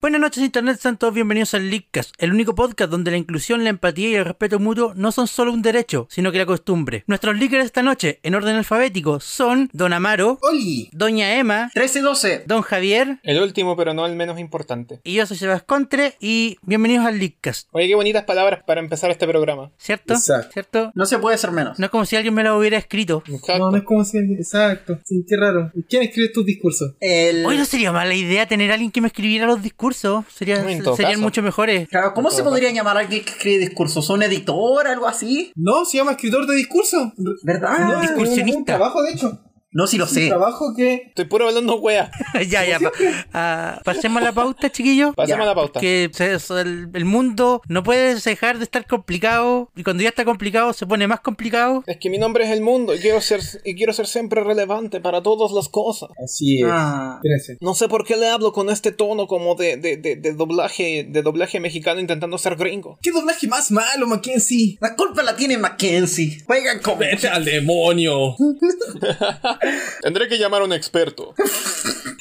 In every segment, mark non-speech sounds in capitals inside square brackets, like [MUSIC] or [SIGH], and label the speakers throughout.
Speaker 1: Buenas noches Internet, sean todos bienvenidos al Leakcast, el único podcast donde la inclusión, la empatía y el respeto mutuo no son solo un derecho, sino que la costumbre. Nuestros leakers esta noche, en orden alfabético, son Don Amaro,
Speaker 2: Oli,
Speaker 1: Doña Emma,
Speaker 2: 1312.
Speaker 1: Don Javier
Speaker 3: El último, pero no el menos importante.
Speaker 1: y yo soy Sebas Contre y bienvenidos al Leakcast,
Speaker 3: Oye, qué bonitas palabras para empezar este programa.
Speaker 1: ¿cierto?
Speaker 4: Exacto.
Speaker 1: ¿Cierto?
Speaker 2: No se puede ser menos.
Speaker 1: No es como si alguien me lo hubiera escrito.
Speaker 3: Exacto.
Speaker 4: No, no es como si. Exacto. Sí, qué raro. ¿Y ¿Quién escribe tus discursos?
Speaker 3: Eh.
Speaker 2: El...
Speaker 1: Hoy no sería mala idea tener a alguien que me escribiera los discursos, Sería-
Speaker 3: En todo
Speaker 1: serían
Speaker 3: caso.
Speaker 1: mucho mejores. [LAUGHS]
Speaker 2: Claro, ¿Cómo se podría llamar a alguien que escribe discursos? ¿Un editor? ¿Algo así?
Speaker 4: No, se llama escritor de discursos.
Speaker 2: ¿Verdad?
Speaker 4: No, es un-
Speaker 1: Discursionista.
Speaker 4: Un trabajo, de hecho.
Speaker 2: No, si lo
Speaker 4: Un
Speaker 2: sé.
Speaker 4: trabajo que.
Speaker 3: Estoy puro hablando wea.
Speaker 1: ya, ya. pa- ah, pasemos a la pauta, chiquillos.
Speaker 3: Pasemos
Speaker 2: Ya,
Speaker 3: a la pauta.
Speaker 1: Que se- se- el, el mundo no puede dejar de estar complicado y cuando ya está complicado se pone más complicado.
Speaker 3: Es que mi nombre es el mundo y quiero ser, y quiero ser siempre relevante para todas las cosas.
Speaker 4: Así es.
Speaker 2: Ah.
Speaker 4: Espérense.
Speaker 3: No sé por qué le hablo con este tono como de, de, de, de doblaje de doblaje mexicano intentando ser gringo.
Speaker 4: ¿Qué doblaje más malo, Mackenzie?
Speaker 2: La culpa la tiene Mackenzie. Juegan con...
Speaker 4: Vete Este al demonio.
Speaker 3: Tendré que llamar a un experto.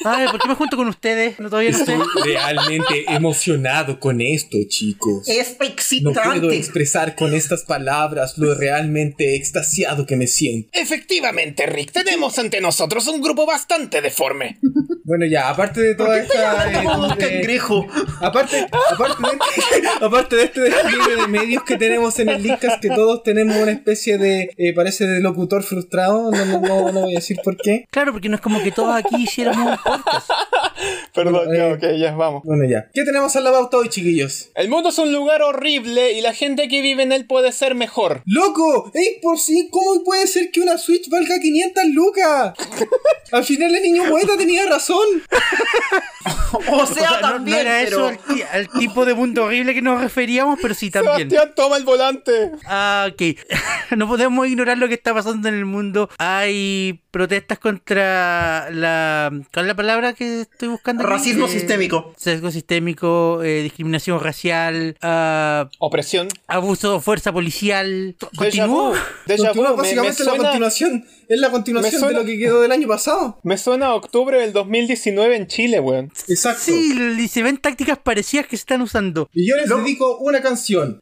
Speaker 1: Ay, ¿por qué me junto con ustedes? No, todavía no sé.
Speaker 4: realmente emocionado con esto, chicos.
Speaker 2: Es
Speaker 4: No puedo
Speaker 2: excitante.
Speaker 4: expresar con estas palabras lo realmente extasiado que me siento.
Speaker 3: Efectivamente, Rick, tenemos ante nosotros un grupo bastante deforme.
Speaker 4: Bueno, ya, aparte de toda esta. eh,
Speaker 2: Como un
Speaker 4: de-
Speaker 2: cangrejo.
Speaker 4: Aparte, aparte, de, aparte de este [LAUGHS] despliegue de medios que tenemos en el Lincas, que todos tenemos una especie de, eh, parece, de locutor frustrado, no, no, no, no voy a decir por qué.
Speaker 1: Claro, porque no es como que todos aquí hiciéramos
Speaker 2: [LAUGHS]
Speaker 1: un podcast.
Speaker 3: Perdón,
Speaker 4: Bueno, eh.
Speaker 3: ya, ok, ya vamos.
Speaker 4: Bueno, ya. ¿Qué tenemos al lavado hoy, chiquillos?
Speaker 3: El mundo es un lugar horrible y la gente que vive en él puede ser mejor.
Speaker 4: ¡Loco! ¡Ey, por sí! ¿Cómo puede ser que una Switch valga 500 lucas? Al final el niño poeta tenía razón.
Speaker 2: O sea,
Speaker 1: O sea, no, no
Speaker 2: también,
Speaker 1: era eso
Speaker 2: pero...
Speaker 1: al, ti- al tipo de mundo horrible que nos referíamos, pero sí también.
Speaker 3: Sebastián, toma el volante.
Speaker 1: Ah, ok. [LAUGHS] no podemos ignorar lo que está pasando en el mundo. Hay protestas contra la... ¿Cuál es la palabra que estoy buscando? aquí?
Speaker 2: Racismo
Speaker 1: Eh,
Speaker 2: sistémico.
Speaker 1: Sesgo sistémico, eh, discriminación racial, ah,
Speaker 3: Opresión.
Speaker 1: abuso de fuerza policial.
Speaker 3: Déjà
Speaker 1: ¿Continúo?
Speaker 3: vu. Déjà
Speaker 4: Continúa
Speaker 3: vu. Me, me
Speaker 4: básicamente la
Speaker 3: suena,
Speaker 4: continuación. Es la continuación
Speaker 3: suena-
Speaker 4: de lo que quedó del año pasado.
Speaker 3: me suena a octubre del 2019 en Chile, weón.
Speaker 4: Exacto.
Speaker 1: Sí, y se ven tácticas parecidas que se están usando.
Speaker 4: Y yo les dedico una canción.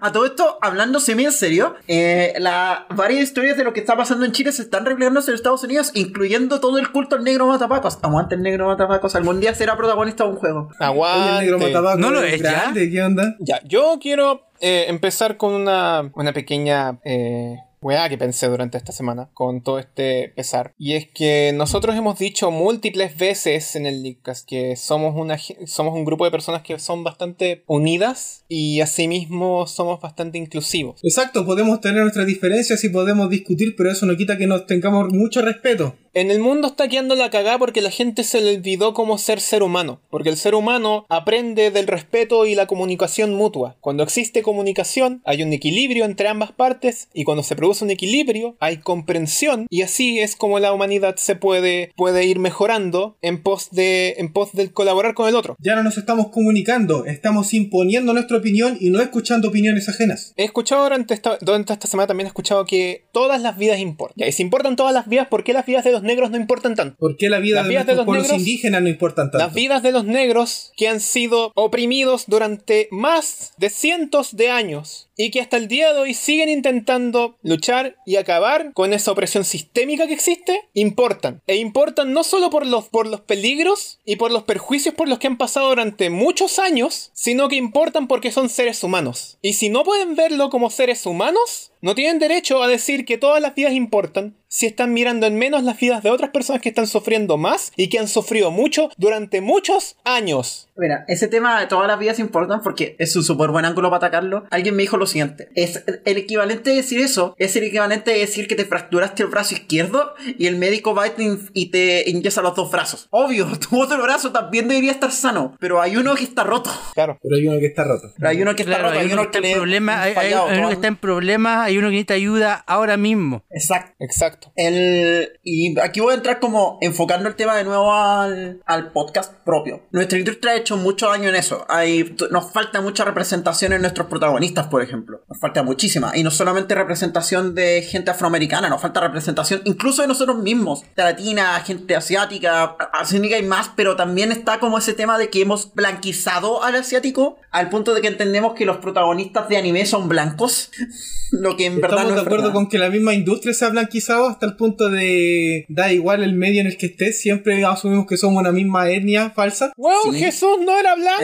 Speaker 2: A todo esto, hablando semi en serio, eh, la, varias historias de lo que está pasando en Chile se están replicándose en Estados Unidos, incluyendo todo el culto al negro matapacos. Aguante el negro matapacos, algún día será protagonista de un juego.
Speaker 4: Oye, el negro
Speaker 3: Aguante.
Speaker 4: matabaco
Speaker 1: No lo
Speaker 4: es
Speaker 1: es ya.
Speaker 4: grande, ¿qué onda?
Speaker 3: Ya, yo quiero eh, empezar con una, una pequeña eh, weá que pensé durante esta semana, con todo este pesar. Y es que nosotros hemos dicho múltiples veces en el Leadcast que somos, una, ge- somos un grupo de personas que son bastante unidas y asimismo somos bastante inclusivos.
Speaker 4: Exacto, podemos tener nuestras diferencias y podemos discutir, pero eso no quita que nos tengamos mucho respeto.
Speaker 3: En el mundo está quedando la cagada porque la gente se le olvidó cómo ser ser humano. Porque el ser humano aprende del respeto y la comunicación mutua. Cuando existe comunicación, hay un equilibrio entre ambas partes. Y cuando se produce un equilibrio, hay comprensión. Y así es como la humanidad se puede, puede ir mejorando en pos, de, en pos del colaborar con el otro.
Speaker 4: Ya no nos estamos comunicando, estamos imponiendo nuestra opinión y no escuchando opiniones ajenas.
Speaker 3: He escuchado durante esta, durante esta semana también he escuchado que todas las vidas importan. Ya, y si importan todas las vidas, ¿por qué las vidas de los negros no importan tanto?
Speaker 4: ¿Por qué la vida
Speaker 3: Las
Speaker 4: de
Speaker 3: vidas
Speaker 4: nuestros
Speaker 3: de los
Speaker 4: pueblos
Speaker 3: negros-
Speaker 4: indígenas no importan tanto?
Speaker 3: Las vidas de los negros que han sido oprimidos durante más de cientos de años y que hasta el día de hoy siguen intentando luchar y acabar con esa opresión sistémica que existe, importan. E importan no solo por los, por los peligros y por los perjuicios por los que han pasado durante muchos años, sino que importan porque son seres humanos. Y si no pueden verlo como seres humanos, no tienen derecho a decir que todas las vidas importan si están mirando en menos las vidas de otras personas que están sufriendo más y que han sufrido mucho durante muchos años.
Speaker 2: Mira, ese tema de todas las vidas importan porque es un súper buen ángulo para atacarlo. Alguien me dijo lo siguiente, es el equivalente de decir eso, es el equivalente de decir que te fracturaste el brazo izquierdo y el médico va y te, in- y te inyesa los dos brazos. Obvio, [LAUGHS] tu otro brazo también debería estar sano, pero hay uno que está roto.
Speaker 3: Claro.
Speaker 4: Pero hay uno que está roto.
Speaker 2: Pero hay uno que está
Speaker 1: Claro,
Speaker 2: roto,
Speaker 1: hay uno que está
Speaker 2: le-
Speaker 1: en problemas, hay, hay-
Speaker 2: fallado,
Speaker 1: hay uno
Speaker 2: todo.
Speaker 1: que está en problemas, hay uno que necesita ayuda ahora mismo.
Speaker 2: Exacto.
Speaker 3: Exacto.
Speaker 2: El, y aquí voy a entrar como enfocando el tema de nuevo al, al podcast propio. Nuestra industria de hecho muchos años en eso. Hay, t- nos falta mucha representación en nuestros protagonistas, por ejemplo. Nos falta muchísima. Y no solamente representación de gente afroamericana, nos falta representación incluso de nosotros mismos. De latina, gente asiática, a- asiática y más, pero también está como ese tema de que hemos blanquizado al asiático al punto de que entendemos que los protagonistas de anime son blancos. [LAUGHS] Lo que en verdad
Speaker 4: Estamos
Speaker 2: no
Speaker 4: de
Speaker 2: es
Speaker 4: acuerdo
Speaker 2: verdad.
Speaker 4: con que la misma industria se ha blanquizado hasta el punto de da igual el medio en el que estés, siempre asumimos que somos una misma etnia falsa.
Speaker 3: ¡Wow! Jesús no era blanco.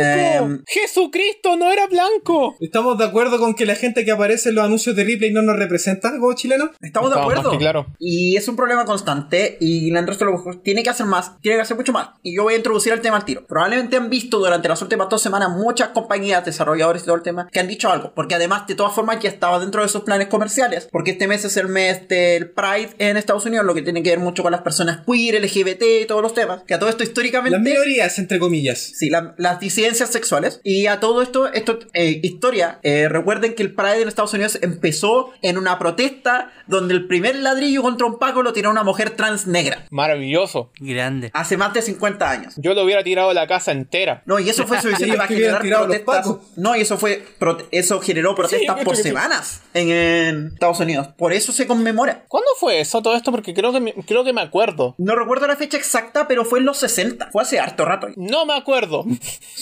Speaker 2: Em.
Speaker 3: Jesucristo no era blanco.
Speaker 4: ¿Estamos de acuerdo con que la gente que aparece en los anuncios de Ripley no nos representa como chilenos?
Speaker 2: Estamos de
Speaker 3: Estamos
Speaker 2: acuerdo.
Speaker 3: más que claro.
Speaker 2: Y es un problema constante y la industria lo- tiene que hacer más, tiene que hacer mucho más. Y yo voy a introducir el tema al tiro. Probablemente han visto durante las últimas dos semanas muchas compañías, desarrolladores y todo el tema, que han dicho algo. Porque además, de todas formas, ya estaba dentro de sus planes comerciales. Porque este mes es el mes del Pride en Estados Unidos, lo que tiene que ver mucho con las personas queer, LGBT y todos los temas. Que a todo esto históricamente...
Speaker 4: Las minorías, entre comillas.
Speaker 2: Sí, la- las disidencias sexuales. Y a todo esto, esto eh, historia. eh, recuerden que el Pride en Estados Unidos empezó en una protesta donde el primer ladrillo contra un paco lo tiró una mujer trans negra.
Speaker 3: Maravilloso.
Speaker 1: Grande.
Speaker 2: Hace más de 50 años.
Speaker 3: Yo lo hubiera tirado la casa entera.
Speaker 2: No, y eso
Speaker 4: [LAUGHS]
Speaker 2: fue suficiente
Speaker 4: Ellos
Speaker 2: para
Speaker 4: que hubieran
Speaker 2: generar
Speaker 4: tirado los
Speaker 2: protestas.
Speaker 4: pacos.
Speaker 2: No, y eso fue prote- eso generó protestas por
Speaker 3: yo creo que sí.
Speaker 2: semanas en, en Estados Unidos. Por eso se conmemora.
Speaker 3: ¿Cuándo fue eso todo esto? Porque creo que me, creo que me acuerdo.
Speaker 2: No recuerdo la fecha exacta, pero fue en los 60. Fue hace harto rato.
Speaker 3: No me acuerdo.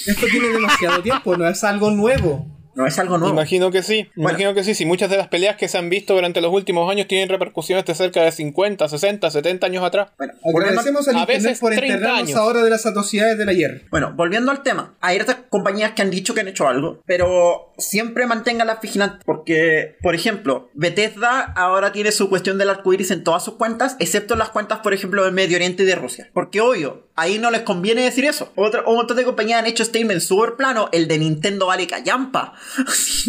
Speaker 4: Esto tiene demasiado tiempo, no es algo nuevo.
Speaker 2: [LAUGHS] No es algo nuevo.
Speaker 3: Imagino que sí.
Speaker 2: Bueno.
Speaker 3: Imagino que sí. Si muchas de las peleas que se han visto durante los últimos años tienen repercusiones de cerca de 50, 60, 70 años atrás.
Speaker 2: Bueno, volviendo-
Speaker 4: Agradecemos al
Speaker 3: A
Speaker 4: internet
Speaker 3: veces
Speaker 4: por
Speaker 3: 30
Speaker 4: enterrarnos
Speaker 3: años.
Speaker 4: ahora de las atrocidades del ayer.
Speaker 2: Bueno, volviendo al tema, hay otras compañías que han dicho que han hecho algo, pero siempre manténganlas vigilantes, porque, por ejemplo, Bethesda ahora tiene su cuestión del arcoiris en todas sus cuentas, excepto en las cuentas, por ejemplo, del Medio Oriente y de Rusia. Porque, obvio, ahí no les conviene decir eso. Otra, un montón de compañías han hecho statements súper plano, el de Nintendo vale callampa. [LAUGHS]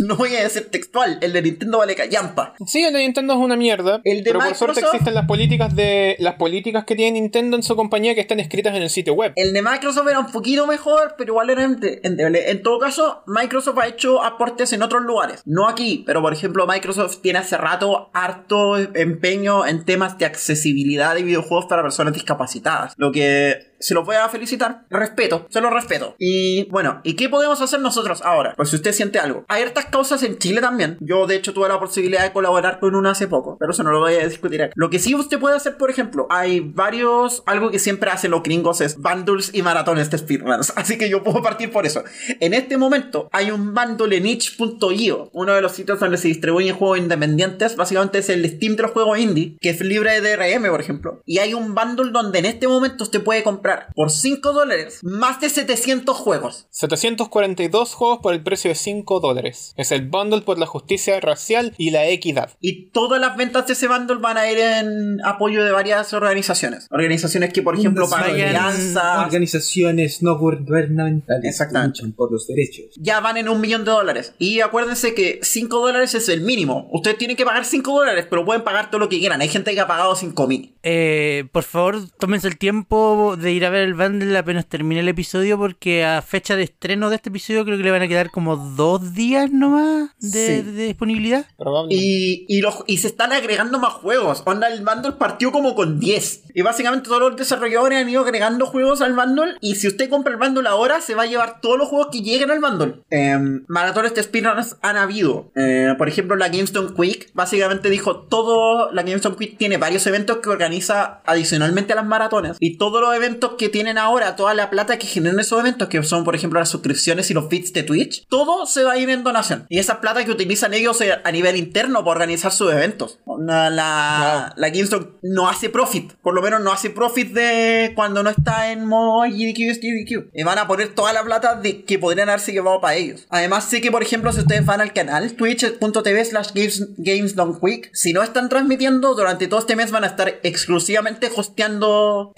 Speaker 2: no voy a decir textual, el de Nintendo vale callampa.
Speaker 3: Sí, el de Nintendo es una mierda.
Speaker 2: El de
Speaker 3: pero por suerte
Speaker 2: Microsoft-
Speaker 3: existen las políticas de las políticas que tiene Nintendo en su compañía que están escritas en el sitio web.
Speaker 2: El de Microsoft era un poquito mejor, pero igual era ente- endeble. En todo caso, Microsoft ha hecho aportes en otros lugares. No aquí, pero por ejemplo, Microsoft tiene hace rato harto empeño en temas de accesibilidad de videojuegos para personas discapacitadas. Lo que se los voy a felicitar. Respeto, se los respeto. Y bueno, ¿y qué podemos hacer nosotros ahora? Pues si usted siente algo. Hay hartas causas en Chile también. Yo de hecho tuve la posibilidad de colaborar con una hace poco, pero eso no lo voy a discutir aquí. Lo que sí usted puede hacer, por ejemplo, hay varios, algo que siempre hacen los gringos es bundles y maratones de speedruns. [LAUGHS] Así que yo puedo partir por eso. En este momento hay un bundle en itch.io, uno de los sitios donde se distribuyen juegos independientes. Básicamente es el Steam de los juegos indie, que es libre de DRM, por ejemplo. Y hay un bundle donde en este momento usted puede comprar por 5 dólares más de 700 juegos.
Speaker 3: 742 juegos por el precio de 5 dólares. Es el bundle por la justicia racial y la equidad.
Speaker 2: Y todas las ventas de ese bundle van a ir en apoyo de varias organizaciones. Organizaciones que, por ejemplo, pagan
Speaker 1: Vayan-
Speaker 2: alianzas.
Speaker 4: Organizaciones no gubernamentales
Speaker 2: Ah. Exactamente.
Speaker 4: que luchan por los derechos.
Speaker 2: Ya van en un millón de dólares. Y acuérdense que 5 dólares es el mínimo. Ustedes tienen que pagar 5 dólares, pero pueden pagar todo lo que quieran. Hay gente que ha pagado 5 mil.
Speaker 1: Eh, por favor, tómense el tiempo de ir a ver el bundle apenas termine el episodio porque a fecha de estreno de este episodio creo que le van a quedar como dos días nomás de,
Speaker 2: Sí.
Speaker 1: de disponibilidad.
Speaker 3: Probablemente.
Speaker 2: Y, y, los- y se están agregando más juegos. Onda, el bundle partió como con 10. Y básicamente todos los desarrolladores han ido agregando juegos al bundle. Y si usted compra el bundle ahora, se va a llevar todos los juegos que lleguen al bundle. Em, maratones de speedruns han habido. Eh, por ejemplo, la GameStone Quick básicamente dijo todo. La GameStone Quick tiene varios eventos que organiza adicionalmente a las maratones. Y todos los eventos que tienen ahora, toda la plata que generan esos eventos, que son, por ejemplo, las suscripciones y los feeds de Twitch, todo se va a ir en donación. Y esa plata que utilizan ellos eh, a nivel interno para organizar sus eventos. La, la,
Speaker 3: Wow.
Speaker 2: la GameStop no hace profit. Por lo menos no hace profit de cuando no está en modo GDQ, GDQ. Y van a poner toda la plata de, que podrían haberse llevado para ellos. Además, sé que, por ejemplo, si ustedes van al canal twitch.tv slash games- games done quick, si no están transmitiendo durante todo este mes van a estar exclusivamente hosteando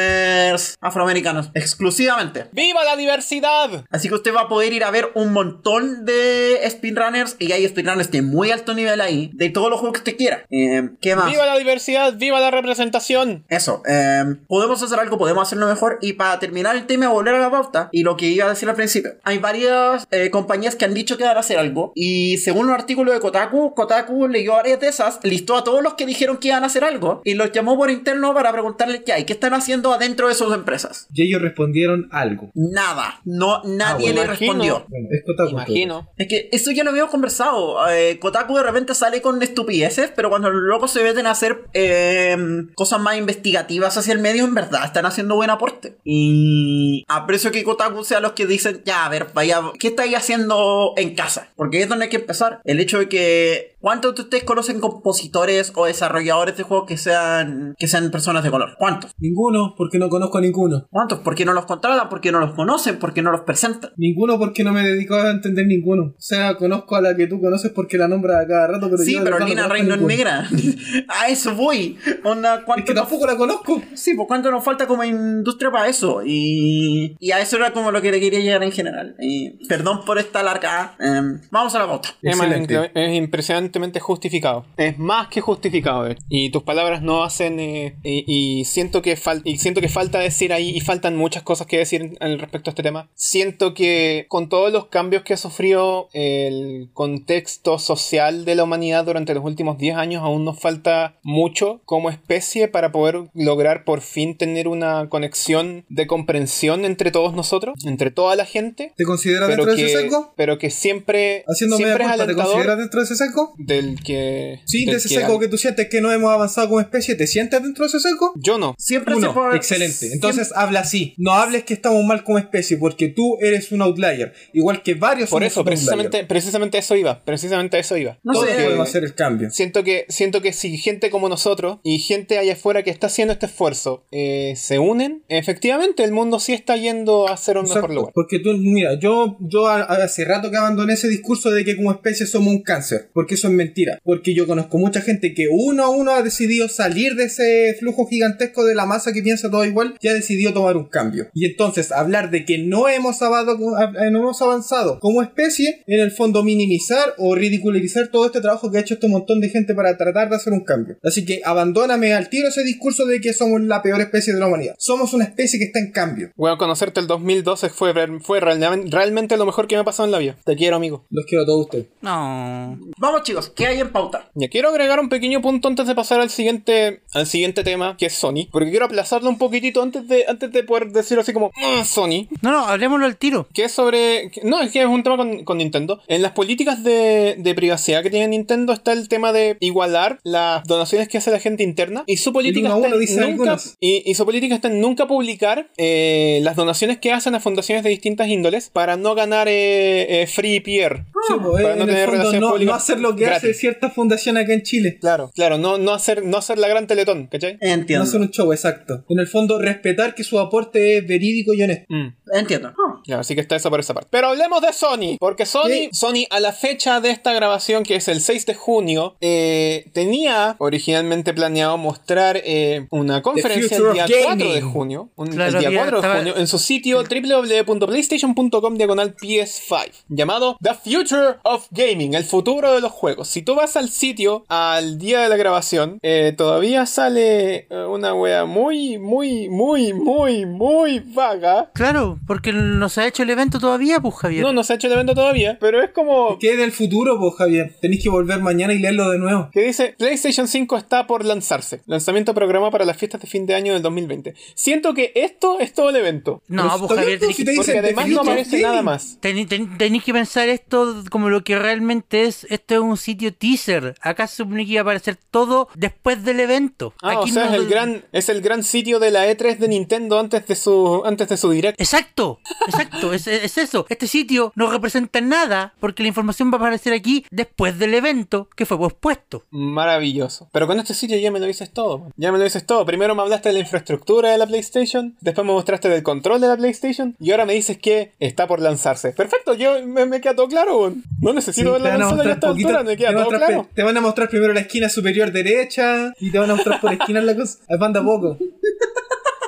Speaker 2: streamers afroamericanos. Exclusivamente.
Speaker 3: ¡Viva la diversidad!
Speaker 2: Así que usted va a poder ir a ver un montón de speedrunners y hay speedrunners de muy alto nivel ahí, de todos los juegos que usted quiera. Eh, ¿Qué más?
Speaker 3: ¡Viva la diversidad! ¡Viva la representación!
Speaker 2: Eso, eh, podemos hacer algo, podemos hacerlo mejor. Y para terminar el tema, volver a la pauta y lo que iba a decir al principio, hay varias eh, compañías que han dicho que van a hacer algo. Y según un artículo de Kotaku, Kotaku leyó varias de esas, listó a todos los que dijeron que iban a hacer algo y los llamó por interno para preguntarle qué hay, qué están haciendo adentro de su sus empresas.
Speaker 4: Y ellos respondieron algo.
Speaker 2: Nada. No, nadie
Speaker 3: bueno,
Speaker 2: le
Speaker 3: Ah, imagino.
Speaker 2: respondió.
Speaker 4: Bueno, es Kotaku.
Speaker 3: Imagino.
Speaker 2: Es que eso ya lo habíamos conversado. Eh, Kotaku de repente sale con estupideces, pero cuando los locos se meten a hacer eh, cosas más investigativas hacia el medio, en verdad están haciendo buen aporte. Y aprecio que Kotaku sea los que dicen, ya, a ver, vaya, ¿qué estáis haciendo en casa? Porque es donde hay que empezar. El hecho de que... ¿Cuántos de ustedes conocen compositores o desarrolladores de juegos que sean, que sean personas de color? ¿Cuántos?
Speaker 4: Ninguno, porque no conozco a ninguno.
Speaker 2: ¿Cuántos? ¿Por qué no los contratan? ¿Por qué no los conocen? ¿Por qué no los presentan?
Speaker 4: Ninguno porque no me dedico a entender ninguno. O sea, conozco a la que tú conoces porque la nombras a cada rato, pero
Speaker 2: Sí,
Speaker 4: yo de
Speaker 2: pero
Speaker 4: verdad
Speaker 2: Lina
Speaker 4: conozco a
Speaker 2: Rey no es
Speaker 4: ninguno.
Speaker 2: negra. [LAUGHS] A eso voy. Onda,
Speaker 4: pues. Es
Speaker 2: ¿cuánto
Speaker 4: que
Speaker 2: nos-
Speaker 4: tampoco la conozco.
Speaker 2: Sí, pues cuánto nos falta como industria para eso. Y, y a eso era como lo que le quería llegar en general. Y perdón por esta larga. em, vamos a la pauta.
Speaker 3: Es,
Speaker 4: Excelente.
Speaker 3: mal- es impresionantemente justificado. Es más que justificado. de hecho. Y tus palabras no hacen. eh, y, y siento que fal- y siento que falta decir ahí. Y faltan muchas cosas que decir en- al respecto a este tema. Siento que con todos los cambios que ha sufrido el contexto social de la humanidad durante los últimos 10 años, aún nos falta mucho como especie para poder lograr por fin tener una conexión de comprensión entre todos nosotros, entre toda la gente.
Speaker 4: ¿Te consideras
Speaker 3: Pero
Speaker 4: dentro de ese
Speaker 3: que,
Speaker 4: saco?
Speaker 3: pero que siempre,
Speaker 4: Haciendo media
Speaker 3: siempre es
Speaker 4: culpa, ¿te
Speaker 3: alentador
Speaker 4: consideras dentro de ese saco?
Speaker 3: del que.
Speaker 4: Sí,
Speaker 3: del
Speaker 4: de ese saco que tú sientes que no hemos avanzado como especie, ¿te sientes dentro de ese saco?
Speaker 3: Yo no.
Speaker 2: Siempre se
Speaker 4: Uno,
Speaker 2: puede-
Speaker 4: excelente. Entonces habla así. No hables que estamos mal como especie, porque tú eres un outlier. Igual que varios
Speaker 3: Por
Speaker 4: somos
Speaker 3: eso,
Speaker 4: un outlier.
Speaker 3: precisamente, eh, precisamente eso iba. Precisamente eso iba.
Speaker 2: No
Speaker 4: Todos
Speaker 2: sé.
Speaker 4: podemos hacer el cambio.
Speaker 3: Siento que, siento que si gente como nosotros y gente allá afuera que está haciendo este esfuerzo eh, se unen, efectivamente el mundo sí está yendo a ser un
Speaker 4: Exacto,
Speaker 3: mejor lugar.
Speaker 4: Porque tú, mira, yo, yo a- a- hace rato que abandoné ese discurso de que como especie somos un cáncer, porque eso es mentira. Porque yo conozco mucha gente que uno a uno ha decidido salir de ese flujo gigantesco de la masa que piensa todo igual y ha decidido tomar un cambio. Y entonces hablar de que no hemos avanzado, no hemos avanzado como especie, en el fondo minimizar o ridiculizar todo este trabajo que ha hecho este montón de gente para tratar de hacer un cambio. Así que abandóname al tiro ese discurso de que somos la peor especie de la humanidad. Somos una especie que está en cambio.
Speaker 3: Bueno, conocerte el 2012 fue, fue realmente, realmente lo mejor que me ha pasado en la vida. Te quiero, amigo.
Speaker 4: Los quiero a todos ustedes.
Speaker 1: No.
Speaker 2: Vamos chicos, ¿qué hay en pauta?
Speaker 3: Ya quiero agregar un pequeño punto antes de pasar al siguiente, al siguiente tema, que es Sony. Porque quiero aplazarlo un poquitito antes de, antes de poder decir así como, "Mm, Sony.
Speaker 1: No, no, hablemoslo al tiro.
Speaker 3: que es sobre... que- No, es que es un tema con, con Nintendo. En las políticas de, de privacidad que tiene Nintendo está el tema de igualar las donaciones que hace la gente interna y su política
Speaker 4: uno a
Speaker 3: está
Speaker 4: uno,
Speaker 3: en
Speaker 4: dice
Speaker 3: nunca,
Speaker 4: algunas.
Speaker 3: y, y su política está en nunca publicar eh, las donaciones que hacen a fundaciones de distintas índoles para no ganar eh, eh, free peer.
Speaker 4: Sí, pues,
Speaker 3: Para
Speaker 4: en
Speaker 3: no
Speaker 4: el
Speaker 3: tener
Speaker 4: fondo
Speaker 3: relaciones
Speaker 4: no,
Speaker 3: públicas
Speaker 4: no hacer lo que hace
Speaker 3: gratis.
Speaker 4: cierta fundación acá en Chile.
Speaker 3: Claro, claro, no, no, hacer, no hacer la gran teletón, ¿cachai?
Speaker 4: No
Speaker 2: Entiendo.
Speaker 4: hacer un show, exacto. En el fondo, respetar que su aporte es verídico y honesto.
Speaker 3: Mm.
Speaker 2: Entiendo. Ah,
Speaker 3: Ya, así que está eso por esa parte. Pero hablemos de Sony, porque Sony,
Speaker 4: Sí.
Speaker 3: Sony a la fecha de esta grabación, que es el 6 de junio, eh, tenía originalmente planeado mostrar eh, una conferencia el
Speaker 4: Future
Speaker 3: día
Speaker 4: of
Speaker 3: 4
Speaker 4: Gaming.
Speaker 3: de junio, un-
Speaker 1: Claro,
Speaker 3: el día
Speaker 1: había-
Speaker 3: 4 de
Speaker 1: estaba-
Speaker 3: junio, en su sitio www.playstation.com diagonal PS5, llamado The Future of Gaming, el futuro de los juegos. Si tú vas al sitio al día de la grabación, eh, todavía sale eh, una wea muy, muy, muy, muy, muy vaga.
Speaker 1: Claro, porque no se ha hecho el evento todavía, pues Javier.
Speaker 3: No, no se ha hecho el evento todavía, pero es como
Speaker 4: ¿Qué es del futuro, pues, Javier? Tenéis que volver mañana y leerlo de nuevo.
Speaker 3: que dice PlayStation 5 está por lanzarse. Lanzamiento programado para las fiestas de fin de año del 2020. Siento que esto es todo el evento.
Speaker 1: No,
Speaker 4: Pero
Speaker 1: pues
Speaker 4: está
Speaker 1: Javier,
Speaker 4: bien,
Speaker 1: tenés
Speaker 4: pues,
Speaker 1: que-
Speaker 4: si te
Speaker 3: Porque
Speaker 4: dicen,
Speaker 3: además
Speaker 4: "The
Speaker 3: no
Speaker 4: future
Speaker 3: aparece
Speaker 4: of
Speaker 3: nada
Speaker 4: gaming".
Speaker 3: más.
Speaker 1: Teni- ten- Tenéis que pensar esto como lo que realmente es. Esto es un sitio teaser. Acá se supone que iba a aparecer todo después del evento.
Speaker 3: Ah, o sea,
Speaker 1: no-
Speaker 3: es, el gran, es el gran sitio de la E3 de Nintendo antes de su, antes de su direct.
Speaker 1: Exacto, exacto, es, es- es eso. Este sitio no representa nada porque la información va a aparecer aquí después del evento que fue pospuesto.
Speaker 3: Maravilloso. Pero con este sitio ya me lo dices todo. man. Ya me lo dices todo. Primero me hablaste de la infraestructura de la PlayStation, después me mostraste del control de la PlayStation y ahora me dices que está por lanzarse. Perfecto, yo me, me queda todo claro. weón. No
Speaker 4: Sí,
Speaker 3: necesito
Speaker 4: te
Speaker 3: ver la
Speaker 4: van
Speaker 3: consola ya
Speaker 4: a
Speaker 3: a
Speaker 4: mostrar
Speaker 3: esta
Speaker 4: poquito-
Speaker 3: altura, me
Speaker 4: te van
Speaker 3: queda
Speaker 4: a
Speaker 3: todo
Speaker 4: mostrar
Speaker 3: claro.
Speaker 4: pe- te van a mostrar primero la esquina superior derecha y te van a mostrar por esquinas la cosa. Ah,
Speaker 3: [LAUGHS]
Speaker 4: Banda poco.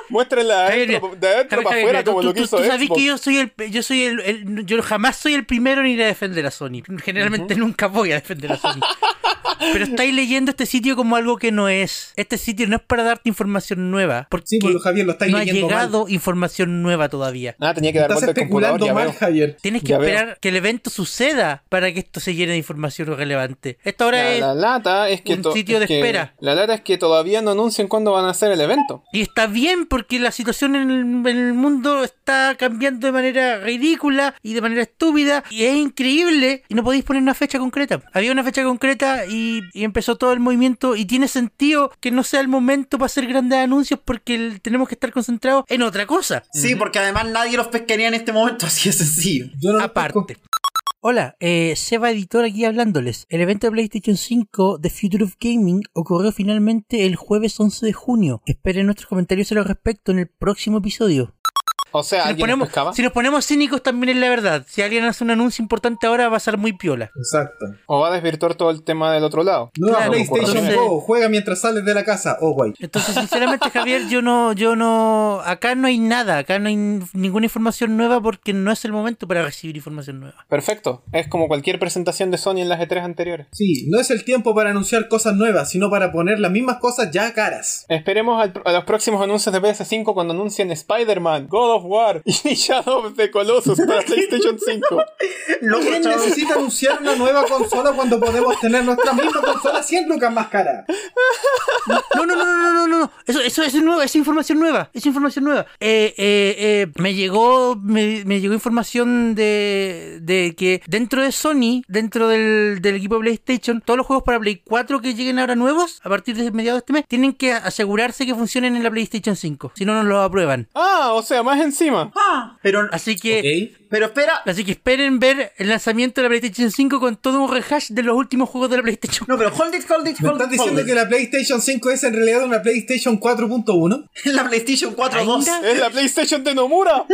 Speaker 3: Muéstrala de
Speaker 1: Javier,
Speaker 3: adentro, de adentro
Speaker 1: Javier,
Speaker 3: para
Speaker 1: Javier,
Speaker 3: afuera
Speaker 1: mira, tú-
Speaker 3: como lo
Speaker 1: tú-
Speaker 3: que hizo
Speaker 1: tú sabes
Speaker 3: Xbox.
Speaker 1: que yo soy el, yo soy el, el- yo jamás soy el primero en ir a defender a Sony. Generalmente nunca voy a defender a Sony. Pero estáis leyendo este sitio como algo que no es. Este sitio no es para darte información nueva. Porque
Speaker 4: Sí, pues, Javier, lo estáis
Speaker 1: no ha
Speaker 4: leyendo mal.
Speaker 1: llegado información nueva todavía.
Speaker 3: Ah, tenía que dar
Speaker 4: Estás
Speaker 3: vuelta al computador,
Speaker 4: especulando
Speaker 3: ya
Speaker 4: mal,
Speaker 1: [LAUGHS]
Speaker 3: veo.
Speaker 4: Javier.
Speaker 1: Tienes que
Speaker 3: Ya veo.
Speaker 1: esperar que el evento suceda para que esto se llene de información relevante. Esto ahora
Speaker 3: La,
Speaker 1: es.
Speaker 3: la lata es que
Speaker 1: un
Speaker 3: to-
Speaker 1: sitio
Speaker 3: es
Speaker 1: de
Speaker 3: que-
Speaker 1: espera.
Speaker 3: La lata es que todavía no anuncian cuándo van a hacer el evento.
Speaker 1: Y está bien porque la situación en el, en el mundo está cambiando de manera ridícula y de manera estúpida y es increíble y no podéis poner una fecha concreta. Había una fecha concreta y, y empezó todo el movimiento y tiene sentido que no sea el momento para hacer grandes anuncios porque el- tenemos que estar concentrados en otra cosa.
Speaker 2: Sí, porque además nadie los pescaría en este momento, [LAUGHS] así de sencillo.
Speaker 4: Yo no lo pesco.
Speaker 1: aparte. Hola, eh, Seba Editor aquí hablándoles. El evento de PlayStation 5 de Future of Gaming ocurrió finalmente el jueves 11 de junio. Esperen nuestros comentarios al respecto en el próximo episodio.
Speaker 3: O sea,
Speaker 1: Si nos,
Speaker 3: alguien
Speaker 1: ponemos,
Speaker 3: los pescaba.
Speaker 1: si nos ponemos cínicos también es la verdad. Si alguien hace un anuncio importante ahora va a ser muy piola.
Speaker 4: Exacto.
Speaker 3: O va a desvirtuar todo el tema del otro lado.
Speaker 4: Nueva
Speaker 1: Claro,
Speaker 4: PlayStation
Speaker 1: entonces-
Speaker 4: Go. Juega mientras sales de la casa. Oh, guay.
Speaker 1: Entonces, sinceramente, Javier, yo no, yo no, acá no hay nada, acá no hay ninguna información nueva porque no es el momento para recibir información nueva.
Speaker 3: Perfecto. Es como cualquier presentación de Sony en las E3 anteriores.
Speaker 4: Sí, no es el tiempo para anunciar cosas nuevas, sino para poner las mismas cosas ya caras.
Speaker 3: Esperemos al- a los próximos anuncios de PS5 cuando anuncien Spider-Man, God of War [LAUGHS] y Shadow of the Colossus para PlayStation 5.
Speaker 2: Loco,
Speaker 4: ¿Quién
Speaker 2: chavo.
Speaker 4: necesita anunciar una nueva consola cuando podemos tener nuestra misma consola 100 lucas más cara?
Speaker 1: No, no, no, no, no, no, no. Eso, eso, eso es nueva, es información nueva, es información nueva. Eh, eh, eh, me llegó, me, me llegó información de, de que dentro de Sony, dentro del, del equipo de PlayStation, todos los juegos para Play 4 que lleguen ahora nuevos, a partir de mediados de este mes, tienen que asegurarse que funcionen en la PlayStation 5. Si no, no los aprueban.
Speaker 3: Ah, o sea, más encima.
Speaker 2: Ah, pero,
Speaker 1: Así que.
Speaker 4: Ok.
Speaker 2: pero espera.
Speaker 1: Así que esperen ver el lanzamiento de la PlayStation 5 con todo un rehash de los últimos juegos de la PlayStation. [LAUGHS]
Speaker 2: No, pero hold it, hold it,
Speaker 4: ¿Me
Speaker 2: hold
Speaker 4: estás
Speaker 2: it. Hold
Speaker 4: diciendo que
Speaker 2: it.
Speaker 4: la PlayStation 5 es en realidad una PlayStation 4.1?
Speaker 2: [LAUGHS] La PlayStation 4 2.
Speaker 1: ¿Ainda?
Speaker 3: Es la PlayStation de Nomura.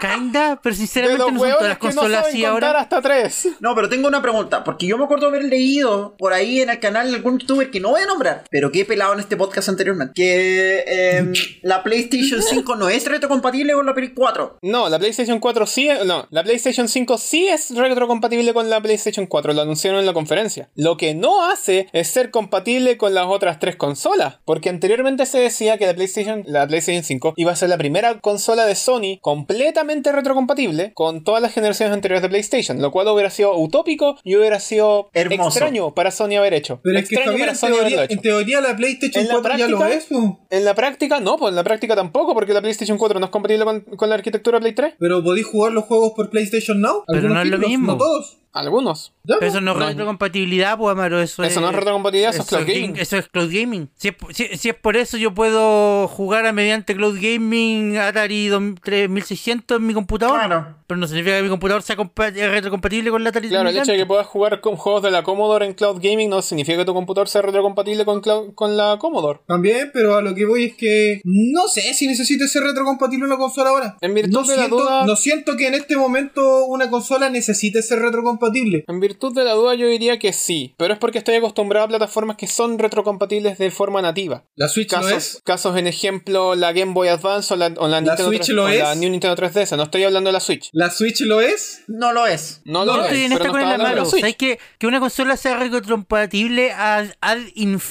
Speaker 1: Kinda, pero
Speaker 3: De
Speaker 1: sinceramente
Speaker 3: los
Speaker 1: no son todas
Speaker 3: hueones
Speaker 1: las
Speaker 3: que no
Speaker 1: consolas
Speaker 3: saben
Speaker 1: así
Speaker 3: contar
Speaker 1: ahora.
Speaker 3: hasta tres.
Speaker 2: No, pero tengo una pregunta, porque yo me acuerdo haber leído por ahí en el canal de algún youtuber que no voy a nombrar, pero que he pelado en este podcast anteriormente, que
Speaker 3: [LAUGHS]
Speaker 2: em, la PlayStation 5 no es retrocompatible con la Play 4.
Speaker 3: No, la PlayStation 4 sí es- No, la PlayStation 5 sí es retrocompatible con la PlayStation 4, lo anunciaron en la conferencia. Lo que no hace es ser compatible con las otras tres consolas, porque anteriormente se decía que la PlayStation, la PlayStation 5 iba a ser la primera consola de Sony completamente retrocompatible con todas las generaciones anteriores de PlayStation, lo cual hubiera sido utópico y hubiera sido
Speaker 2: Hermoso.
Speaker 3: extraño para Sony haber hecho.
Speaker 4: Pero es que
Speaker 3: extraño
Speaker 4: Javier,
Speaker 3: para
Speaker 4: en
Speaker 3: Sony haberlo
Speaker 4: teoría,
Speaker 3: hecho.
Speaker 4: en teoría la PlayStation
Speaker 3: En la
Speaker 4: 4 ya lo es.
Speaker 3: práctica-
Speaker 4: po.
Speaker 3: En la práctica no, pues en la práctica tampoco, porque la PlayStation 4 no es compatible con, con la arquitectura Play 3.
Speaker 4: Pero podéis jugar los juegos por PlayStation Now.
Speaker 1: Pero
Speaker 4: Algunos
Speaker 1: no es lo
Speaker 4: títulos,
Speaker 1: mismo.
Speaker 4: No todos.
Speaker 3: Algunos.
Speaker 4: Ya,
Speaker 1: Pero
Speaker 4: pues, po.
Speaker 1: eso no es
Speaker 3: No.
Speaker 1: retrocompatibilidad, pues Amaro, eso,
Speaker 3: Eso no es retrocompatibilidad, eso es cloud
Speaker 1: game-
Speaker 3: gaming.
Speaker 1: Eso es cloud gaming. Si es, po- si- si es por eso yo puedo jugar a mediante cloud gaming Atari 2000 3600 en mi computador,
Speaker 2: Claro.
Speaker 1: pero no significa que mi computador sea compa- retrocompatible con la Atari
Speaker 3: Claro, el hecho de
Speaker 1: 3600.
Speaker 3: que puedas jugar con juegos de la Commodore en Cloud Gaming no significa que tu computador sea retrocompatible con, cloud- con la Commodore.
Speaker 4: También, pero a lo que voy es que no sé si necesito ser retrocompatible una consola ahora.
Speaker 3: En virtud
Speaker 4: no
Speaker 3: de la
Speaker 4: siento,
Speaker 3: duda-
Speaker 4: No siento que en este momento una consola necesite ser retrocompatible.
Speaker 3: En virtud de la duda yo diría que sí, pero es porque estoy acostumbrado a plataformas que son retrocompatibles de forma nativa.
Speaker 4: La Switch lo
Speaker 3: Casos,
Speaker 4: es.
Speaker 3: casos en ejemplo la Game Boy Advance o la, o la
Speaker 4: ¿La
Speaker 3: Nintendo
Speaker 4: Switch
Speaker 3: 3-
Speaker 4: lo
Speaker 3: o la
Speaker 4: es?
Speaker 3: New Nintendo 3DS, no estoy hablando de la Switch.
Speaker 4: La Switch lo es.
Speaker 2: No lo es.
Speaker 3: No,
Speaker 4: No,
Speaker 3: lo
Speaker 1: Yo
Speaker 3: es,
Speaker 1: estoy en
Speaker 3: pero
Speaker 1: esta
Speaker 3: no
Speaker 1: con el
Speaker 3: estaba hablando de
Speaker 1: Amaro.
Speaker 3: la Switch.
Speaker 1: ¿Sabes que, que una consola sea retrocompatible ad, ad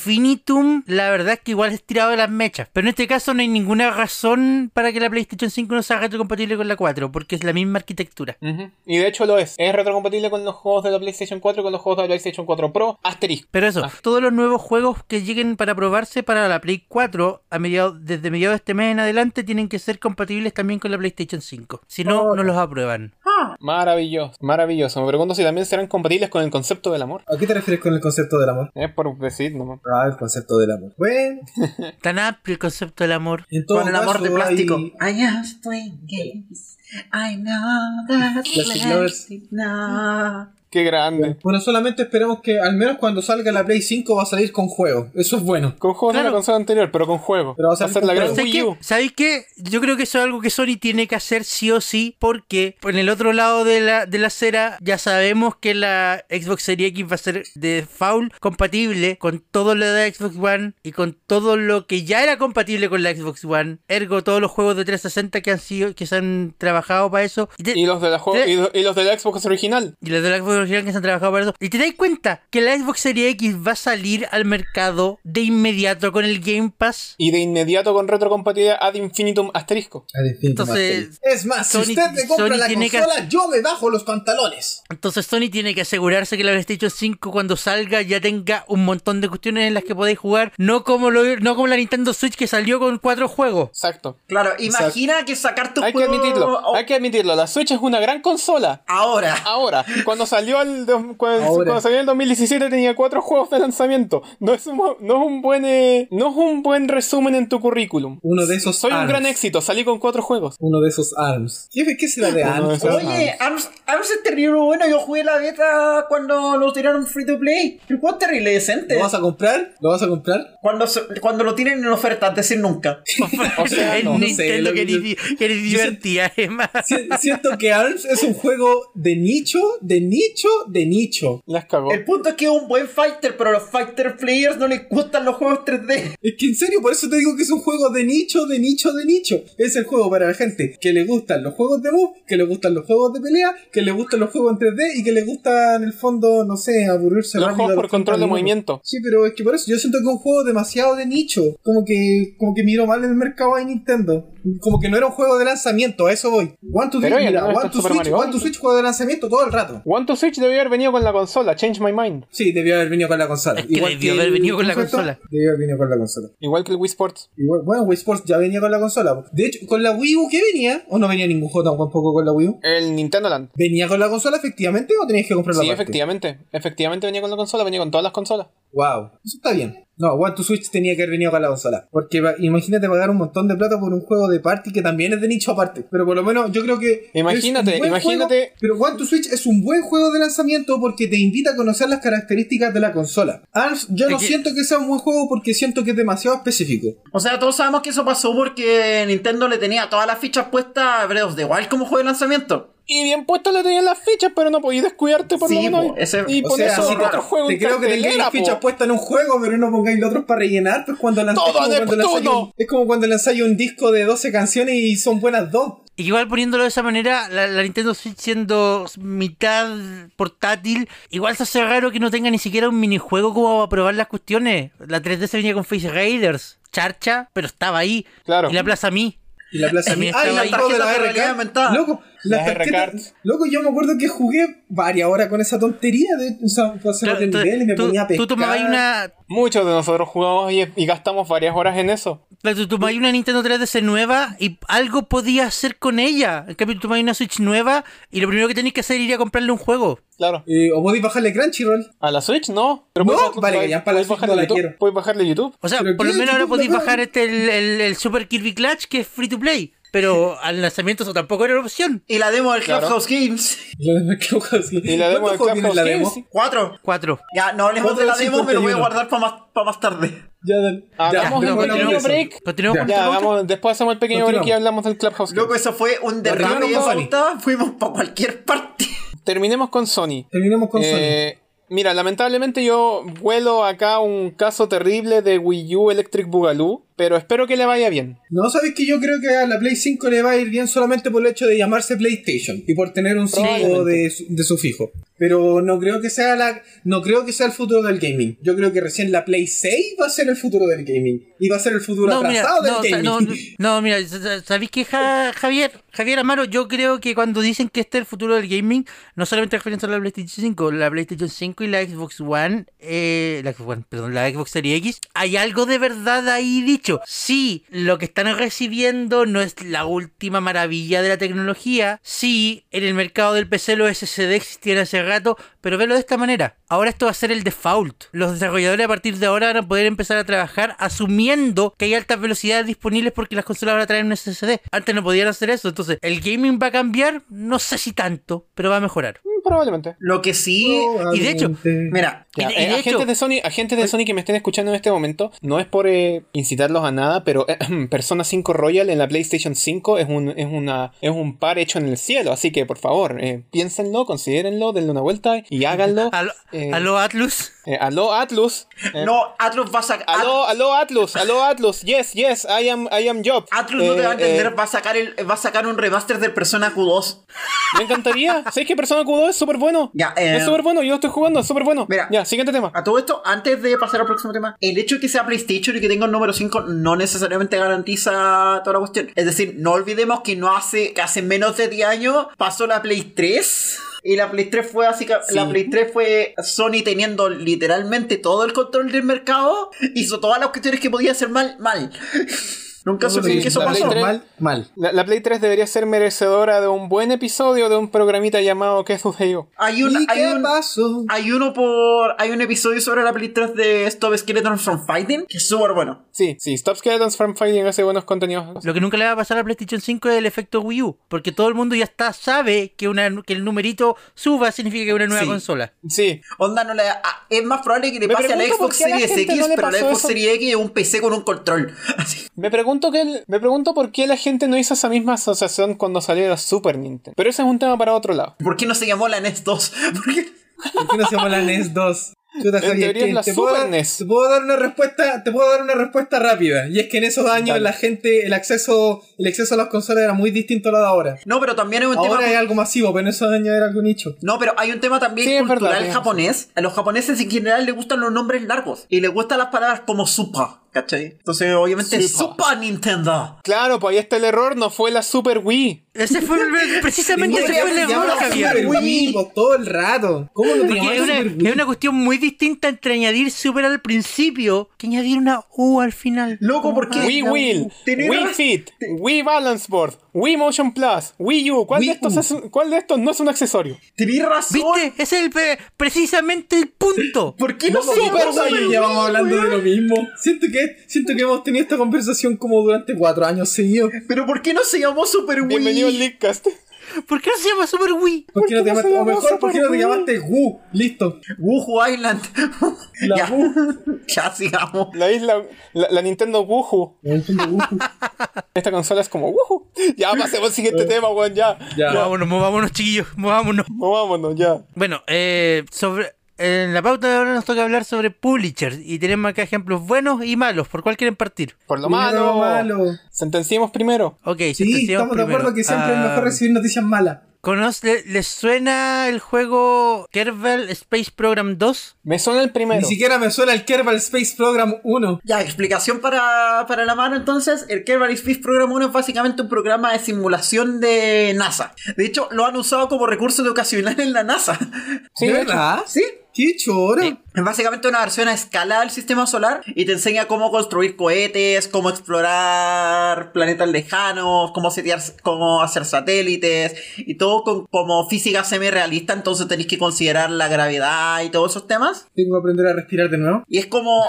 Speaker 1: infinitum? La verdad es que igual es tirado de las mechas. Pero en este caso no hay ninguna razón para que la PlayStation 5 no sea retrocompatible con la 4, porque es la misma arquitectura.
Speaker 3: Ujú. Y de hecho lo es. Es retrocompatible con los juegos de la PlayStation 4 y con los juegos de la PlayStation 4 Pro. Asterisco.
Speaker 1: Pero eso,
Speaker 3: Ah.
Speaker 1: todos los nuevos juegos que lleguen para probarse para la Play 4 a mediados, desde mediados de este mes en adelante tienen que ser compatibles también con la PlayStation 5. Si no, no los aprueban.
Speaker 3: Maravilloso, maravilloso. Me pregunto si también serán compatibles con el concepto del amor.
Speaker 4: ¿A qué te refieres con el concepto del amor?
Speaker 3: Es por decir nomás.
Speaker 4: Ah, el concepto del amor. Bueno,
Speaker 1: Tan amplio el concepto del amor.
Speaker 4: en todo
Speaker 2: Con el amor
Speaker 4: caso,
Speaker 2: de plástico.
Speaker 4: hay-
Speaker 2: I am playing games. I know that
Speaker 4: Plastic Lovers.
Speaker 2: plastic now.
Speaker 3: Qué grande.
Speaker 4: Bueno, solamente esperamos que al menos cuando salga la Play 5 va a salir con juego. Eso es bueno.
Speaker 3: Con juegos de
Speaker 1: Claro.
Speaker 3: la consola anterior, pero con juego.
Speaker 4: Pero va a
Speaker 3: va a
Speaker 4: salir
Speaker 3: ser la
Speaker 4: con
Speaker 3: gran
Speaker 4: juego.
Speaker 1: ¿Sabéis
Speaker 3: Wii
Speaker 1: qué?
Speaker 3: U.
Speaker 1: ¿Sabéis qué? Yo creo que eso es algo que Sony tiene que hacer sí o sí, porque en el otro lado de la, de la acera ya sabemos que la Xbox Series X va a ser de foul compatible con todo lo de Xbox One y con todo lo que ya era compatible con la Xbox One, ergo todos los juegos de 360 que han sido que se han trabajado para eso. Y, te-
Speaker 3: Y los de la juego-
Speaker 1: Sí.
Speaker 3: y, lo- y los de la Xbox original.
Speaker 1: y los de la Xbox original que se han trabajado para eso. Y te das cuenta que la Xbox Series X va a salir al mercado de inmediato con el Game Pass.
Speaker 3: Y de inmediato con retrocompatibilidad ad infinitum asterisco.
Speaker 4: Ad infinitum
Speaker 1: Entonces-
Speaker 4: asterisco. es más,
Speaker 1: Sony-
Speaker 4: si usted me compra
Speaker 1: Sony
Speaker 4: la
Speaker 1: tiene que-
Speaker 4: consola, yo me bajo los pantalones.
Speaker 1: Entonces Sony tiene que asegurarse que la PlayStation 5 cuando salga ya tenga un montón de cuestiones en las que podéis jugar. No como, lo- no como la Nintendo Switch que salió con cuatro
Speaker 4: [LAUGHS]
Speaker 1: juegos.
Speaker 3: Exacto.
Speaker 2: Claro, imagina que sacar tu
Speaker 3: Hay que
Speaker 2: juego
Speaker 3: admitirlo,
Speaker 1: Oh.
Speaker 2: o-
Speaker 3: hay que Ah, admitirlo. La Switch es una gran consola.
Speaker 2: ahora.
Speaker 3: Ahora, cuando salió el, dos- cuando,
Speaker 4: Ahora.
Speaker 3: cuando salió el 2017 tenía cuatro juegos de lanzamiento. No es un, mo- no es un buen eh, no es un buen resumen en tu currículum.
Speaker 4: Uno de esos
Speaker 3: Soy un
Speaker 4: ARMS.
Speaker 3: gran éxito, salí con cuatro juegos.
Speaker 4: Uno de esos ARMS. ¿Qué, qué será de
Speaker 3: Uno de
Speaker 4: ARMS?
Speaker 3: esos
Speaker 2: Oye, Arms, Arms es terrible bueno. Yo jugué la beta cuando lo tiraron free to play. El juego es terrible decente.
Speaker 4: ¿Lo vas a comprar? ¿Lo vas a comprar?
Speaker 2: Cuando, se- cuando lo tienen en oferta, es decir, nunca.
Speaker 4: [LAUGHS]
Speaker 1: O
Speaker 4: sea, no, no sé,
Speaker 1: Nintendo
Speaker 4: lo
Speaker 1: que
Speaker 4: que
Speaker 1: ni- que ni
Speaker 4: yo sé-
Speaker 1: divertía, además.
Speaker 4: Si- Siento que ARMS es un juego de nicho, de nicho, de nicho.
Speaker 3: Las cagó.
Speaker 2: El punto es que es un buen fighter, pero a los fighter players no les gustan los juegos 3D.
Speaker 4: Es que en serio, por eso te digo que es un juego de nicho, de nicho, de nicho. Es el juego para la gente que le gustan los juegos de move, que le gustan los juegos de pelea, que le gustan los juegos en 3D y que le gusta en el fondo, no sé, aburrirse
Speaker 3: Los
Speaker 4: rápido
Speaker 3: juegos
Speaker 4: a
Speaker 3: por
Speaker 4: 30
Speaker 3: control de
Speaker 4: minutos.
Speaker 3: movimiento.
Speaker 4: Sí, pero es que por eso yo siento que es un juego demasiado de nicho. Como que, como que miró mal el mercado de Nintendo. Como que no era un juego de lanzamiento, a eso voy. One to
Speaker 3: Pero
Speaker 4: Switch,
Speaker 3: oye,
Speaker 4: mira,
Speaker 3: no, está
Speaker 4: One to
Speaker 3: Super
Speaker 4: Switch,
Speaker 3: Mario
Speaker 4: One to
Speaker 3: Bros.
Speaker 4: Switch juego de lanzamiento todo el rato.
Speaker 3: One to Switch debió haber venido con la consola, Change My Mind.
Speaker 4: Sí, debió haber venido con la consola.
Speaker 1: Es que debió haber
Speaker 4: el-
Speaker 1: venido con la
Speaker 4: ¿cómo se llama?
Speaker 1: consola.
Speaker 4: Debió haber venido con la consola.
Speaker 3: Igual que el Wii Sports.
Speaker 4: Y bu- bueno, Wii Sports ya venía con la consola. De hecho, con la Wii U que venía, o no venía ningún juego tampoco con la Wii U.
Speaker 3: El Nintendo Land.
Speaker 4: ¿Venía con la consola efectivamente o tenías que comprar la
Speaker 3: Sí,
Speaker 4: parte?
Speaker 3: efectivamente. Efectivamente venía con la consola, venía con todas las consolas.
Speaker 4: Wow, eso está bien. No, One to Switch tenía que haber venido con la consola. Porque va- imagínate pagar un montón de plata por un juego de party que también es de nicho aparte. Pero por lo menos yo creo que.
Speaker 3: Imagínate,
Speaker 4: es un buen
Speaker 3: imagínate.
Speaker 4: juego, pero One to Switch es un buen juego de lanzamiento porque te invita a conocer las características de la consola. ARMS, yo no
Speaker 1: Aquí-
Speaker 4: siento que sea un buen juego porque siento que es demasiado específico.
Speaker 2: O sea, todos sabemos que eso pasó porque Nintendo le tenía todas las fichas puestas a Breath of the Wild como juego de lanzamiento.
Speaker 3: Y bien puesto le tenían las fichas, pero no podías descuidarte por
Speaker 2: Sí,
Speaker 3: lo menos.
Speaker 2: po, ese-
Speaker 3: y
Speaker 2: o
Speaker 3: por
Speaker 2: sea,
Speaker 3: eso
Speaker 2: sí,
Speaker 3: otro
Speaker 2: claro,
Speaker 3: juego
Speaker 4: Te
Speaker 3: en
Speaker 4: creo que tengáis
Speaker 3: cartelera,
Speaker 4: las
Speaker 3: po.
Speaker 4: fichas puestas en un juego, pero no pongáis los otros para rellenar, pues cuando lanzáis-
Speaker 3: Todo
Speaker 4: como cuando
Speaker 3: Neptuno.
Speaker 4: lanzáis un- Es como cuando lanzáis un disco de 12 canciones y son buenas dos.
Speaker 1: Y igual poniéndolo de esa manera, la, la Nintendo Switch siendo mitad portátil, igual se hace raro que no tenga ni siquiera un minijuego como para probar las cuestiones. La 3D se venía con Face Raiders, charcha, pero estaba ahí.
Speaker 3: Claro.
Speaker 1: Y la Plaza Mi.
Speaker 4: Y la plaza
Speaker 1: También
Speaker 4: Ah, y
Speaker 1: estaba
Speaker 4: la
Speaker 1: ahí.
Speaker 4: juego de la
Speaker 2: Tarjetas de realidad aumentada.
Speaker 4: RK. Loco, las
Speaker 3: Las RK.
Speaker 4: tarjetas- Loco, yo me acuerdo que jugué varias horas con esa tontería de usar un paseo de nivel y me
Speaker 1: tú,
Speaker 4: ponía a
Speaker 1: tú
Speaker 4: pescar.
Speaker 1: tomabas una,
Speaker 3: Muchos de nosotros jugamos y, y gastamos varias horas en eso.
Speaker 1: Claro, tú tomás una Nintendo 3DS nueva y algo podías hacer con ella. En cambio, tú tomás una Switch nueva y lo primero que tenés que hacer es ir a comprarle un juego.
Speaker 3: Claro.
Speaker 4: Eh, o podéis bajarle Crunchyroll. [LAUGHS]
Speaker 3: A la Switch no. Pero
Speaker 4: No,
Speaker 3: puedes-
Speaker 4: vale,
Speaker 3: puedes-
Speaker 4: ya para la
Speaker 3: puedes
Speaker 4: Switch no
Speaker 3: bajarle
Speaker 4: la
Speaker 3: YouTube-
Speaker 4: quiero.
Speaker 3: Puedes bajarle YouTube.
Speaker 1: O sea,
Speaker 4: Pero
Speaker 1: por lo
Speaker 4: ¿qué?
Speaker 1: menos ahora
Speaker 4: YouTube
Speaker 1: podéis
Speaker 4: no vale.
Speaker 1: bajar este, el, el- el Super Kirby Clash, que es free to play. Pero al lanzamiento eso tampoco era una opción.
Speaker 2: Y la demo del
Speaker 3: Claro.
Speaker 2: Clubhouse Games. [LAUGHS]
Speaker 4: La demo de Clubhouse.
Speaker 3: Y la demo de
Speaker 4: ¿Cuántos juegos tiene
Speaker 3: Clubhouse
Speaker 4: la
Speaker 3: Games,
Speaker 4: demo?
Speaker 3: sí.
Speaker 2: Cuatro.
Speaker 1: Cuatro.
Speaker 2: Ya, no hablemos de la demo, me lo voy a
Speaker 4: 451.
Speaker 2: guardar para más, pa' más tarde.
Speaker 4: Ya, dale.
Speaker 3: Hagamos
Speaker 4: Ya,
Speaker 3: un
Speaker 4: después
Speaker 1: pequeño
Speaker 4: hablamos de eso.
Speaker 3: break.
Speaker 1: Continuemos
Speaker 4: Ya.
Speaker 1: con- este
Speaker 3: Ya, hagamos, después hacemos el pequeño break y
Speaker 4: Continuamos.
Speaker 3: hablamos del Clubhouse. Games.
Speaker 2: Loco, eso fue un
Speaker 4: Terminamos
Speaker 2: derrame de
Speaker 4: con Sony.
Speaker 2: pauta. Fuimos para cualquier parte. [LAUGHS]
Speaker 3: Terminemos con Sony.
Speaker 4: Terminemos con Sony.
Speaker 3: Eh, Mira, lamentablemente yo vuelo acá un caso terrible de Wii U Electric Boogaloo, pero espero que le vaya bien.
Speaker 4: No, sabes que yo creo que a la Play 5 le va a ir bien solamente por el hecho de llamarse PlayStation y por tener un símbolo
Speaker 3: Probablemente.
Speaker 4: de, su- de sufijo. Pero no creo que sea la, no creo que sea el futuro del gaming. Yo creo que recién la Play 6 va a ser el futuro del gaming. Y va a ser el futuro
Speaker 1: No, mira,
Speaker 4: atrasado
Speaker 1: no,
Speaker 4: del
Speaker 1: sa-
Speaker 4: gaming.
Speaker 1: no,
Speaker 4: [LAUGHS]
Speaker 1: no, mira, sa- sa- ¿sabéis qué, Ja- Javier? Javier Amaro, yo creo que cuando dicen que este es el futuro del gaming, no solamente referencia a la PlayStation 5, la PlayStation 5 y la Xbox One, eh, la Xbox One, perdón, la Xbox Series X, hay algo de verdad ahí dicho. Sí, lo que están recibiendo no es la última maravilla de la tecnología. Sí, en el mercado del PC los SSD existían hace rato, pero velo de esta manera. Ahora esto va a ser el default. Los desarrolladores a partir de ahora van a poder empezar a trabajar asumiendo que hay altas velocidades disponibles porque las consolas ahora traen un SSD. Antes no podían hacer eso, entonces el gaming va a cambiar, no sé si tanto, pero va a mejorar.
Speaker 3: Mm, Probablemente.
Speaker 2: Lo que sí.
Speaker 3: Oh,
Speaker 1: y de hecho-
Speaker 4: Probablemente.
Speaker 2: Mira,
Speaker 1: Y
Speaker 3: Ya,
Speaker 1: de- y
Speaker 3: eh,
Speaker 1: de
Speaker 3: agentes
Speaker 1: hecho-
Speaker 3: de Sony, agentes de Sony que me estén escuchando en este momento, no es por eh, incitarlos a nada, pero eh, [CLEARS THROAT] Persona 5 Royal en la PlayStation 5 es un es una es un par hecho en el cielo, así que por favor, eh, piénsenlo, considérenlo, denle una vuelta y háganlo.
Speaker 1: Aló,
Speaker 3: Eh,
Speaker 1: aló, Atlus.
Speaker 3: eh, aló Atlus. Eh,
Speaker 2: no, Atlus va a sacar.
Speaker 3: Aló, aló Atlus, aló Atlus. Yes, yes, I am I am Job.
Speaker 2: Atlus no te va a
Speaker 3: Eh, eh,
Speaker 2: entender, va, a sacar el, va a sacar un remaster del Persona Q2.
Speaker 3: Me encantaría. ¿Sabes qué Persona Q2 es súper bueno.
Speaker 2: Ya, eh,
Speaker 3: Es súper bueno, yo estoy jugando, es súper bueno.
Speaker 2: Mira.
Speaker 3: ya, siguiente tema.
Speaker 2: A todo esto, antes de pasar al próximo tema, el hecho de que sea PlayStation y que tenga el número 5 no necesariamente garantiza toda la cuestión. Es decir, no olvidemos que no hace, que hace menos de 10 años pasó la Play 3. Y la Play 3 fue así que la Play 3 fue Sony teniendo literalmente todo el control del mercado, hizo todas las cuestiones que podía hacer mal, mal. [LAUGHS] Nunca supimos
Speaker 3: sí,
Speaker 2: que eso
Speaker 3: la Play
Speaker 2: pasó.
Speaker 3: 3.
Speaker 4: Mal, mal.
Speaker 3: La, la Play 3 debería ser merecedora de un buen episodio de un programita llamado ¿Qué sucedió?
Speaker 2: Hay un,
Speaker 4: ¿Y
Speaker 2: hay
Speaker 4: qué
Speaker 1: [LAUGHS]
Speaker 2: un,
Speaker 4: pasó?
Speaker 2: hay uno por, hay un episodio sobre la Play 3 de Stop Skeletons from Fighting, que es súper bueno.
Speaker 3: Sí, sí, Stop Skeletons from Fighting hace buenos contenidos.
Speaker 1: Lo que nunca le va a pasar a PlayStation 5 es el efecto Wii U, porque todo el mundo ya está sabe que una que el numerito suba significa que hay una nueva
Speaker 2: Sí.
Speaker 1: consola.
Speaker 3: Sí,
Speaker 2: Onda, no le a- es más probable que le
Speaker 3: Me
Speaker 2: pase a la
Speaker 3: pregunto
Speaker 2: Xbox
Speaker 3: por qué a la
Speaker 2: Series
Speaker 3: gente
Speaker 2: X,
Speaker 3: no le
Speaker 2: pero la
Speaker 3: pasó
Speaker 2: Xbox
Speaker 3: eso.
Speaker 2: Series X es un PC con un control. [LAUGHS] Así.
Speaker 3: me pregunto que el- me pregunto por qué la gente no hizo esa misma asociación cuando salió la Super Nintendo. Pero ese es un tema para otro lado.
Speaker 2: ¿Por qué no se llamó la NES 2? [LAUGHS] ¿Por qué?
Speaker 4: ¿Por qué no se llama la NES 2? Chuta,
Speaker 3: En
Speaker 4: Javier,
Speaker 3: teoría
Speaker 4: ¿qué?
Speaker 3: es la
Speaker 4: te puedo
Speaker 3: Super E
Speaker 4: dar-
Speaker 3: NES.
Speaker 4: Te puedo dar una respuesta, te puedo dar una respuesta rápida. Y es que en esos años
Speaker 3: Dale.
Speaker 4: la gente, el acceso, el acceso a las consolas era muy distinto a lo de ahora.
Speaker 2: No, pero también hay un tema.
Speaker 4: Ahora es algo masivo, pero en esos años era algo nicho.
Speaker 2: No, pero hay un tema también
Speaker 3: Sí, es verdad,
Speaker 2: cultural
Speaker 3: tienes
Speaker 2: japonés. A los japoneses en general les gustan los nombres largos y les gustan las palabras como supa, ¿cachai? Entonces, obviamente,
Speaker 3: Supa.
Speaker 2: supa Nintendo.
Speaker 3: Claro, pues ahí está el error, no fue la Super Wii.
Speaker 1: Ese fue
Speaker 4: [LAUGHS]
Speaker 1: el- precisamente ese
Speaker 2: Nintendo
Speaker 1: fue el
Speaker 2: se llama
Speaker 1: error,
Speaker 2: la
Speaker 1: Javier.
Speaker 2: Super Wii.
Speaker 4: vivo todo el rato. ¿Cómo no te
Speaker 1: Porque es
Speaker 4: llamas
Speaker 1: una,
Speaker 4: Super Wii?
Speaker 1: es una cuestión muy distinta entre añadir super al principio que añadir una U al final.
Speaker 2: Loco, ¿por qué?
Speaker 3: Wii Wheel,
Speaker 2: Tenía-
Speaker 3: Wii Fit, Wii Balance Board, Wii Motion Plus, Wii U. ¿Cuál,
Speaker 4: Wii
Speaker 3: de, estos
Speaker 4: U.
Speaker 3: es un- cuál de estos no es un accesorio?
Speaker 2: Tenía razón.
Speaker 1: ¿Viste? Ese es el, pe- precisamente el
Speaker 4: [LAUGHS]
Speaker 1: punto.
Speaker 2: ¿Por qué no,
Speaker 4: No,
Speaker 2: se
Speaker 4: como
Speaker 2: llama
Speaker 4: cuatro
Speaker 2: Super
Speaker 4: años llevamos
Speaker 2: Wii?
Speaker 4: hablando de lo mismo. Siento que, siento que hemos tenido esta conversación como durante cuatro años seguidos.
Speaker 2: ¿Pero por qué no se llamó Super Wii?
Speaker 3: Bienvenido al Leadcast.
Speaker 1: ¿Por qué no se llama Super Wii?
Speaker 4: ¿Por qué no te
Speaker 3: ¿Por qué no
Speaker 4: llamaste? O
Speaker 3: se llama
Speaker 4: mejor, ¿por qué no te
Speaker 3: Super
Speaker 4: llamaste Wu? Listo.
Speaker 2: Wuhu Island. [LAUGHS]
Speaker 4: La
Speaker 2: ya.
Speaker 4: Wu.
Speaker 2: [LAUGHS] ya sigamos.
Speaker 3: La isla, la, la Nintendo Wuhu. Esta consola es como Wuhu. [LAUGHS] Ya, pasemos al
Speaker 4: [LAUGHS]
Speaker 3: siguiente tema, weón, ya.
Speaker 4: Ya.
Speaker 1: Vámonos, movámonos, chiquillos, movámonos.
Speaker 3: Vámonos, ya.
Speaker 1: Bueno, eh, sobre, en la pauta de ahora nos toca hablar sobre publishers y tenemos acá ejemplos buenos y malos. ¿Por cuál quieren partir?
Speaker 3: Por lo
Speaker 4: Primero
Speaker 3: malo.
Speaker 4: lo malo.
Speaker 3: Sentenciemos primero.
Speaker 1: Ok,
Speaker 4: Sí,
Speaker 1: sentenciamos
Speaker 4: estamos de
Speaker 1: primero.
Speaker 4: acuerdo que siempre es
Speaker 1: Ah,
Speaker 4: mejor recibir noticias malas.
Speaker 1: ¿conoce- le- ¿Les suena el juego Kerbal Space Program 2?
Speaker 3: Me suena el primero.
Speaker 4: Ni siquiera me suena el Kerbal Space Program 1.
Speaker 2: Ya, explicación para, para la mano entonces. El Kerbal Space Program 1 es básicamente un programa de simulación de NASA. De hecho, lo han usado como recurso educacional en la NASA. [LAUGHS]
Speaker 3: Sí,
Speaker 4: ¿De
Speaker 3: de hecho.
Speaker 4: verdad?
Speaker 2: Sí.
Speaker 4: ¡Qué choro!
Speaker 2: Es básicamente una versión a escala del sistema solar y te enseña cómo construir cohetes, cómo explorar planetas lejanos, cómo setear, cómo hacer satélites y todo con como física semi-realista. Entonces tenéis que considerar la gravedad y todos esos temas.
Speaker 4: Tengo que aprender a respirar de nuevo.
Speaker 2: Y es como.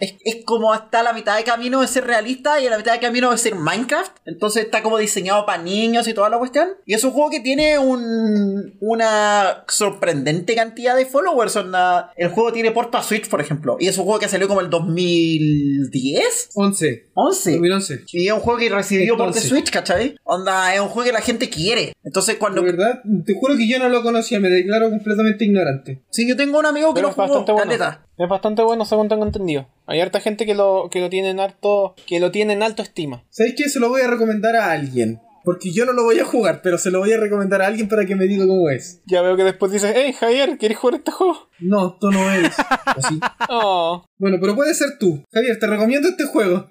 Speaker 2: es, es como hasta la mitad de camino de ser realista y a la mitad de camino de ser Minecraft. Entonces está como diseñado para niños y toda la cuestión. Y es un juego que tiene un, una sorprendente cantidad de followers. onda. el juego tiene port para Switch, por ejemplo. Y es un juego que salió como el 2010,
Speaker 4: 11.
Speaker 2: 11.
Speaker 4: 2011.
Speaker 2: Y es un juego que recibió port de
Speaker 4: Entonces.
Speaker 2: Switch, ¿cachai? Onda, es un juego que la gente quiere. Entonces cuando
Speaker 4: De verdad, te juro que yo no lo conocía, me declaro completamente ignorante.
Speaker 2: si yo tengo un amigo que
Speaker 3: Pero
Speaker 2: lo
Speaker 3: es bastante
Speaker 2: jugó,
Speaker 3: bueno.
Speaker 2: caleta.
Speaker 3: Es bastante bueno según tengo entendido. Hay harta gente que lo, que lo tiene en harto, que lo tiene en alto estima.
Speaker 4: ¿Sabéis qué? Se lo voy a recomendar a alguien. Porque yo no lo voy a jugar, pero se lo voy a recomendar a alguien para que me diga cómo es.
Speaker 3: Ya veo que después dices, hey Javier, ¿quieres jugar este
Speaker 4: [LAUGHS]
Speaker 3: juego?
Speaker 4: No, tú no [LAUGHS] eres. ¿O sí?
Speaker 3: Oh.
Speaker 4: Bueno, pero puede ser tú. Javier, te recomiendo este juego.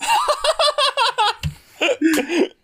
Speaker 3: [LAUGHS]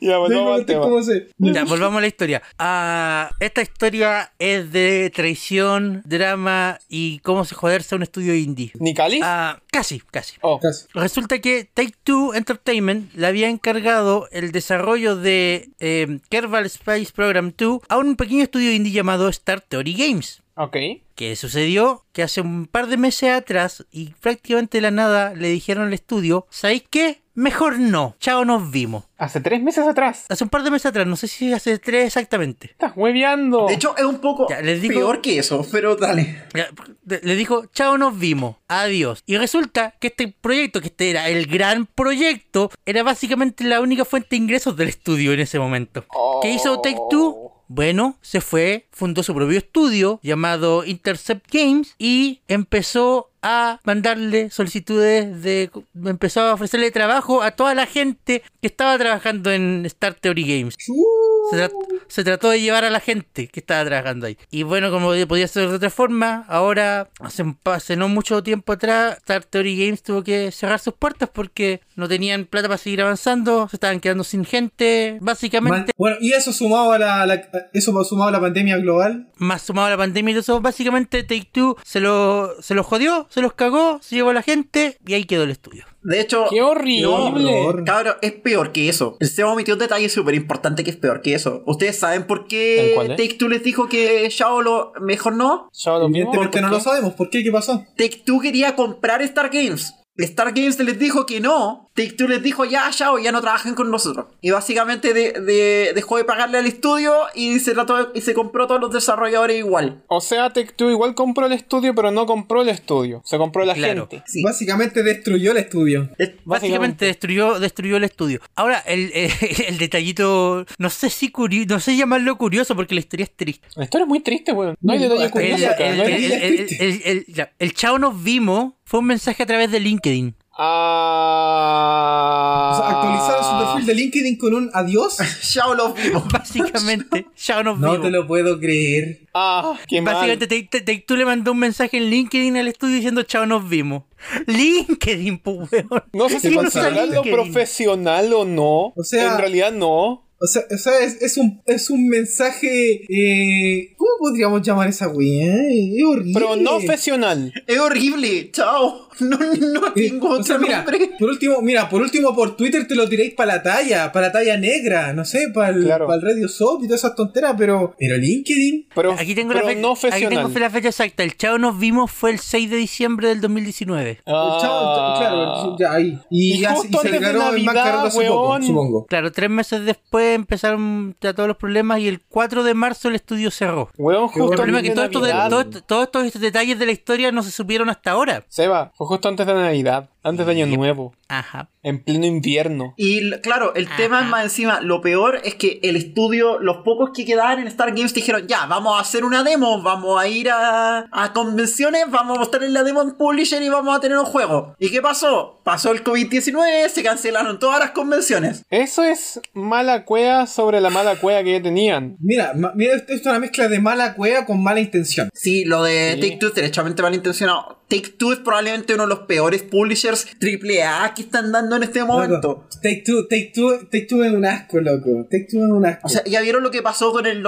Speaker 3: Ya, pues,
Speaker 4: Déjame
Speaker 3: volvamos al
Speaker 4: ver
Speaker 3: tema.
Speaker 4: cómo se-
Speaker 1: Ya, volvamos a la historia. Ah, esta historia es de traición, drama y cómo se joderse a un estudio indie.
Speaker 3: ¿Nicalis?
Speaker 1: Ah, casi, casi.
Speaker 3: Oh.
Speaker 4: Casi.
Speaker 1: Resulta que Take Two Entertainment le había encargado el desarrollo de eh, Kerbal Space Program 2 a un pequeño estudio indie llamado Star Theory Games.
Speaker 3: Ok.
Speaker 1: Que sucedió que hace un par de meses atrás y prácticamente de la nada le dijeron al estudio, ¿sabéis qué? Mejor no, chao nos vimos.
Speaker 3: Hace tres meses atrás.
Speaker 1: Hace un par de meses atrás, no sé si hace tres exactamente.
Speaker 3: Estás hueveando.
Speaker 2: De hecho, es un poco
Speaker 1: Ya, les digo-
Speaker 2: peor que eso, pero dale.
Speaker 1: Ya, de- Le dijo, chao, nos vimos, adiós. Y resulta que este proyecto, que este era el gran proyecto, era básicamente la única fuente de ingresos del estudio en ese momento. ¿Qué hizo Take Two? Bueno, se fue, fundó su propio estudio llamado Intercept Games y empezó a mandarle solicitudes de... empezó a ofrecerle trabajo a toda la gente que estaba trabajando en Star Theory Games. Se, trat- se trató de llevar a la gente que estaba trabajando ahí. Y bueno, como de- podía ser de otra forma, ahora, hace, un pa- hace no mucho tiempo atrás, Star Theory Games tuvo que cerrar sus puertas porque no tenían plata para seguir avanzando, se estaban quedando sin gente, básicamente.
Speaker 4: Man- Bueno, y eso sumado a la, la- eso sumado a la pandemia global.
Speaker 1: más sumado a la pandemia y todo eso, básicamente Take Two se lo, se los jodió, se los cagó, se llevó a la gente y ahí quedó el estudio.
Speaker 2: De hecho,
Speaker 3: ¡Qué horrible!
Speaker 4: horror.
Speaker 2: Cabro, es peor que eso. El Seba omitió un detalle súper importante que es peor que eso. ¿Ustedes saben por qué
Speaker 3: ¿En cuál, eh?
Speaker 2: Take Two les dijo que Shao lo mejor no?
Speaker 3: Yo lo mismo,
Speaker 4: Evidentemente
Speaker 3: ¿por
Speaker 4: no
Speaker 3: qué?
Speaker 4: lo sabemos. ¿Por qué? ¿Qué pasó?
Speaker 2: Take Two quería comprar Star Games. Star Games les dijo que no. Take Two les dijo ya, Shao, ya no trabajen con nosotros. Y básicamente de- de- dejó de pagarle al estudio y se, trató, y se compró todos los desarrolladores igual.
Speaker 3: O sea, Tech Two igual compró el estudio, pero no compró el estudio. Se compró la
Speaker 1: Claro.
Speaker 3: gente.
Speaker 2: Sí.
Speaker 4: Básicamente destruyó el estudio.
Speaker 2: Es-
Speaker 1: Básicamente
Speaker 3: Básicamente.
Speaker 1: destruyó, destruyó el estudio. Ahora, el, [LAUGHS] eh, el detallito, no sé si curioso, no sé llamarlo curioso porque la historia es triste.
Speaker 3: La historia es muy triste, weón. No hay
Speaker 4: Mm,
Speaker 3: detalle
Speaker 4: el-
Speaker 3: curioso
Speaker 4: el-
Speaker 3: acá.
Speaker 4: el-
Speaker 3: no hay-
Speaker 4: el-
Speaker 1: el- el- ya, el chao nos vimos fue un mensaje a través de
Speaker 4: [LAUGHS]
Speaker 1: LinkedIn. [LAUGHS]
Speaker 3: Ah.
Speaker 4: O sea, actualizaron su perfil de LinkedIn con un adiós.
Speaker 3: [LAUGHS]
Speaker 2: Shao los vimos.
Speaker 1: Básicamente, chao nos
Speaker 4: No
Speaker 1: vimos.
Speaker 4: te lo puedo creer.
Speaker 3: Ah, qué mal.
Speaker 1: Básicamente, Take- Take- Take Two le mandó un mensaje en LinkedIn al estudio diciendo chao nos vimos. LinkedIn, pues, weón.
Speaker 3: No sé si
Speaker 1: ¿Quién
Speaker 4: no
Speaker 1: usa
Speaker 3: considerarlo
Speaker 1: LinkedIn?
Speaker 3: profesional o no.
Speaker 4: O sea-
Speaker 3: en realidad no.
Speaker 4: O sea, o sea, es, es un, es un mensaje. eh, ¿Cómo podríamos llamar esa weá? Es horrible.
Speaker 3: Pero no profesional.
Speaker 2: Es horrible. Chao. [LAUGHS] No, no
Speaker 4: Eh,
Speaker 2: tengo
Speaker 4: o sea,
Speaker 2: otro
Speaker 4: mira,
Speaker 2: nombre.
Speaker 4: por último, mira, por último por Twitter te lo tiréis para la talla, para la talla negra, no sé, para el,
Speaker 3: Claro.
Speaker 4: Radio Shop y todas esas tonteras, pero. Pero LinkedIn.
Speaker 3: Pero,
Speaker 1: Aquí tengo,
Speaker 3: pero
Speaker 1: la fecha,
Speaker 3: no
Speaker 1: aquí
Speaker 3: profesional.
Speaker 1: tengo la fecha exacta. El chao nos vimos fue el 6 de diciembre del 2019.
Speaker 3: Ah.
Speaker 4: Chao, chao, claro, ya ahí. Y,
Speaker 3: Y
Speaker 4: ya se- y
Speaker 3: justo
Speaker 4: se
Speaker 3: antes de
Speaker 4: cargó el
Speaker 3: Navidad,
Speaker 4: mascarado hace poco,
Speaker 3: weón.
Speaker 4: supongo.
Speaker 1: Claro, tres meses después empezaron ya todos los problemas y el 4 de marzo el estudio cerró.
Speaker 3: Weón,
Speaker 4: bueno.
Speaker 1: El
Speaker 3: justo
Speaker 1: problema
Speaker 3: antes
Speaker 1: es que
Speaker 3: de
Speaker 1: todo esto de-
Speaker 3: Navidad.
Speaker 1: todo esto- todos estos detalles de la historia no se supieron hasta ahora.
Speaker 3: Seba, fue justo antes de Navidad, antes de Año Nuevo,
Speaker 1: Ajá.
Speaker 3: en pleno invierno.
Speaker 2: Y l- claro, el tema es más encima, lo peor es que el estudio, los pocos que quedaban en Star Games dijeron, ya, vamos a hacer una demo, vamos a ir a, a convenciones, vamos a mostrar la demo en Publisher y vamos a tener un juego. ¿Y qué pasó? Pasó el COVID-19, se cancelaron todas las convenciones.
Speaker 3: Eso es mala cueva sobre la mala cueva que ya tenían.
Speaker 4: Mira, ma- mira, esto es una mezcla de mala cueva con mala intención.
Speaker 2: Sí, lo de
Speaker 3: Sí.
Speaker 2: Take Two es derechamente malintencionado. Take Two es probablemente uno de los peores publishers AAA que están dando en este momento.
Speaker 4: Loco, Take two, take two, take two es un asco, loco. Take two es un asco.
Speaker 2: O sea, ¿ya vieron lo que pasó con el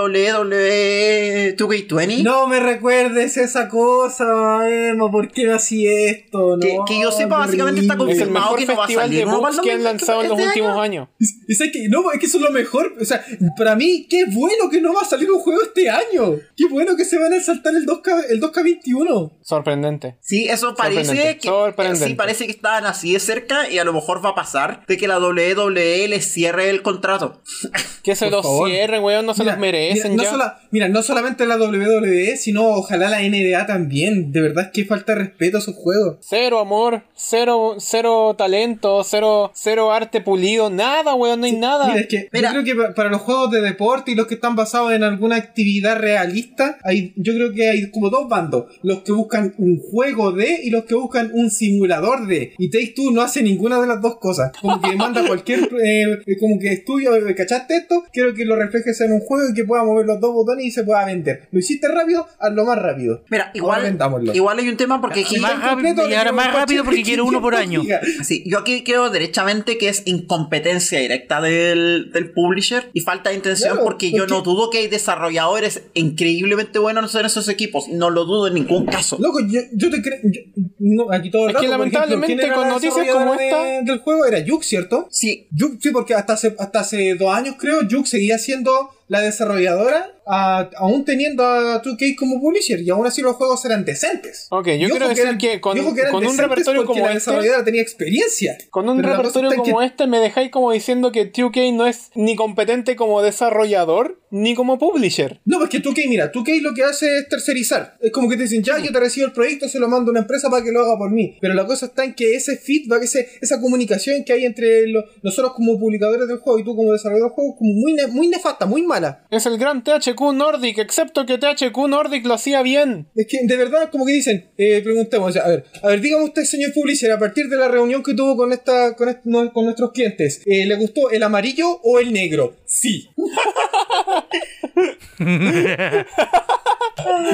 Speaker 2: E WWE 2K20?
Speaker 4: No me recuerdes esa cosa, Emma, ¿por qué me hacía esto?
Speaker 2: Que-
Speaker 4: No,
Speaker 2: que yo sepa,
Speaker 4: qué
Speaker 2: básicamente está
Speaker 4: horrible.
Speaker 3: Es el
Speaker 2: Confirmado
Speaker 3: mejor
Speaker 2: que no va a
Speaker 3: festival
Speaker 2: salir,
Speaker 3: de
Speaker 2: ¿no?
Speaker 3: books
Speaker 2: ¿Cuándo
Speaker 3: que han
Speaker 2: me-
Speaker 3: lanzado en los
Speaker 2: este
Speaker 3: últimos
Speaker 2: año?
Speaker 3: años.
Speaker 4: Y sabes que, no, es que eso es lo mejor. O sea, para mí, qué bueno que no va a salir un juego este año. Qué bueno que se van a saltar el 2K, el 2K21.
Speaker 3: Sorprendente.
Speaker 2: Sí, eso parece
Speaker 3: Sorprendente,
Speaker 2: que
Speaker 3: sorprendente.
Speaker 2: sí parece que estaban así de cerca y a lo mejor va a pasar de que la WWE les cierre el contrato.
Speaker 3: Que se
Speaker 4: Por
Speaker 3: los
Speaker 4: favor.
Speaker 3: cierren, weón, no se
Speaker 4: Mira,
Speaker 3: los merecen
Speaker 4: mira,
Speaker 3: ya.
Speaker 4: No sola- mira, no solamente la WWE, sino ojalá la NBA también. De verdad es que falta de respeto a sus juegos.
Speaker 3: Cero amor, cero, cero talento, cero, cero arte pulido, nada, weón, no hay nada.
Speaker 4: Mira, es que
Speaker 2: Mira.
Speaker 4: yo creo que pa- para los juegos de deporte y los que están basados en alguna actividad realista, hay, yo creo que hay como dos bandos. Los que buscan un juego de y los que buscan un simulador de. Y Take Two no hace ninguna de las dos cosas. Como que
Speaker 2: [LAUGHS]
Speaker 4: manda cualquier eh, eh, como que estudio, eh, ¿cachaste esto? Quiero que lo reflejes en un juego y que pueda mover los dos botones y se pueda vender. Lo hiciste rápido, hazlo más rápido.
Speaker 2: Mira,
Speaker 4: Ahora
Speaker 2: igual,
Speaker 4: vendámoslo.
Speaker 2: igual hay un tema porque aquí-
Speaker 1: Más rápido,
Speaker 4: Completo,
Speaker 1: y ahora
Speaker 4: le
Speaker 1: más
Speaker 4: llevo un
Speaker 1: rápido
Speaker 4: coche
Speaker 1: porque
Speaker 4: de
Speaker 1: quiero uno por año.
Speaker 4: 500 gigas.
Speaker 2: sí, yo aquí creo derechamente que es incompetencia directa del, del publisher y falta de intención
Speaker 4: Claro,
Speaker 2: porque yo
Speaker 4: porque-
Speaker 2: no dudo que hay desarrolladores increíblemente buenos en esos equipos, no lo dudo en ningún caso.
Speaker 4: Loco, yo, yo te creo. yo- no, aquí todo el
Speaker 3: Es que
Speaker 4: rato, por ejemplo,
Speaker 3: lamentablemente
Speaker 4: ¿quién era
Speaker 3: con
Speaker 4: la
Speaker 3: noticias
Speaker 4: desarrolladora
Speaker 3: como esta-
Speaker 4: de- del juego era Yuk, ¿cierto?
Speaker 2: Sí,
Speaker 4: Yuk, sí, porque hasta hace, hasta hace dos años creo, Yuk seguía siendo la desarrolladora, a- aún teniendo a 2K como publisher, y aún así los juegos eran decentes.
Speaker 3: Ok, yo
Speaker 4: Y ojo
Speaker 3: quiero decir que con-
Speaker 4: y ojo eran
Speaker 3: con un
Speaker 4: decentes
Speaker 3: repertorio
Speaker 4: porque
Speaker 3: como
Speaker 4: la
Speaker 3: este-
Speaker 4: desarrolladora tenía experiencia.
Speaker 3: Con un
Speaker 4: Pero la cosa
Speaker 3: repertorio
Speaker 4: está en que-
Speaker 3: como este me dejáis como diciendo que 2K no es ni competente como desarrollador ni como publisher.
Speaker 4: No, pues porque 2K, mira, 2K lo que hace es tercerizar. Es como que te dicen, ya, yo te recibo el proyecto, se lo mando a una empresa para que lo haga por mí. Pero la cosa está en que ese feedback, ese, esa comunicación que hay entre lo- nosotros como publicadores del juego y tú como desarrollador del juego, como muy, ne- muy nefasta, muy mala.
Speaker 3: Es el gran THQ Nordic, excepto que THQ Nordic lo hacía bien. [LAUGHS]
Speaker 4: Es que de verdad, como que dicen, eh, preguntemos, a ver, a ver, dígame usted, señor publisher, a partir de la reunión que tuvo con esta, con, est- no, con nuestros clientes, eh, ¿le gustó el amarillo o el negro?
Speaker 1: [LAUGHS]
Speaker 4: Sí.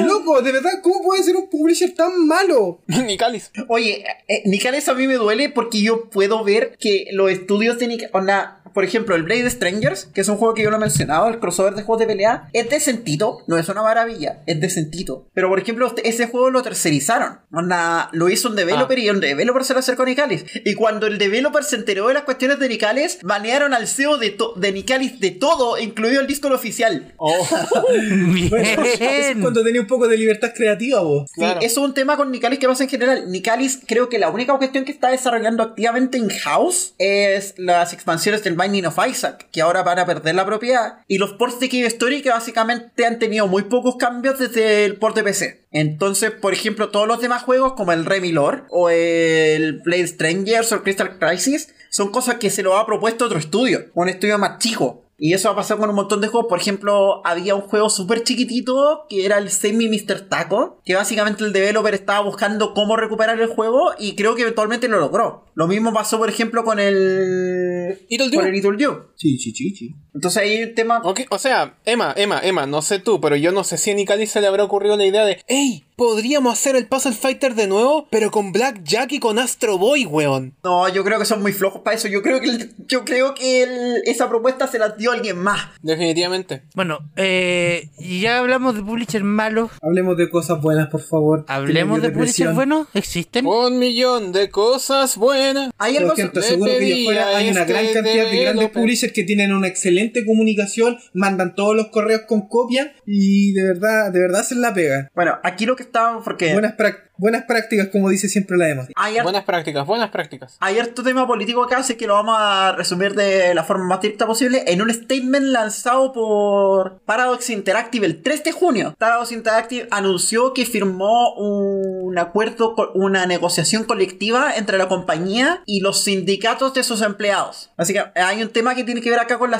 Speaker 4: Loco, de verdad, ¿cómo puede ser un publisher tan malo?
Speaker 3: Ni cáliz.
Speaker 2: Oye, eh, Nicalis a mí me duele porque yo puedo ver que los estudios de Nicalis... Por ejemplo, el Blade Strangers, que es un juego que yo lo he mencionado, el crossover de juegos de pelea, es decentito, no es una maravilla, es decentito. Pero por ejemplo, este- ese juego lo tercerizaron. onda, lo hizo un developer y un developer se lo acercó a Nicalis. Y cuando el developer se enteró de las cuestiones de Nicalis, banearon al CEO de, to- de Nicalis de todo, incluido el disco oficial.
Speaker 4: [LAUGHS]
Speaker 1: [LAUGHS]
Speaker 4: Bueno, eso es
Speaker 1: Bien.
Speaker 4: cuando tenía un poco de libertad creativa, vos.
Speaker 2: Sí,
Speaker 3: Claro.
Speaker 2: eso es un tema con Nicalis que pasa en general. Nicalis, creo que la única cuestión que está desarrollando activamente en house es las expansiones del Binding of Isaac, que ahora van a perder la propiedad, y los ports de Cave Story, que básicamente han tenido muy pocos cambios desde el port de PC. Entonces, por ejemplo, todos los demás juegos, como el Remy Lore, o el Blade Strangers, o el Crystal Crisis, son cosas que se lo ha propuesto otro estudio, un estudio más chico. Y eso ha pasado con un montón de juegos. Por ejemplo, había un juego súper chiquitito que era el Semi Mr. Taco, que básicamente el developer estaba buscando cómo recuperar el juego y creo que eventualmente lo logró. Lo mismo pasó, por ejemplo, con el.
Speaker 3: Little Duke.
Speaker 2: con el Little Duke.
Speaker 4: Sí, sí, sí, sí.
Speaker 2: Entonces ahí el tema.
Speaker 3: Ok, o sea, Emma, Emma, Emma, no sé tú, pero yo no sé si a Nicalis se le habrá ocurrido la idea de, hey, podríamos hacer el Puzzle Fighter de nuevo, pero con Black Jack y con Astro Boy, weón.
Speaker 2: No, yo creo que son muy flojos para eso. Yo creo que, el- yo creo que el- esa propuesta se la dio alguien más.
Speaker 3: Definitivamente.
Speaker 1: Bueno, eh, ya hablamos de publisher malos.
Speaker 4: Hablemos de cosas buenas, por favor.
Speaker 1: Hablemos de publisher
Speaker 4: publicidad
Speaker 1: buenos. ¿Existen?
Speaker 3: Un millón de cosas buenas.
Speaker 2: Hay
Speaker 4: Lo
Speaker 2: algo.
Speaker 4: siento,
Speaker 3: le
Speaker 4: seguro que
Speaker 3: pedí
Speaker 4: allá afuera
Speaker 3: a
Speaker 4: hay una
Speaker 3: este
Speaker 4: gran cantidad de grandes
Speaker 3: developer.
Speaker 4: publishers que tienen una excelente comunicación, mandan todos los correos con copia y de verdad, de verdad se la pega.
Speaker 2: Bueno, aquí lo que estaba. Porque.
Speaker 4: Buenas, prac- buenas prácticas, como dice siempre la Emma.
Speaker 2: hay harto
Speaker 3: Buenas prácticas, buenas prácticas.
Speaker 2: Hay harto tema político acá, así que lo vamos a resumir de la forma más directa posible en un statement lanzado por Paradox Interactive el 3 de junio. Paradox Interactive anunció que firmó un acuerdo, co- una negociación colectiva entre la compañía y los sindicatos de sus empleados. Así que hay un tema que tiene que ver acá con la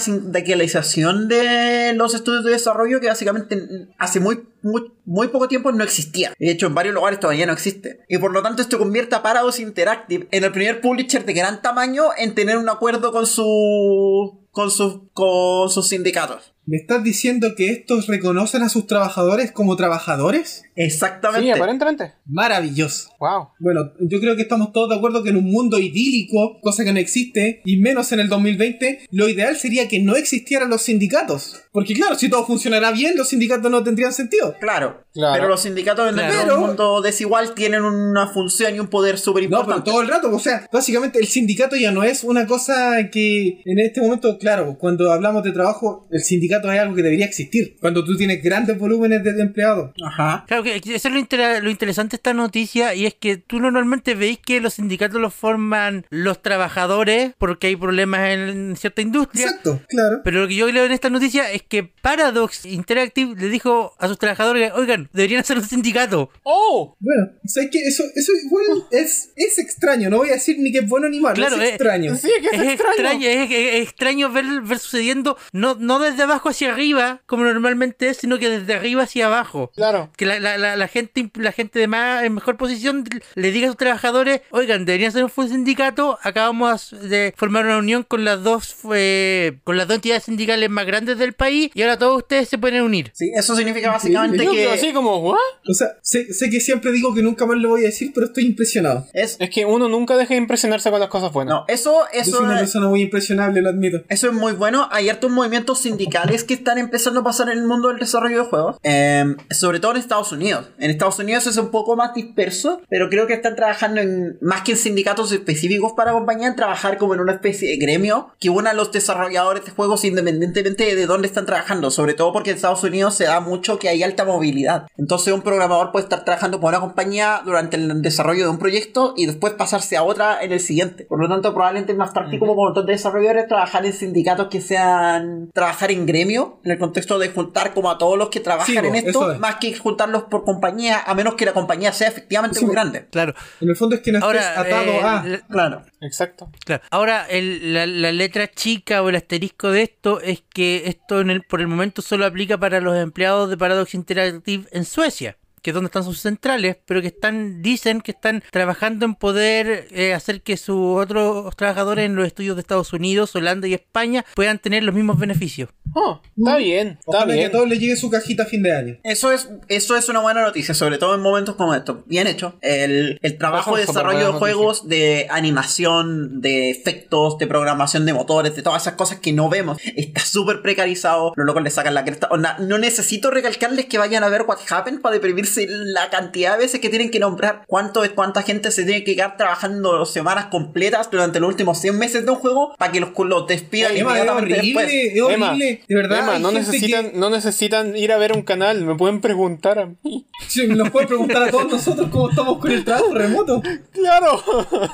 Speaker 2: sindicalización de los estudios de desarrollo que básicamente hace muy muy, muy poco tiempo no existía. De hecho, en varios lugares todavía no existe. Y por lo tanto, esto convierte a Paradox Interactive en el primer publisher de gran tamaño en tener un acuerdo con su. con sus. con sus sindicatos.
Speaker 4: ¿Me estás diciendo que estos reconocen a sus trabajadores como trabajadores?
Speaker 3: Sí,
Speaker 2: Exactamente.
Speaker 3: aparentemente.
Speaker 4: Maravilloso.
Speaker 3: Wow.
Speaker 4: Bueno, yo creo que estamos todos de acuerdo que en un mundo idílico, cosa que no existe, y menos en el 2020, lo ideal sería que no existieran los sindicatos. Porque claro, si todo funcionara bien, los sindicatos no tendrían sentido.
Speaker 2: Claro.
Speaker 3: Claro.
Speaker 2: Pero los sindicatos en
Speaker 1: Claro.
Speaker 2: el mundo desigual tienen una función y un poder
Speaker 1: [LAUGHS]
Speaker 2: súper
Speaker 4: No, pero
Speaker 2: importante.
Speaker 4: todo el rato, o sea, básicamente el sindicato ya no es una cosa que en este momento, claro, cuando hablamos de trabajo, el sindicato es algo que debería existir. Cuando tú tienes grandes volúmenes de empleados.
Speaker 2: Ajá.
Speaker 1: Claro que eso es lo, intera- lo interesante de esta noticia y es que tú normalmente veis que los sindicatos los forman los trabajadores porque hay problemas en cierta industria.
Speaker 4: Exacto, claro.
Speaker 1: Pero lo que yo leo en esta noticia es que Paradox Interactive le dijo a sus trabajadores, oigan, deberían hacer un sindicato.
Speaker 3: ¡Oh!
Speaker 4: Bueno, o sea, es que eso, eso igual es, es extraño, no voy a decir ni que es bueno ni malo,
Speaker 1: Claro,
Speaker 4: es
Speaker 1: eh,
Speaker 4: extraño.
Speaker 3: Sí, que es,
Speaker 1: Es
Speaker 3: extraño.
Speaker 1: extraño, es, es- es extraño ver, ver sucediendo, no, no desde abajo hacia arriba, como normalmente es, sino que desde arriba hacia abajo.
Speaker 3: Claro.
Speaker 1: Que la, la- la- la gente imp- la gente de más en mejor posición le diga a sus trabajadores, oigan, deberían ser un sindicato, acabamos de formar una unión con las dos eh, con las dos entidades sindicales más grandes del país y ahora todos ustedes se pueden unir.
Speaker 2: Sí, eso significa básicamente
Speaker 3: Yo quedo
Speaker 2: que.
Speaker 3: así como, ¿what?
Speaker 4: O sea, sé, sé que siempre digo que nunca más lo voy a decir, pero estoy impresionado.
Speaker 2: Es,
Speaker 3: Es que uno nunca deja de impresionarse con las cosas buenas.
Speaker 2: no, eso,
Speaker 4: Yo
Speaker 2: eso
Speaker 4: soy una
Speaker 2: es-
Speaker 4: persona muy impresionable, lo admito.
Speaker 2: Eso es muy bueno. Hay hartos movimientos sindicales que están empezando a pasar en el mundo del desarrollo de juegos. Eh, sobre todo en Estados Unidos. En Estados Unidos es un poco más disperso, pero creo que están trabajando en, más que en sindicatos específicos para compañías, en trabajar como en una especie de gremio que una a los desarrolladores de juegos independientemente de dónde están trabajando. Sobre todo porque en Estados Unidos se da mucho que hay alta movilidad. Entonces un programador puede estar trabajando por una compañía durante el desarrollo de un proyecto y después pasarse a otra en el siguiente. Por lo tanto, probablemente es más práctico como un montón de desarrolladores trabajar en sindicatos que sean trabajar en gremio, en el contexto de juntar como a todos los que trabajan
Speaker 4: Sí, bo,
Speaker 2: en esto,
Speaker 4: eso es.
Speaker 2: más que juntarlos por compañía, a menos que la compañía sea efectivamente
Speaker 4: Sí,
Speaker 2: muy
Speaker 4: bo.
Speaker 2: grande.
Speaker 1: Claro.
Speaker 4: En el fondo es que no estés
Speaker 1: Ahora,
Speaker 4: atado
Speaker 1: eh,
Speaker 4: a.
Speaker 1: la-
Speaker 2: Claro.
Speaker 3: Exacto.
Speaker 1: claro. Ahora el- la, la letra chica o el asterisco de esto es que esto en el, por el momento solo aplica para los empleados de Paradox Interactive en Suecia que es donde están sus centrales, pero que están, dicen que están trabajando en poder eh, hacer que sus otros trabajadores en los estudios de Estados Unidos, Holanda y España puedan tener los mismos beneficios.
Speaker 3: Oh, está bien, está
Speaker 4: Ojalá que a
Speaker 3: bien.
Speaker 4: todos les llegue su cajita a fin de año.
Speaker 2: Eso es, eso es una buena noticia, sobre todo en momentos como estos. Bien hecho. El, el trabajo
Speaker 3: Eso
Speaker 2: de
Speaker 3: es súper
Speaker 2: desarrollo de
Speaker 3: buena noticia.
Speaker 2: juegos, de animación, de efectos, de programación de motores, de todas esas cosas que no vemos, está súper precarizado. Los locos le sacan la cresta. Onda, no necesito recalcarles que vayan a ver What Happened para deprimirse la cantidad de veces que tienen que nombrar cuánto, cuánta gente se tiene que quedar trabajando semanas completas durante los últimos 100 meses de un juego para que los, los despidan
Speaker 4: Emma, es
Speaker 2: inmediatamente
Speaker 4: horrible,
Speaker 2: después.
Speaker 4: es horrible. de verdad,
Speaker 3: Emma,
Speaker 4: hay
Speaker 3: no,
Speaker 4: gente [LAUGHS]
Speaker 3: necesitan, no necesitan ir a ver un canal, me pueden preguntar a mí.
Speaker 4: que- Sí, nos pueden preguntar a todos nosotros cómo estamos con el trabajo remoto.
Speaker 3: ¡Claro! [LAUGHS]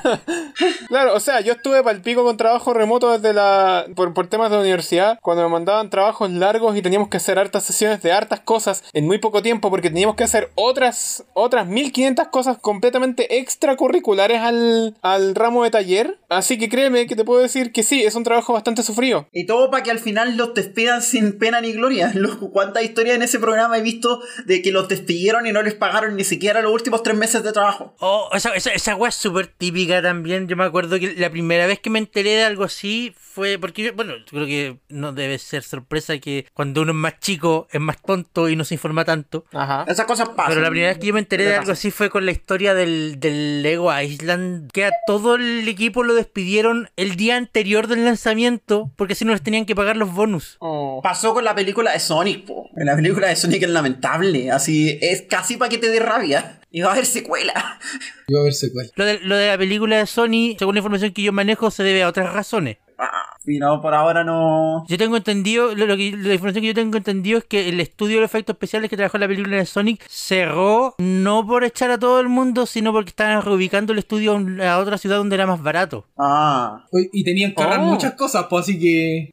Speaker 3: claro, o sea, yo estuve pal pico con trabajo remoto desde la. Por, por temas de universidad, cuando me mandaban trabajos largos y teníamos que hacer hartas sesiones de hartas cosas en muy poco tiempo, porque teníamos que hacer otras, otras 1500 cosas completamente extracurriculares al, al ramo de taller. Así que créeme que te puedo decir que sí, es un trabajo bastante sufrido.
Speaker 2: Y todo para que al final los despidan sin pena ni gloria. [LAUGHS] Loco, ¿Cuántas historias en ese programa he visto de que los despidieron y no les pagaron ni siquiera los últimos tres meses de trabajo?
Speaker 1: Oh, esa, esa, esa weá es súper típica también. Yo me acuerdo que la primera vez que me enteré de algo así fue porque, yo- bueno, yo creo que no debe ser sorpresa que cuando uno es más chico es más tonto y no se informa tanto.
Speaker 3: Ajá.
Speaker 2: Esas cosas pasan.
Speaker 1: Pero la primera vez que yo me enteré de
Speaker 2: Le
Speaker 1: algo
Speaker 2: Ah, pasa.
Speaker 1: así fue con la historia del, del Lego Island, que a todo el equipo lo despidieron el día anterior del lanzamiento porque si no les tenían que pagar los bonus.
Speaker 3: Oh.
Speaker 2: Pasó con la película de Sonic, po. En la película de Sonic es lamentable. Así es casi para que te dé rabia. Y va a haber secuela. [LAUGHS]
Speaker 4: Iba a ver secuela.
Speaker 1: Lo de, lo de la película de Sony, según la información que yo manejo, se debe a otras razones.
Speaker 2: Ah, y no, por ahora no.
Speaker 1: Yo tengo entendido, lo, lo que, la información que yo tengo entendido es que el estudio de efectos especiales que trabajó en la película de Sonic cerró no por echar a todo el mundo, sino porque estaban reubicando el estudio a un- a otra ciudad donde era más barato.
Speaker 2: Ah.
Speaker 4: Oye, Y tenían que ahorrar
Speaker 3: Oh.
Speaker 4: muchas cosas, pues así que.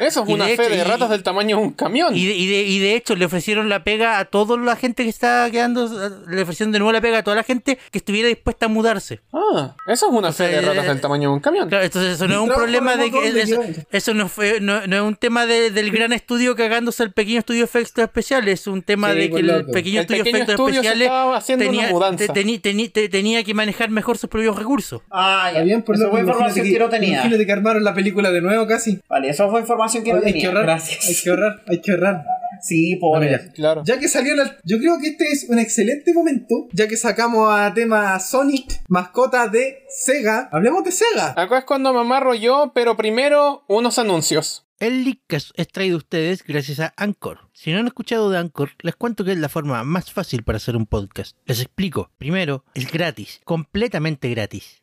Speaker 3: Eso es
Speaker 1: Y
Speaker 3: una
Speaker 1: de
Speaker 3: fe
Speaker 1: hecho-
Speaker 3: de
Speaker 1: y-
Speaker 3: ratas del tamaño de un camión.
Speaker 1: Y de, y de- y de hecho le ofrecieron la pega a toda la gente que estaba quedando, le ofrecieron de nuevo la pega a toda la gente que estuviera dispuesta a mudarse.
Speaker 3: Ah, eso es una
Speaker 1: O sea,
Speaker 3: fe de ratas
Speaker 1: eh,
Speaker 3: del tamaño de un camión.
Speaker 1: Claro, entonces eso no
Speaker 4: ¿Y
Speaker 1: es un
Speaker 4: trabajo
Speaker 1: problema de
Speaker 4: remoto
Speaker 1: que
Speaker 4: dónde
Speaker 1: eso,
Speaker 4: llevan?
Speaker 1: eso no fue no, no es un tema de- del gran estudio cagándose al pequeño estudio de efectos especiales, es un tema
Speaker 4: Sí,
Speaker 1: de que
Speaker 4: pues,
Speaker 1: el
Speaker 4: loco.
Speaker 1: pequeño
Speaker 3: El
Speaker 1: estudio de
Speaker 3: pequeño
Speaker 1: efectos
Speaker 3: estudio se
Speaker 1: especiales
Speaker 3: estaba haciendo una
Speaker 1: tenía,
Speaker 3: mudanza.
Speaker 1: te- teni- teni- te- tenía que manejar mejor sus propios recursos.
Speaker 2: Ah,
Speaker 4: Está bien, por
Speaker 2: eso
Speaker 4: lo
Speaker 2: fue información que, no tenía.
Speaker 4: Imagínate que armaron la película de nuevo casi.
Speaker 2: Vale, eso fue información que no
Speaker 4: hay que
Speaker 2: tenía.
Speaker 4: ahorrar,
Speaker 2: Gracias.
Speaker 4: hay que ahorrar, hay que ahorrar.
Speaker 2: Sí, pobre.
Speaker 4: Bueno, ya.
Speaker 3: Claro.
Speaker 4: Ya que salió la... Yo creo que este es un excelente momento, ya que sacamos a tema Sonic, mascota de Sega. Hablemos de Sega.
Speaker 3: Acá es cuando me amarro yo, pero primero unos anuncios.
Speaker 1: El Leadcast es traído a ustedes gracias a Anchor. Si no han escuchado de Anchor, les cuento que es la forma más fácil para hacer un podcast. Les explico. Primero, es gratis, completamente gratis.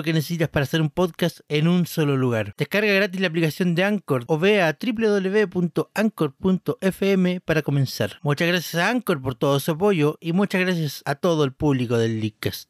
Speaker 1: que necesitas para hacer un podcast en un solo lugar. Descarga gratis la aplicación de Anchor o ve a www.anchor.fm para comenzar. Muchas gracias a Anchor por todo su apoyo y muchas gracias a todo el público del Leadcast.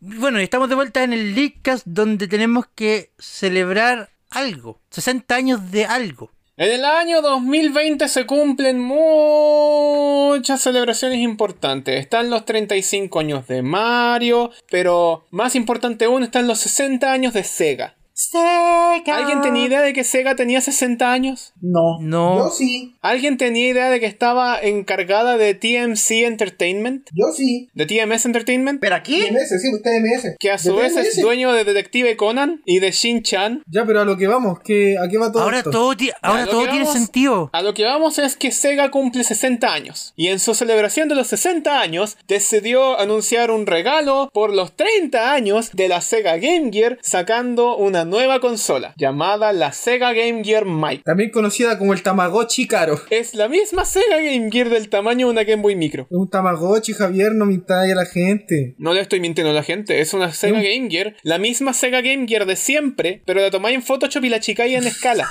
Speaker 1: Bueno, y estamos de vuelta en el Leadcast donde tenemos que celebrar algo. 60 años de algo.
Speaker 3: En el año 2020 se cumplen muchas celebraciones importantes. Están los 35 años de Mario, pero más importante aún están los 60 años de Sega.
Speaker 2: Seca.
Speaker 3: ¿Alguien tenía idea de que Sega tenía 60 años?
Speaker 2: No.
Speaker 1: No.
Speaker 4: Yo sí,
Speaker 3: ¿Alguien tenía idea de que estaba encargada de TMC Entertainment?
Speaker 4: yo sí.
Speaker 3: ¿De TMS Entertainment?
Speaker 2: ¿Pero aquí?
Speaker 4: TMS, sí, usted TMS.
Speaker 3: Que a su
Speaker 4: De
Speaker 3: vez es
Speaker 4: TMS.
Speaker 3: dueño de Detective Conan y de Shin-Chan.
Speaker 4: Ya, pero a lo que vamos, que ¿a qué va todo
Speaker 1: Ahora
Speaker 4: esto?
Speaker 1: todo, ti- ahora
Speaker 3: lo que
Speaker 1: todo tiene
Speaker 3: vamos-
Speaker 1: sentido.
Speaker 3: A lo que vamos es que Sega cumple 60 años y en su celebración de los 60 años decidió anunciar un regalo por los 30 años de la Sega Game Gear sacando una nueva consola llamada la Sega Game Gear Micro.
Speaker 4: También conocida como el Tamagotchi caro. Es
Speaker 3: Es la misma Sega Game Gear del tamaño de una Game Boy Micro.
Speaker 4: un Tamagotchi, Javier, no mintáis a la gente.
Speaker 3: No le estoy mintiendo a la gente, es una Sega
Speaker 4: No.
Speaker 3: Game Gear, la misma Sega Game Gear de siempre, pero la tomáis en Photoshop y la chicáis en escala.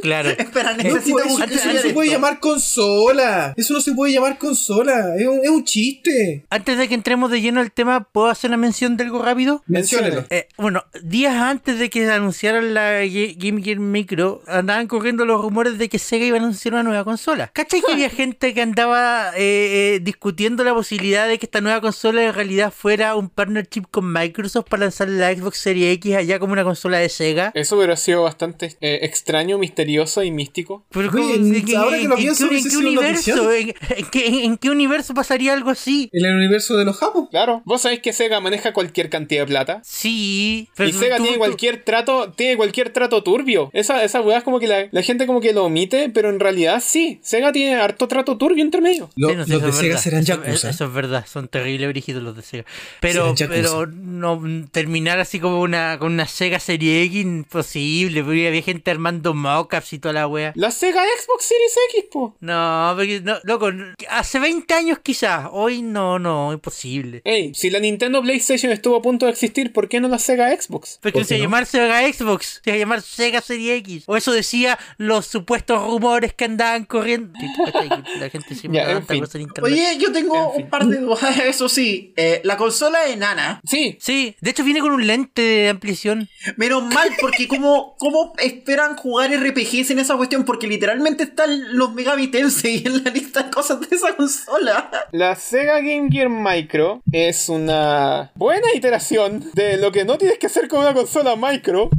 Speaker 1: Claro.
Speaker 2: [LAUGHS] Espera,
Speaker 4: No,
Speaker 2: necesito
Speaker 4: pues, eso,
Speaker 2: buscar
Speaker 4: eso no se
Speaker 2: esto.
Speaker 4: puede llamar consola. Eso no se puede llamar consola. Es un, es un chiste.
Speaker 1: Antes de que entremos de lleno al tema, ¿puedo hacer una mención de algo rápido?
Speaker 4: Menciónelo.
Speaker 1: Eh, bueno, días antes de que anunciaran la Ge- Game Gear Micro, andaban corriendo los rumores de que Sega iba a anunciar una nueva consola. ¿Cachai
Speaker 4: [LAUGHS]
Speaker 1: que había gente que andaba eh, eh, discutiendo la posibilidad de que esta nueva consola en realidad fuera un partnership con Microsoft para lanzar la Xbox Series X allá como una consola de Sega?
Speaker 3: Eso hubiera sido bastante eh, extraño, misterioso y místico.
Speaker 1: Pero
Speaker 4: Oye,
Speaker 1: ¿cómo-
Speaker 4: en-
Speaker 1: en- en-
Speaker 4: ahora que lo
Speaker 1: en-
Speaker 4: pienso,
Speaker 1: en- ¿en
Speaker 4: hubiese
Speaker 1: qué
Speaker 4: sido
Speaker 1: universo? ¿En- en qué- en qué universo pasaría algo así?
Speaker 4: En el universo de los japos.
Speaker 3: Claro, vos sabéis que Sega maneja cualquier cantidad de plata.
Speaker 1: Sí,
Speaker 3: Y Sega
Speaker 1: tú-
Speaker 3: tiene
Speaker 1: tú-
Speaker 3: cualquier trato, tiene cualquier trato turbio. Esa, esa weá es como que la, la gente como que lo omite, pero en realidad sí. Sega tiene harto trato turbio entre medio.
Speaker 4: Lo-
Speaker 1: Sí, no,
Speaker 4: los
Speaker 1: sí,
Speaker 4: de
Speaker 1: eso es
Speaker 4: Sega
Speaker 1: verdad.
Speaker 4: serán
Speaker 1: Eso-
Speaker 4: Yakuza. ¿eh?
Speaker 1: Eso es verdad, son terribles brígidos los de Sega. Pero,
Speaker 4: Serán Yakuza.
Speaker 1: pero no mm, terminar así como una con una Sega Serie X imposible, porque había gente armando mockups y toda la wea.
Speaker 3: La Sega Xbox Series X, po.
Speaker 1: No, porque no, loco, hace 20 años quizás, hoy no, no, imposible.
Speaker 3: Ey, si la Nintendo PlayStation estuvo a punto de existir, ¿por qué no la Sega Xbox?
Speaker 1: Porque
Speaker 4: ¿Por
Speaker 1: se
Speaker 4: qué
Speaker 1: va a
Speaker 4: no?
Speaker 1: llamar Sega Xbox, se va a llamar Sega Serie X. O eso decía los supuestos rumores que andaban corriendo. Sí, tú cachai que La gente siempre
Speaker 3: Ya, en
Speaker 1: levanta
Speaker 3: fin.
Speaker 1: cosas en internet.
Speaker 2: Oye, yo tengo
Speaker 3: En fin.
Speaker 2: un par de dudas, [LAUGHS] eso sí. Eh, la consola enana.
Speaker 3: Sí,
Speaker 1: Sí, de hecho viene con un lente de ampliación.
Speaker 2: Menos mal, porque ¿cómo, cómo esperan jugar RPGs en esa cuestión? Porque literalmente están los megabitense y en la lista de cosas de esa consola.
Speaker 3: La Sega Game Gear Micro es una buena iteración de lo que no tienes que hacer con una consola micro.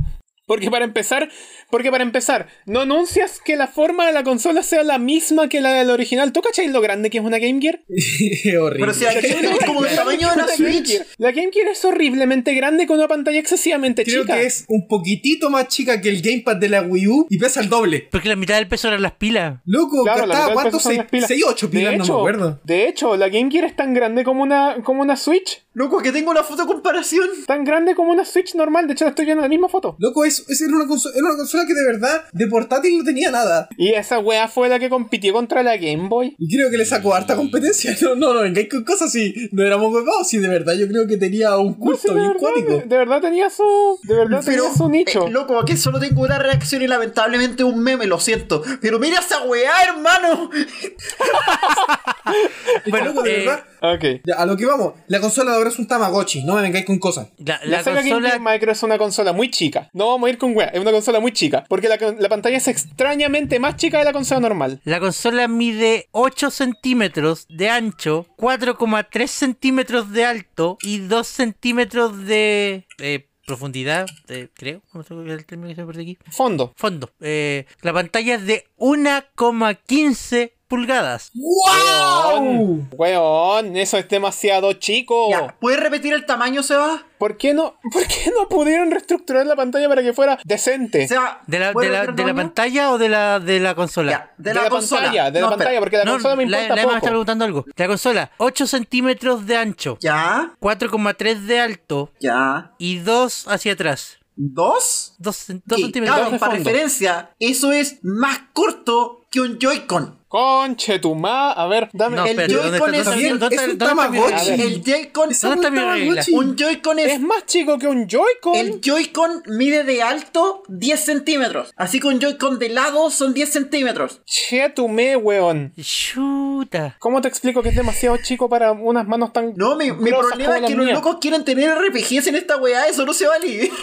Speaker 3: Porque para empezar, porque para empezar, no anuncias que la forma de la consola sea la misma que la del original. ¿Tú cachai lo grande que es una Game
Speaker 4: [LAUGHS]
Speaker 3: Gear?
Speaker 4: [LAUGHS] es horrible.
Speaker 2: Pero si
Speaker 4: [LAUGHS]
Speaker 2: la gente es como el tamaño de la
Speaker 3: La Game
Speaker 2: Switch.
Speaker 3: Gear- La Game Gear es horriblemente grande con una pantalla excesivamente
Speaker 4: Creo
Speaker 3: chica.
Speaker 4: que es un poquitito más chica que el gamepad de la Wii U y pesa el doble.
Speaker 1: Porque la mitad del peso eran las pilas.
Speaker 4: Loco,
Speaker 3: Claro, la mitad
Speaker 4: ¿gastaba
Speaker 3: del
Speaker 4: cuánto?
Speaker 3: peso son
Speaker 4: 6
Speaker 3: las pilas.
Speaker 4: 8
Speaker 3: De
Speaker 4: pilas, no
Speaker 3: hecho-
Speaker 4: me acuerdo.
Speaker 3: De hecho, la Game Gear es tan grande como una, como una Switch.
Speaker 2: Loco, que tengo la foto comparación.
Speaker 3: Tan grande como una Switch normal. De hecho, la estoy viendo en la misma foto.
Speaker 4: Loco, es, es- era, una consola, era una consola que de verdad de portátil no tenía nada.
Speaker 3: Y esa wea fue la que compitió contra la Game Boy.
Speaker 4: Y creo que le sacó harta competencia. [LAUGHS] No, no, no vengáis con cosas así. No éramos huevados. Sí, de verdad, yo creo que tenía un
Speaker 3: No, sí,
Speaker 4: culto
Speaker 3: de,
Speaker 4: bien
Speaker 3: verdad,
Speaker 4: cuático.
Speaker 3: de- de verdad tenía su. De verdad
Speaker 2: Pero,
Speaker 3: tenía su nicho.
Speaker 2: eh, loco, aquí solo tengo una reacción y lamentablemente un meme, lo siento. Pero mira esa weá, hermano.
Speaker 1: Bueno,
Speaker 4: Loco, de
Speaker 1: eh,
Speaker 4: verdad.
Speaker 3: ok.
Speaker 4: Ya, a lo que vamos. La consola de ahora es un Tamagotchi. No me vengáis con cosas.
Speaker 1: La,
Speaker 3: La,
Speaker 1: la
Speaker 3: Sega Game
Speaker 1: consola.
Speaker 3: Gear Micro es una consola muy chica. No vamos a ir con wea, es una consola muy chica. Porque la, la pantalla es extrañamente más chica de la consola normal.
Speaker 1: La consola mide 8 centímetros de ancho, 4,3 centímetros de alto y 2 centímetros de eh, profundidad, eh, creo. No sé cuál es el término que se aparece aquí.
Speaker 3: Fondo.
Speaker 1: Fondo. Eh, la pantalla es de 1,15 pulgadas.
Speaker 4: ¡Wow!
Speaker 3: Weón, eso es demasiado chico.
Speaker 1: Oh.
Speaker 2: Ya, ¿Puedes repetir el tamaño, Seba?
Speaker 3: ¿Por qué no? ¿Por qué no pudieron reestructurar la pantalla para que fuera decente?
Speaker 2: Seba,
Speaker 1: Eh, ¿De la, de
Speaker 2: ¿puedes
Speaker 1: la,
Speaker 2: repetir
Speaker 1: de
Speaker 2: el
Speaker 1: la
Speaker 2: tamaño?
Speaker 1: pantalla o de la, de la consola?
Speaker 2: Ya, de, la, consola. No,
Speaker 3: pantalla, de la
Speaker 2: espera.
Speaker 3: pantalla, porque la consola me
Speaker 1: la,
Speaker 3: importa
Speaker 1: la Emma me está
Speaker 3: poco.
Speaker 1: preguntando algo. La consola, 8 centímetros de ancho,
Speaker 2: Ya,
Speaker 1: 4,3 de alto
Speaker 2: ya.
Speaker 1: y 2 hacia atrás.
Speaker 2: ¿Dos?
Speaker 1: 2
Speaker 2: Que,
Speaker 1: centímetros.
Speaker 2: cabrón,
Speaker 3: de
Speaker 2: para
Speaker 3: fondo.
Speaker 2: referencia, eso es más corto que un Joy-Con.
Speaker 3: Conche tu ma, a ver, dame
Speaker 1: No,
Speaker 3: el
Speaker 1: espérate,
Speaker 3: Joy-
Speaker 1: ¿dónde
Speaker 2: Joy-Con
Speaker 1: está,
Speaker 2: es
Speaker 1: dónde-
Speaker 2: bien-
Speaker 1: dónde
Speaker 4: es
Speaker 1: está-
Speaker 4: un
Speaker 1: dónde está mi regla?
Speaker 4: Tamagotchi.
Speaker 1: A ver,
Speaker 2: El Joy-Con es
Speaker 1: ¿Dónde está mi regla?
Speaker 2: un Joy-Con
Speaker 3: Es
Speaker 2: es
Speaker 3: más chico que un Joy-Con.
Speaker 2: el Joy-Con mide de alto 10 centímetros. Así que un Joy-Con de lado son 10 centímetros.
Speaker 3: Che tu me, weón.
Speaker 1: Chuta.
Speaker 3: ¿Cómo te explico que es demasiado chico para unas manos tan
Speaker 2: No, mi, mi problema
Speaker 3: grosas como
Speaker 2: es que
Speaker 3: las
Speaker 2: los
Speaker 3: mías?
Speaker 2: locos quieren tener RPGs en esta weá, eso no se vale. [LAUGHS]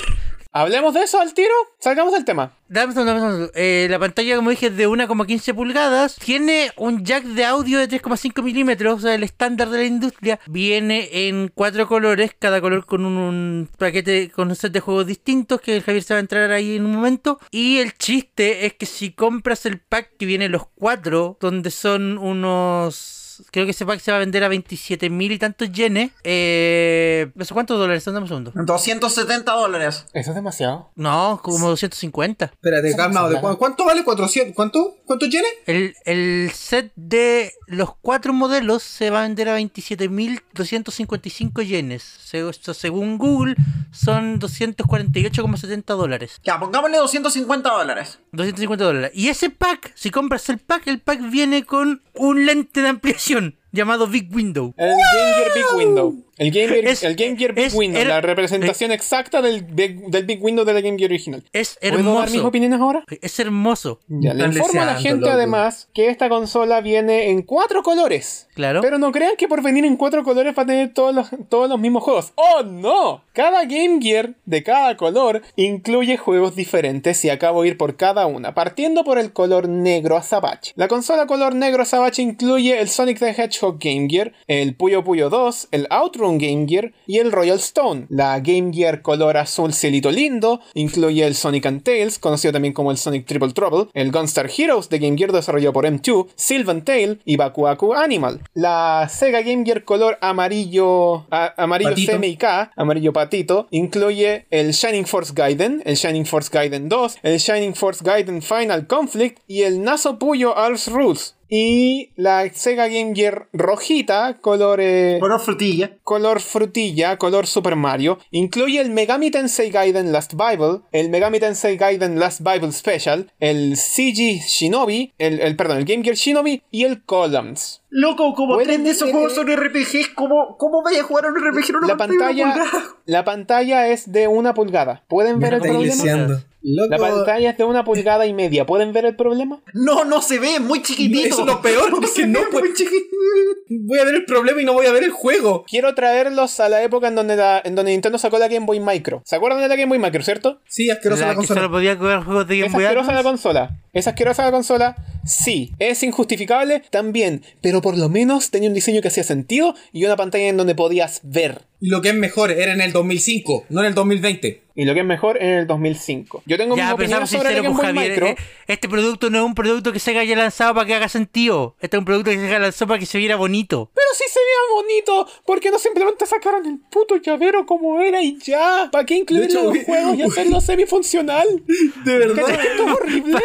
Speaker 3: Hablemos de eso al tiro, salgamos del tema.
Speaker 1: Dame un segundo, dame un segundo. Eh, la pantalla, como dije, es de 1,15 pulgadas. Tiene un jack de audio de 3,5 milímetros, o sea, el estándar de la industria. Viene en cuatro colores, cada color con un, un paquete, con un set de juegos distintos, que el Javier se va a entrar ahí en un momento. Y el chiste es que si compras el pack que viene los cuatro, donde son unos... pesos. Creo que ese pack se va a vender a 27 mil y tantos yenes. Eh, ¿eso ¿Cuántos dólares? Dame un segundo.
Speaker 2: 270 dólares.
Speaker 3: Eso es demasiado.
Speaker 1: No, como 250.
Speaker 4: Espérate,
Speaker 3: Esa
Speaker 4: calmado.
Speaker 3: cosa
Speaker 4: ¿de cu-
Speaker 3: rara.
Speaker 4: ¿Cuánto vale 400? ¿Cuánto? ¿Cuánto tiene?
Speaker 1: El, el set de los cuatro modelos se va a vender a 27.255 yenes. Se- esto, según Google, son 248,70 dólares.
Speaker 2: Ya, pongámosle 250 dólares.
Speaker 1: 250 dólares. Y ese pack, si compras el pack, el pack viene con un lente de ampliación [LAUGHS] llamado Big Window.
Speaker 3: El Game Gear Big Window. El Game Gear,
Speaker 1: Es-
Speaker 3: el Game Gear Big
Speaker 1: es- er
Speaker 3: Window.
Speaker 1: era-
Speaker 3: la representación exacta del Big, del Big Window de la Game Gear original.
Speaker 1: Es
Speaker 3: ¿Puedo dar mis
Speaker 1: hermoso.
Speaker 3: opiniones ahora?
Speaker 1: Es hermoso.
Speaker 3: Ya, le
Speaker 4: Están
Speaker 3: informo a la
Speaker 4: deseando,
Speaker 3: gente
Speaker 4: loco.
Speaker 3: además que esta consola viene en cuatro colores.
Speaker 1: Claro.
Speaker 3: Pero no crean que por venir en cuatro colores va a tener todos los, todos los mismos juegos. ¡Oh, no! Cada Game Gear de cada color incluye juegos diferentes y acabo de ir por cada una, partiendo por el color negro azabache. La consola color negro azabache incluye el Sonic the Hedgehog Game Gear, el Puyo Puyo 2, el Outrun Game Gear y el Royal Stone. La Game Gear color azul cielito lindo incluye el Sonic and Tails, conocido también como el Sonic Triple Trouble, el Gunstar Heroes de Game Gear desarrollado por M2, Sylvan Tail y Baku Baku Animal. La Sega Game Gear color amarillo, a- amarillo
Speaker 4: Patito.
Speaker 3: CMYK, amarillo patito, incluye el Shining Force Gaiden, el Shining Force Gaiden 2, el Shining Force Gaiden Final Conflict y el Naso Puyo Arms Rules. Y la Sega Game Gear rojita, color... eh,
Speaker 2: Por una frutilla.
Speaker 3: color frutilla, color Super Mario, incluye el Megami Tensei Gaiden Last Bible, el Megami Tensei Gaiden Last Bible Special, el CG Shinobi, el, el- perdón, el Game Gear Shinobi y el Columns.
Speaker 2: Loco, como
Speaker 3: Bueno,
Speaker 2: tres de esos
Speaker 3: eh,
Speaker 2: juegos
Speaker 3: eh,
Speaker 2: son RPGs, ¿cómo, cómo vaya a jugar a un RPG en una
Speaker 3: La
Speaker 2: de
Speaker 3: pantalla,
Speaker 2: una pulgada?
Speaker 3: la pantalla es de una pulgada. ¿Pueden ver el
Speaker 1: Mira,
Speaker 4: Estáis
Speaker 1: problema-
Speaker 4: leseando.
Speaker 3: problema? La
Speaker 4: Loco,
Speaker 3: pantalla es de una pulgada y media. ¿Pueden ver el problema?
Speaker 2: No, no se ve, es muy chiquitito.
Speaker 4: Eso es
Speaker 2: [LAUGHS]
Speaker 4: lo peor, porque no
Speaker 2: Es
Speaker 4: puede-
Speaker 2: muy chiquitito.
Speaker 4: [LAUGHS] voy a ver el problema y no voy a ver el juego.
Speaker 3: Quiero traerlos a la época en donde, la- en donde Nintendo sacó la Game Boy Micro. ¿Se acuerdan de la Game Boy Micro, cierto?
Speaker 4: Sí, asquerosa la,
Speaker 1: La que solo
Speaker 4: consola.
Speaker 1: podía jugar juegos de Game
Speaker 3: ¿Es
Speaker 1: Boy
Speaker 3: asquerosa la
Speaker 1: Advance.
Speaker 3: consola? ¿Es asquerosa la consola? Sí. ¿Es injustificable? También. Pero por lo menos tenía un diseño que hacía sentido y una pantalla en donde podías ver.
Speaker 4: Y lo que es mejor, era en el 2005, no en el 2020.
Speaker 3: Y lo que es mejor, en el 2005. Yo tengo mis
Speaker 1: Ya, pero
Speaker 3: opiniones
Speaker 1: seamos
Speaker 3: sobre la
Speaker 1: sinceros
Speaker 3: Game
Speaker 1: con
Speaker 3: Boy
Speaker 1: Javier. eh,
Speaker 3: Micro.
Speaker 1: Este producto no es un producto que se haya lanzado para que haga sentido. Este es un producto que se haya lanzado para que se viera bonito.
Speaker 3: Pero sí se vea bonito. ¿Por qué no simplemente sacaron el puto llavero como era y ya? ¿Para qué incluir
Speaker 4: De hecho,
Speaker 3: los
Speaker 4: güey,
Speaker 1: [LAUGHS]
Speaker 3: juegos y hacerlo semifuncional?
Speaker 4: De verdad.
Speaker 3: ¿Cachai? Esto es
Speaker 1: [LAUGHS]
Speaker 3: horrible.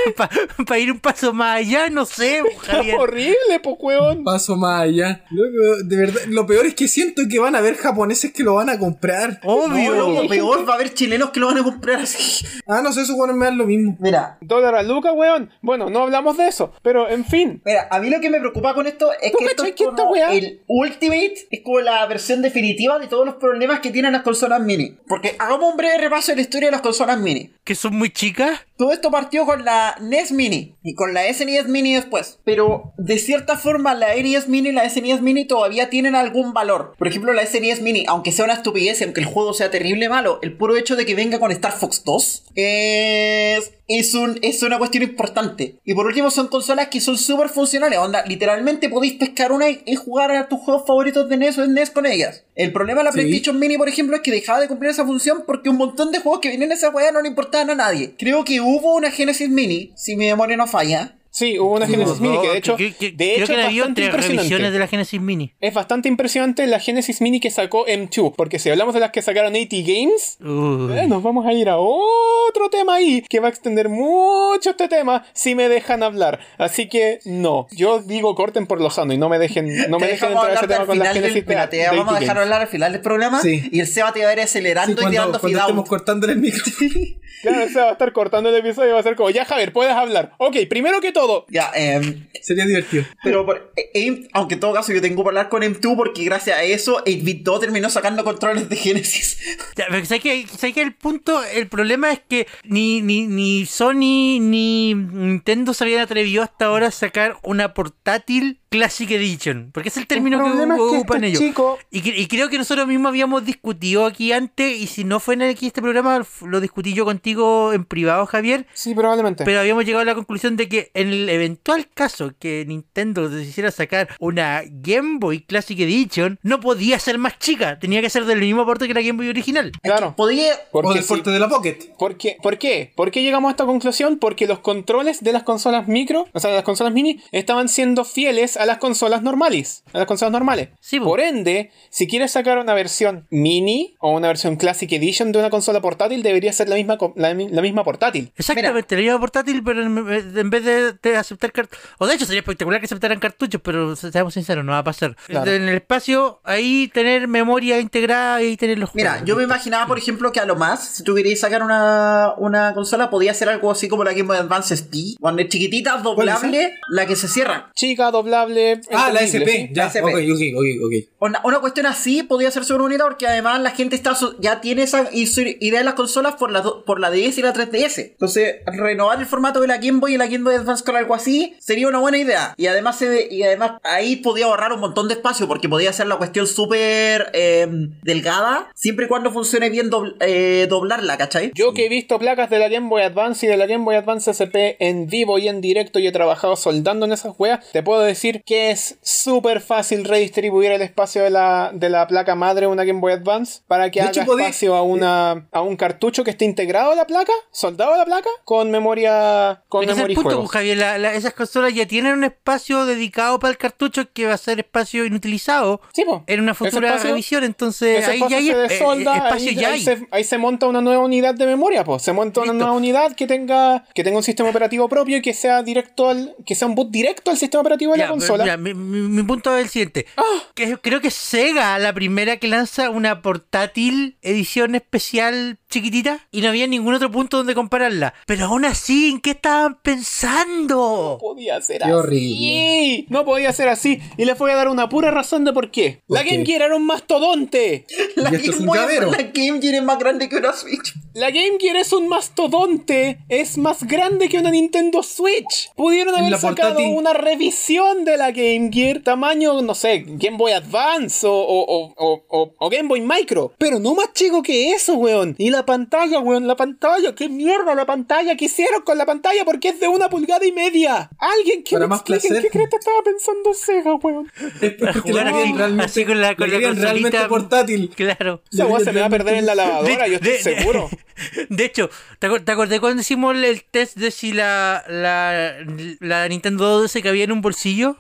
Speaker 1: Para ir un paso más allá, no sé,
Speaker 3: Es
Speaker 1: Javier.
Speaker 3: horrible, po, weón.
Speaker 4: Paso más allá. Loco, de verdad, lo peor es que siento que van a haber japoneses que lo van a comprar.
Speaker 1: Obvio.
Speaker 2: No, loco, peor, va a haber chilenos que lo van a comprar así.
Speaker 4: Ah, no sé, eso bueno, me dan lo mismo.
Speaker 2: Mira,
Speaker 3: Dólar a Luca, weón. Bueno, no hablamos de eso. Pero, en fin.
Speaker 2: Mira, a mí lo que me preocupa con esto es
Speaker 3: ¿Tú
Speaker 2: que esto
Speaker 3: cachai
Speaker 2: es
Speaker 3: que esta
Speaker 2: como
Speaker 3: weá-
Speaker 2: el Ultimate es como la versión definitiva de todos los problemas que tienen las consolas mini. Porque hagamos un breve repaso de la historia de las consolas mini.
Speaker 1: Que son muy chicas.
Speaker 2: Todo esto partió con la NES Mini y con la SNES Mini después. Pero de cierta forma la NES Mini y la SNES Mini todavía tienen algún valor. Por ejemplo, la SNES Mini, aunque sea una estupidez y aunque el juego sea terrible malo, el puro hecho de que venga con Star Fox 2 es, es, un, es una cuestión importante. Y por último son consolas que son súper funcionales. Onda, literalmente podéis pescar una y, y jugar a tus juegos favoritos de NES o de NES con ellas. El problema de la
Speaker 4: Sí.
Speaker 2: PlayStation PlayStation Mini, por ejemplo, es que dejaba de cumplir esa función porque un montón de juegos que vienen en esa weá no le importaban a nadie. Creo que hubo una Genesis Mini, si mi memoria no falla.
Speaker 3: Sí, hubo una Genesis Mini que de hecho,
Speaker 1: Que- que-
Speaker 3: de
Speaker 1: creo
Speaker 3: hecho
Speaker 1: que
Speaker 3: es
Speaker 1: había
Speaker 3: bastante
Speaker 1: tres revisiones
Speaker 3: impresionante.
Speaker 1: de la Genesis Mini.
Speaker 3: Es bastante impresionante la Genesis Mini que sacó M2, porque si hablamos de las que sacaron 80 Games,
Speaker 1: Uh.
Speaker 3: eh, nos vamos a ir a otro tema ahí que va a extender mucho este tema si me dejan hablar. Así que no, yo digo corten por lo sano y no me dejen, no me
Speaker 2: Te
Speaker 3: dejen
Speaker 2: dejamos
Speaker 3: entrar a ese
Speaker 2: hablar
Speaker 3: tema
Speaker 2: del
Speaker 3: con las
Speaker 2: final del
Speaker 3: Genesis de-
Speaker 2: espérate,
Speaker 3: de
Speaker 2: Vamos a
Speaker 3: 80
Speaker 2: dejar
Speaker 3: Games.
Speaker 2: hablar al final del programa
Speaker 4: Sí.
Speaker 2: y el Seba te va a ir acelerando
Speaker 4: Sí,
Speaker 2: y tirando
Speaker 4: cuando, cuando estemos
Speaker 2: fideos.
Speaker 4: cortando el micro. [LAUGHS]
Speaker 3: Claro, se va a estar cortando el episodio y va a ser como, ya Javier, puedes hablar. Ok, primero que todo,
Speaker 2: Ya, em,
Speaker 4: Sería divertido.
Speaker 2: pero por- eh, em, aunque en todo caso yo tengo que hablar con M2 porque gracias a eso 8-Bit 2 terminó sacando controles de Genesis.
Speaker 1: Ya, pero ¿sabes que, el punto, el problema es que ni, ni, ni Sony ni Nintendo se habían atrevido hasta ahora a sacar una portátil Classic Edition, porque es el término que
Speaker 3: problema es que
Speaker 1: ocupan
Speaker 3: este
Speaker 1: ellos.
Speaker 3: chico-
Speaker 1: Y, cre- y creo que nosotros mismos habíamos discutido aquí antes, y si no fue en el- aquí este programa, lo discutí yo contigo en privado, Javier,
Speaker 3: sí, probablemente.
Speaker 1: pero habíamos llegado a la conclusión de que en el eventual caso que Nintendo quisiera sacar una Game Boy Classic Edition, no podía ser más chica. Tenía que ser del mismo porte que la Game Boy original.
Speaker 3: Claro.
Speaker 2: Podía.
Speaker 4: o
Speaker 3: Porque
Speaker 4: del
Speaker 3: sí.
Speaker 4: porte de la Pocket.
Speaker 3: ¿Por qué? ¿Por qué? ¿Por qué llegamos a esta conclusión? Porque los controles de las consolas micro, o sea, de las consolas mini, estaban siendo fieles a las consolas normales. A las consolas normales.
Speaker 1: Sí, po.
Speaker 3: Por ende, si quieres sacar una versión mini o una versión Classic Edition de una consola portátil, debería ser la misma, co- la, mi- la misma portátil.
Speaker 1: Exactamente, la misma portátil, pero en, en vez de, de aceptar cartuchos. O de hecho, sería espectacular que aceptaran cartuchos, pero se- seamos sinceros, no va a pasar.
Speaker 3: Claro.
Speaker 1: En el espacio, ahí tener memoria integrada y tener los
Speaker 2: Mira,
Speaker 1: juegos.
Speaker 2: yo me imaginaba, por ejemplo, que a lo más, si tú querías sacar una, una consola, podía ser algo así como la Game Boy Advance SP, cuando es chiquitita, doblable, la que se cierra.
Speaker 3: Chica, doblable.
Speaker 4: Ah, la SP.
Speaker 3: entendible, ¿sí?
Speaker 4: Ya,
Speaker 2: La SP.
Speaker 4: ok, ok, ok, ok.
Speaker 2: Una, una cuestión así podía ser súper bonita porque además la gente está so- ya tiene esa insu- idea de las consolas por la, do- por la DS y la 3DS. Entonces, renovar el formato de la Game Boy y la Game Boy Advance con algo así sería una buena idea. Y además, se de- y además ahí podía ahorrar un montón de espacio porque podía ser la cuestión súper eh, delgada siempre y cuando funcione bien dobl- eh, doblarla, ¿cachai?
Speaker 3: Yo que he visto placas de la Game Boy Advance y de la Game Boy Advance SP en vivo y en directo y he trabajado soldando en esas weas, te puedo decir que es súper fácil redistribuir el espacio de la, de la placa madre de una Game Boy Advance para que
Speaker 4: De
Speaker 3: haga
Speaker 4: hecho, podí-
Speaker 3: espacio a, una, a un cartucho que esté integrado a la placa, soldado a la placa, con memoria, con
Speaker 1: Ese es el
Speaker 3: memoria y
Speaker 1: punto,
Speaker 3: juegos.
Speaker 1: pues, Javier. La- la- esas consolas ya tienen un espacio dedicado para el cartucho que va a ser espacio inutilizado
Speaker 3: Sí, po.
Speaker 1: en una
Speaker 3: Ese
Speaker 1: futura
Speaker 3: espacio-
Speaker 1: revisión. Entonces,
Speaker 3: Ese
Speaker 1: ahí ya
Speaker 3: espacio
Speaker 1: hay
Speaker 3: se
Speaker 1: eh,
Speaker 3: desolda,
Speaker 1: espacio.
Speaker 3: ahí,
Speaker 1: ya
Speaker 3: ahí
Speaker 1: hay.
Speaker 3: se, ahí se monta una nueva unidad de memoria, pues. Se monta una
Speaker 1: Listo.
Speaker 3: nueva unidad que tenga, que tenga un sistema operativo propio y que sea directo al, que sea un boot directo al sistema operativo de
Speaker 1: Ya,
Speaker 3: la
Speaker 1: pero
Speaker 3: consola.
Speaker 1: mira,
Speaker 3: Ah.
Speaker 1: mi, mi- mi punto es el siguiente. Que creo que es Sega la primera que lanza una portátil edición especial chiquitita y no había ningún otro punto donde compararla. Pero aún así, ¿en qué estaban pensando?
Speaker 3: podía ser
Speaker 4: Qué
Speaker 3: así.
Speaker 4: horrible.
Speaker 3: No podía ser así. Y les voy a dar una pura razón de por qué. La
Speaker 4: ¿Por
Speaker 3: Game
Speaker 4: qué?
Speaker 3: Gear era un mastodonte.
Speaker 2: La
Speaker 4: Y esto es
Speaker 2: Game
Speaker 4: un
Speaker 2: Boy
Speaker 4: llavero.
Speaker 2: la Game Gear es más grande que una Switch.
Speaker 3: La Game Gear es un mastodonte. Es más grande que una Nintendo Switch. Pudieron
Speaker 4: En
Speaker 3: haber
Speaker 4: la
Speaker 3: sacado
Speaker 4: portátil.
Speaker 3: una revisión de la Game Gear. Tamaño, no sé, Game Boy Advance o, o- o- o- o- o Game Boy Micro. Pero no más chico que eso, weón. Y la pantalla, weón. La pantalla. ¿Qué mierda la pantalla? ¿Qué hicieron con la pantalla? Porque es de una pulgada y media. Alguien que
Speaker 4: Para
Speaker 3: me
Speaker 4: más
Speaker 3: expliquen
Speaker 4: placer.
Speaker 3: qué creta estaba pensando Sega, weón.
Speaker 4: Es porque
Speaker 1: Jugar
Speaker 4: la
Speaker 1: así,
Speaker 4: querían realmente,
Speaker 1: así con la, con la
Speaker 4: la querían realmente
Speaker 1: consolita.
Speaker 4: portátil.
Speaker 1: Claro.
Speaker 3: Esa weá se me va a perder en la lavadora,
Speaker 4: [LAUGHS]
Speaker 3: yo estoy seguro.
Speaker 1: [LAUGHS] De hecho, ¿te, acuer- te acordás cuando hicimos el- el test de si la, la, la Nintendo 2 se cabía en un bolsillo?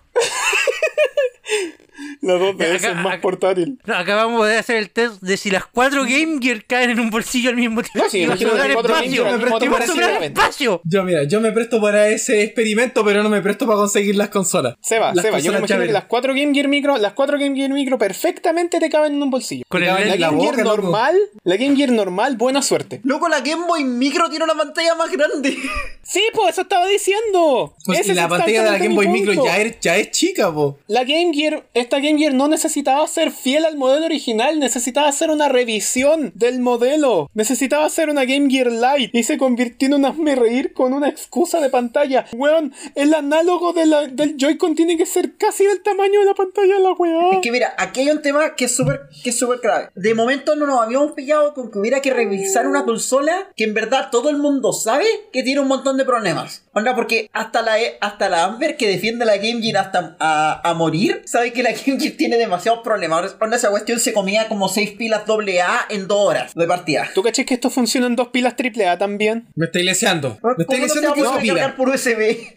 Speaker 3: La dos
Speaker 1: Ya,
Speaker 3: ds
Speaker 1: acá-
Speaker 3: es más
Speaker 1: acá-
Speaker 3: portátil.
Speaker 1: No, acabamos de hacer el test de si las cuatro Game Gear caen en un bolsillo al mismo tiempo.
Speaker 3: No, sí,
Speaker 1: y va a
Speaker 3: imagino que
Speaker 1: sobrar
Speaker 3: cuatro Game
Speaker 1: espacio.
Speaker 3: Gear
Speaker 4: al mismo
Speaker 1: y va a
Speaker 4: tiempo
Speaker 1: sobrar
Speaker 3: se
Speaker 1: espacio.
Speaker 4: Yo, mira, yo me presto para ese experimento, pero no me presto para conseguir las consolas.
Speaker 3: Seba,
Speaker 4: Las
Speaker 3: Seba, yo me
Speaker 4: consolas
Speaker 3: imagino que
Speaker 4: chaveras.
Speaker 3: las cuatro Game Gear micro, las cuatro Game Gear micro perfectamente te caben en un bolsillo.
Speaker 1: Con el
Speaker 4: Ya,
Speaker 1: LED,
Speaker 3: La
Speaker 4: en la
Speaker 3: Game Gear
Speaker 4: boca, loco.
Speaker 3: normal, la Game Gear normal, buena suerte.
Speaker 2: Loco, la Game Boy Micro tiene una pantalla más grande.
Speaker 3: Sí, pues eso estaba diciendo.
Speaker 4: Pues,
Speaker 3: Ese
Speaker 4: y
Speaker 3: es
Speaker 4: la pantalla de la
Speaker 3: exactamente
Speaker 4: Game
Speaker 3: mi
Speaker 4: Boy Micro
Speaker 3: punto.
Speaker 4: ya es, ya es chica, po.
Speaker 3: La Game Gear, esta Game Gear no necesitaba ser fiel al modelo original, necesitaba hacer una revisión del modelo. Necesitaba hacer una Game Gear Lite y se convirtió en un hazme reír con una excusa de pantalla. Weón, el análogo de la- del Joy-Con tiene que ser casi del tamaño de la pantalla de la weá.
Speaker 2: [LAUGHS] Es que mira, aquí hay un tema que es súper que es súper grave. De momento no nos habíamos pillado con que hubiera que revisar una consola que en verdad todo el mundo sabe que tiene un montón de problemas. Onda, porque hasta la, hasta la Amber que defiende la Game Gear hasta a, a morir, sabe que la [LAUGHS] Game Gear tiene demasiados problemas. Onda, esa cuestión se comía como 6 pilas AA en 2 horas de partida.
Speaker 3: ¿Tú caché que esto funciona en dos pilas AAA también?
Speaker 4: Me estáis leseando.
Speaker 2: Oh, ¿Cómo
Speaker 4: Me estáis
Speaker 2: no se
Speaker 4: leseando
Speaker 2: va a
Speaker 4: que no
Speaker 2: poder cargar
Speaker 4: pila.
Speaker 2: por USB?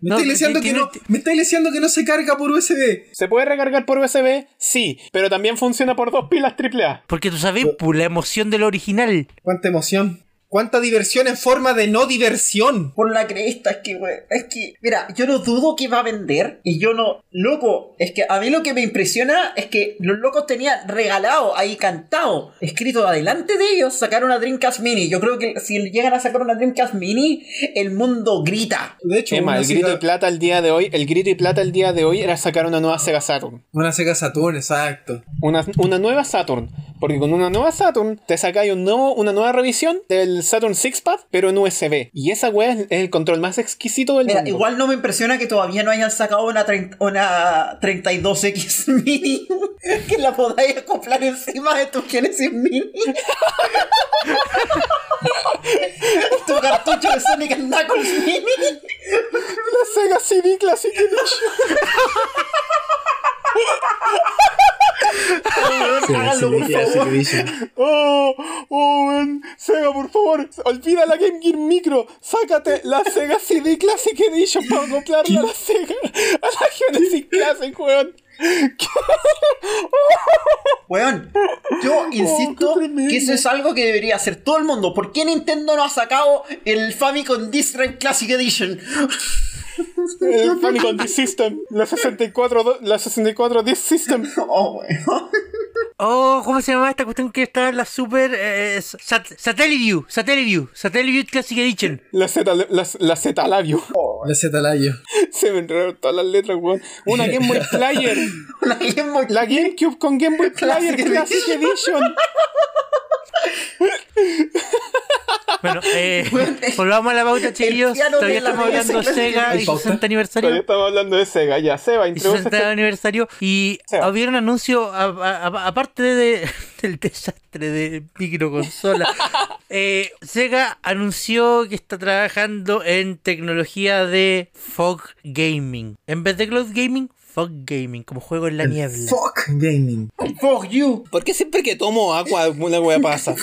Speaker 4: Me
Speaker 1: No,
Speaker 4: estáis leseando que
Speaker 1: tiene-
Speaker 4: no. Me estáis leseando que no se carga por USB.
Speaker 3: ¿Se puede recargar por USB? Sí, pero también funciona por dos pilas AAA.
Speaker 1: Porque tú sabes, pu, la emoción del original.
Speaker 4: Cuánta emoción. Cuánta diversión en forma de no diversión.
Speaker 2: Por la cresta, es que, we- es que, mira, yo no dudo que va a vender y yo no, loco, es que a mí lo que me impresiona es que los locos tenían regalado ahí cantado, escrito adelante de ellos, sacar una Dreamcast Mini. Yo creo que si llegan a sacar una Dreamcast Mini, el mundo grita.
Speaker 4: De hecho,
Speaker 3: Emma,
Speaker 4: una
Speaker 3: el grito
Speaker 4: Sega-
Speaker 3: y plata el día de hoy, el grito y plata el día de hoy era sacar una nueva Sega Saturn.
Speaker 4: Una Sega Saturn, exacto.
Speaker 3: Una, una nueva Saturn. Porque con una nueva Saturn te sacáis un nuevo, una nueva revisión del Saturn 6-Pad, pero en USB. Y esa weá es, es el control más exquisito del
Speaker 2: Mira,
Speaker 3: mundo.
Speaker 2: igual no me impresiona que todavía no hayan sacado una, 30 una 32X Mini. Es [LAUGHS] que la podáis acoplar encima de tu Genesis [LAUGHS] Mini. tu cartucho de Sonic and Knuckles Mini.
Speaker 3: La Sega CD Classic Edition.
Speaker 2: Weón, háganlo, por favor.
Speaker 3: Oh, oh, weón. Sega, por favor, olvida la Game Gear Micro. Sácate la Sega CD Classic Edition para acoplarla a la Sega. A la Genesis Classic, weón.
Speaker 2: Weón, yo insisto
Speaker 3: tremendo.
Speaker 2: que eso es algo que debería hacer todo el mundo. ¿Por qué Nintendo no ha sacado el Famicom Disk Drive Classic Edition? [LAUGHS]
Speaker 3: El Eh, Famicom Disk System. La 64, do- la 64 Disk System.
Speaker 2: Oh, weón.
Speaker 1: Oh, ¿cómo se llama esta cuestión que está en la Super eh, sat Satellite View? Satellite View, Satellite View Classic Edition.
Speaker 3: La Z, la, la Z labio.
Speaker 4: La Zetalayo.
Speaker 3: Se me enredaron todas las letras, weón. Una Game Boy Player.
Speaker 2: La Game Boy-
Speaker 3: La GameCube con Game Boy Player
Speaker 2: Classic
Speaker 3: Classic Edition.
Speaker 1: Bueno, eh, volvamos a la pauta, chiquillos.
Speaker 2: piano
Speaker 1: Todavía
Speaker 2: de la
Speaker 1: estamos hablando
Speaker 2: Classic
Speaker 1: Sega y
Speaker 2: Edition.
Speaker 4: ¿Hay pauta?
Speaker 1: 60 aniversario.
Speaker 3: Todavía estamos hablando de Sega, ya. Seba,
Speaker 1: y
Speaker 3: introduce
Speaker 1: 60 aniversario y
Speaker 3: Sí.
Speaker 1: había un anuncio a- a- a- aparte de, [LAUGHS] del desastre de microconsola eh, Sega anunció que está trabajando en tecnología de fog gaming en vez de cloud gaming fog gaming como juego en la niebla
Speaker 4: Fuck Gaming.
Speaker 2: Fuck you.
Speaker 3: ¿Por qué siempre que tomo agua una wea pasa?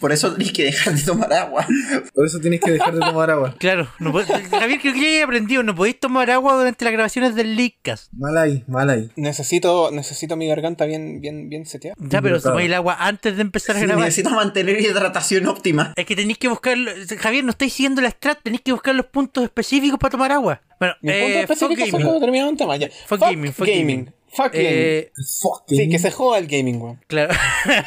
Speaker 2: Por eso tenés que dejar de tomar agua.
Speaker 4: Por eso tienes que dejar de tomar agua.
Speaker 1: claro no po- Javier creo que ya he aprendido no podéis tomar agua durante las grabaciones del Leakcast
Speaker 4: Mal ahí, mal ahí.
Speaker 3: Necesito, necesito mi garganta bien, bien, bien seteada.
Speaker 1: ya pero
Speaker 4: Claro.
Speaker 1: tomáis el agua antes de empezar a
Speaker 2: Sí,
Speaker 1: grabar
Speaker 2: necesito mantener hidratación óptima.
Speaker 1: Es que tenéis que buscar. Javier, no estáis siguiendo la strat, tenéis que buscar los puntos específicos para tomar agua. Bueno,
Speaker 3: Mis
Speaker 1: eh,
Speaker 3: puntos
Speaker 1: fuck
Speaker 3: específicos son
Speaker 1: gaming.
Speaker 3: cuando terminamos un tema. Ya.
Speaker 1: Fuck gaming, fuck gaming.
Speaker 3: Fuck gaming.
Speaker 1: Eh,
Speaker 4: Fuck
Speaker 3: Sí,
Speaker 4: Gaming.
Speaker 3: que se joda el gaming, weón.
Speaker 1: claro. [LAUGHS]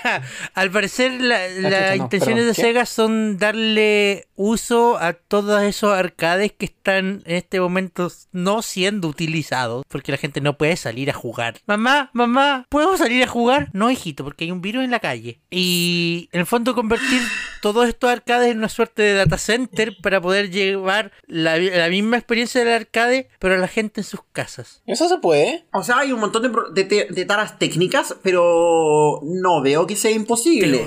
Speaker 1: Al parecer, la- las
Speaker 3: Ah, chucha, no,
Speaker 1: intenciones
Speaker 3: perdón,
Speaker 1: de
Speaker 3: ¿qué?
Speaker 1: Sega son darle uso a todos esos arcades que están en este momento no siendo utilizados, porque la gente no puede salir a jugar. Mamá, mamá, ¿puedo salir a jugar? No, hijito, porque hay un virus en la calle. Y en el fondo, convertir todos estos arcades en una suerte de data center para poder llevar la, la misma experiencia del arcade, pero a la gente en sus casas.
Speaker 3: Eso se puede.
Speaker 2: O sea, hay un montón de, pro- de te- de taras técnicas, pero no veo que sea imposible.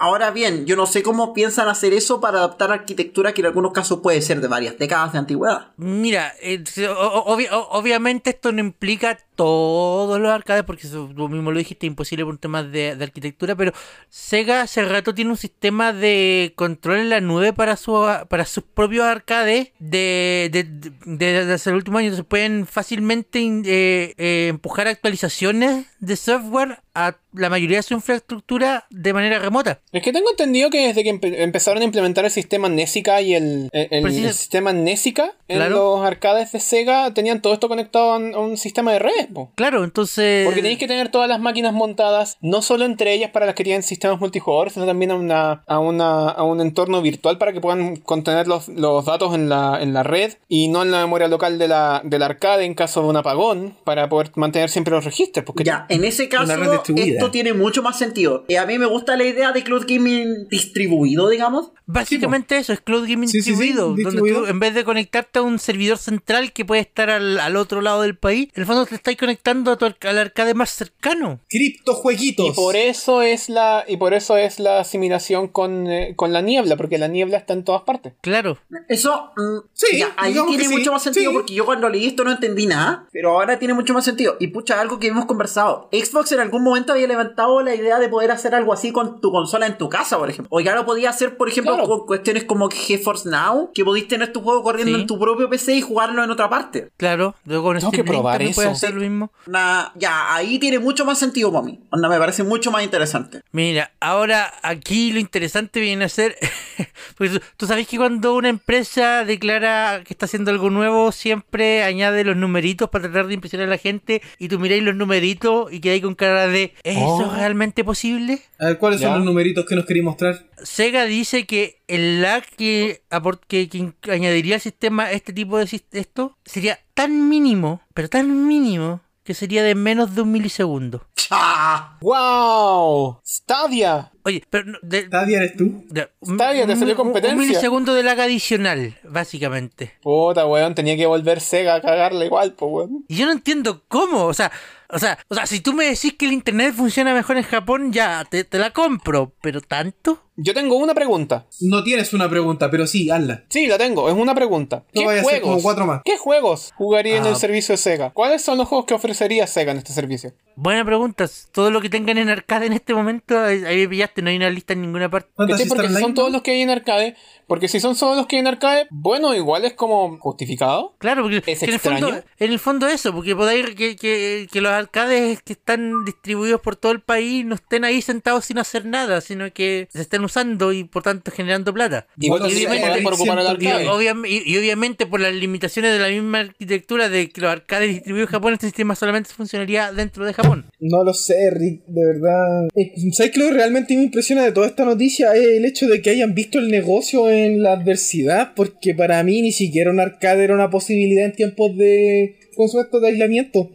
Speaker 2: Ahora bien, yo no sé cómo piensan hacer eso para adaptar arquitectura que en algunos casos puede ser de varias décadas de antigüedad.
Speaker 1: Mira, eh, o- o- obvi- o- obviamente esto no implica todos los arcades, porque eso, tú mismo lo dijiste, imposible por temas de, de arquitectura, pero Sega hace rato tiene un sistema de control en la nube para, su, para sus propios arcades de, de, de- de- de hace el último año. Entonces pueden fácilmente in- eh, eh, empujar actualizaciones de software a la mayoría de su infraestructura de manera remota.
Speaker 3: Es que tengo entendido que desde que empe- empezaron a implementar el sistema Nessica y el, el- el
Speaker 1: Precis-
Speaker 3: sistema Nessica en
Speaker 1: Claro.
Speaker 3: los arcades de Sega tenían todo esto conectado a un, a un sistema de redes, po.
Speaker 1: Claro, entonces...
Speaker 3: Porque tenéis que tener todas las máquinas montadas, no solo entre ellas para las que tienen sistemas multijugadores, sino también a, una, a, una, a un entorno virtual para que puedan contener los, los datos en la, en la red y no en la memoria local de la, del arcade en caso de un apagón, para poder mantener siempre los registros. Porque
Speaker 2: Ya, en ese caso,
Speaker 4: Una red distribuida.
Speaker 2: esto tiene mucho más sentido. Y a mí me gusta la idea de cloud gaming distribuido, digamos.
Speaker 1: Básicamente eso, es cloud gaming
Speaker 4: Sí, sí, sí,
Speaker 1: distribuido, donde
Speaker 4: distribuido.
Speaker 1: tú en vez de conectarte a un servidor central que puede estar al, al otro lado del país, en el fondo te estás conectando a tu arca- al arcade más cercano.
Speaker 4: Criptojueguitos.
Speaker 3: Y por e- eso es la, y por eso es la asimilación con, eh, con la niebla, porque la niebla está en todas partes.
Speaker 1: Claro.
Speaker 2: Eso, mm,
Speaker 4: Sí,
Speaker 2: ya, ahí
Speaker 4: digamos
Speaker 2: tiene
Speaker 4: que sí,
Speaker 2: mucho más sentido
Speaker 4: sí.
Speaker 2: porque yo cuando leí esto no entendí nada, pero ahora tiene mucho más sentido. Y pucha, algo que hemos conversado. Xbox en algún momento había levantado la idea de poder hacer algo así con tu consola en tu casa, por ejemplo. O ya lo podía hacer, por ejemplo,
Speaker 3: Claro.
Speaker 2: con cuestiones como GeForce Now, que podías tener tu juego corriendo
Speaker 1: Sí.
Speaker 2: en tu propio PC y jugarlo en otra parte.
Speaker 1: Claro, luego con
Speaker 3: Tengo que
Speaker 1: Steam Link
Speaker 3: probar
Speaker 1: también puedes
Speaker 3: eso.
Speaker 1: hacer lo mismo.
Speaker 2: Na- ya, ahí tiene mucho más sentido para mí. Onda, me parece mucho más interesante.
Speaker 1: Mira, ahora aquí lo interesante viene a ser, [LAUGHS] porque tú, tú sabes que cuando una empresa declara que está haciendo algo nuevo, siempre añade los numeritos para tratar de impresionar a la gente y tú miráis los numeritos y quedáis con cara de, ¿es eso
Speaker 3: Oh.
Speaker 1: realmente posible?
Speaker 4: A ver, ¿cuáles
Speaker 3: Ya.
Speaker 4: son los numeritos que nos queréis mostrar?
Speaker 1: Sega dice que el lag que, apor- que, que in- añadiría al sistema este tipo de sis- esto sería tan mínimo, pero tan mínimo, que sería de menos de un milisegundo.
Speaker 2: Cha.
Speaker 3: ¡Wow! ¡Stadia!
Speaker 1: Oye, pero. no- de-
Speaker 4: Tavia eres tú.
Speaker 1: de-
Speaker 3: Está bien, te salió
Speaker 1: un- un-
Speaker 3: competencia.
Speaker 1: Un milisegundo de lag adicional, básicamente.
Speaker 3: Puta, weón, tenía que volver Sega a cagarla igual, pues, weón.
Speaker 1: Y yo no entiendo cómo, o sea, o sea, o sea, si tú me decís que el internet funciona mejor en Japón, ya te, te la compro, pero tanto.
Speaker 3: Yo tengo una pregunta.
Speaker 4: No tienes una pregunta, pero sí, hazla.
Speaker 3: Sí, la tengo, es una pregunta.
Speaker 4: No
Speaker 3: ¿Qué
Speaker 4: vaya a ser
Speaker 3: juegos?
Speaker 4: como cuatro más.
Speaker 3: ¿Qué juegos jugaría en
Speaker 4: Ah.
Speaker 3: el servicio de Sega? ¿Cuáles son los juegos que ofrecería Sega en este servicio?
Speaker 1: Buena pregunta, todo lo que tengan en arcade en este momento, ahí ahí me pillaste, no hay una lista en ninguna parte.
Speaker 4: Fantasy
Speaker 3: ¿Cachai? Porque si
Speaker 4: Star
Speaker 3: son
Speaker 4: Line,
Speaker 3: todos los que hay en arcade, porque si son solo los que hay en arcade, bueno, igual es como justificado.
Speaker 1: Claro, porque
Speaker 3: ¿Es
Speaker 1: que en, el fondo,
Speaker 3: extraño?
Speaker 1: en el fondo eso, porque podáis que, que, que los arcades que están distribuidos por todo el país no estén ahí sentados sin hacer nada, sino que se estén usando y por tanto generando plata.
Speaker 3: Igual
Speaker 4: Bueno,
Speaker 3: que
Speaker 1: sí,
Speaker 3: obviamente,
Speaker 1: hay
Speaker 3: por ocupar el
Speaker 4: 110.
Speaker 1: Y,
Speaker 3: arcade.
Speaker 1: obviam- y- y obviamente por las limitaciones de la misma arquitectura de que los arcades distribuidos en Japón, este sistema solamente funcionaría dentro de Japón.
Speaker 4: No lo sé, Rick, de verdad. Eh, ¿Sabes qué es lo que realmente me impresiona de toda esta noticia? Es el hecho de que hayan visto el negocio en la adversidad, porque para mí ni siquiera un arcade era una posibilidad en tiempos de concepto de aislamiento.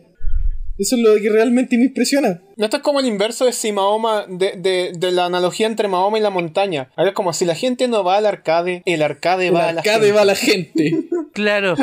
Speaker 4: Eso es lo que realmente me impresiona.
Speaker 3: No, esto es como el inverso de si Mahoma, de, de- de la analogía entre Mahoma y la montaña. Ahora es como si la gente no va al arcade, el arcade
Speaker 4: El
Speaker 3: va a la
Speaker 4: arcade
Speaker 3: gente.
Speaker 4: va a la gente.
Speaker 1: Claro.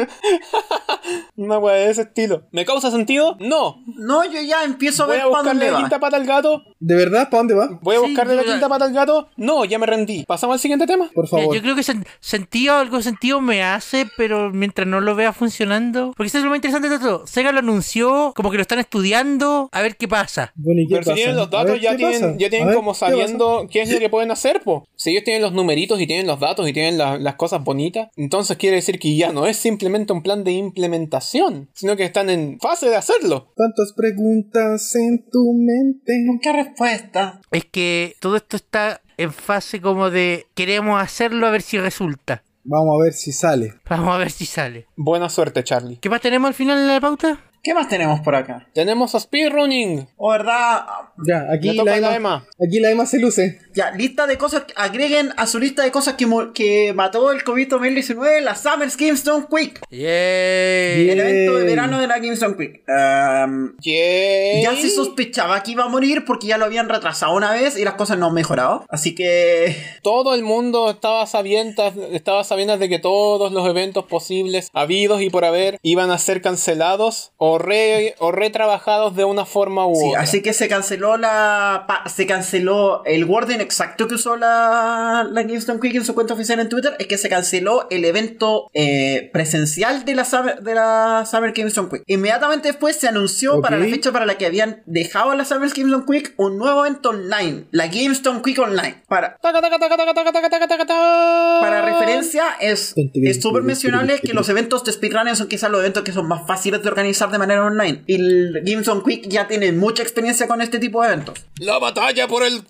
Speaker 3: Una wea de ese estilo. ¿Me causa sentido? No.
Speaker 2: No, yo ya empiezo a
Speaker 3: Voy
Speaker 2: ver
Speaker 3: a
Speaker 2: para dónde
Speaker 3: buscarle la
Speaker 2: va.
Speaker 3: quinta pata al gato.
Speaker 4: ¿De verdad? ¿Para dónde va?
Speaker 3: Voy a
Speaker 1: Sí,
Speaker 3: buscarle
Speaker 1: yo
Speaker 3: la
Speaker 1: ya-
Speaker 3: quinta pata al gato. No, ya me rendí. Pasamos al siguiente tema.
Speaker 4: Por
Speaker 1: Mira,
Speaker 4: favor.
Speaker 1: yo creo que sen- sentido, algo sentido me hace, pero mientras no lo vea funcionando. Porque eso es lo más interesante de todo. Sega lo anunció, como que lo están estudiando, a ver qué pasa.
Speaker 4: Bueno, ¿y qué
Speaker 3: Pero si
Speaker 4: pasa?
Speaker 3: tienen los
Speaker 4: A
Speaker 3: datos,
Speaker 4: ver,
Speaker 3: ya
Speaker 4: ¿qué
Speaker 3: tienen,
Speaker 4: pasa?
Speaker 3: ya
Speaker 4: A
Speaker 3: tienen
Speaker 4: ver,
Speaker 3: como
Speaker 4: ¿qué pasa?
Speaker 3: sabiendo qué es lo que pueden hacer, po. Si ellos tienen los numeritos y tienen los datos y tienen la- las cosas bonitas, entonces quiere decir que ya no es simplemente un plan de implementación, sino que están en fase de hacerlo.
Speaker 4: Tantas preguntas en tu mente.
Speaker 2: ¿Qué respuesta?
Speaker 1: Es que todo esto está en fase como de queremos hacerlo a ver si resulta.
Speaker 4: Vamos a ver si sale.
Speaker 1: Vamos a ver si sale.
Speaker 3: Buena suerte, Charlie.
Speaker 1: ¿Qué más tenemos al final en la pauta?
Speaker 2: ¿Qué más tenemos por acá?
Speaker 3: Tenemos a Speedrunning.
Speaker 2: O verdad,
Speaker 4: Ya, aquí
Speaker 3: Le toca
Speaker 4: la,
Speaker 3: a la
Speaker 4: Emma,
Speaker 3: Emma.
Speaker 4: Aquí la Emma se luce.
Speaker 2: ya, lista de cosas, que- agreguen a su lista de cosas que, mo- que mató el COVID 2019, la Summer GameStone Quick.
Speaker 1: Yay.
Speaker 2: El evento de
Speaker 4: Yay.
Speaker 2: verano de la GameStone Quick. Ehm,
Speaker 3: Yay.
Speaker 2: ya se sospechaba que iba a morir porque ya lo habían retrasado una vez y las cosas no han mejorado. Así que
Speaker 3: Todo el mundo estaba sabientas, estaba sabientas de que todos los eventos posibles, habidos y por haber, iban a ser cancelados o, re- o retrabajados de una forma u
Speaker 2: Sí,
Speaker 3: otra.
Speaker 2: así que se canceló la pa- se canceló el wording exacto que usó la la Kingston Quick en su cuenta oficial en Twitter es que se canceló el evento eh, presencial de la Summer, de la Summer Kingston Quick. Inmediatamente después se anunció
Speaker 4: Ok.
Speaker 2: para la fecha para la que habían dejado la Summer Kingston Quick un nuevo evento online, la Kingston Quick Online. Para
Speaker 3: Taca, taca, taca, taca, taca, taca, taca, taca, taca.
Speaker 2: para referencia, es es súper mencionable que los eventos de speedrunners son quizás los eventos que son más fáciles de organizar de manera online. Y el Gimson Quick ya tiene mucha experiencia con este tipo de eventos.
Speaker 3: La batalla por el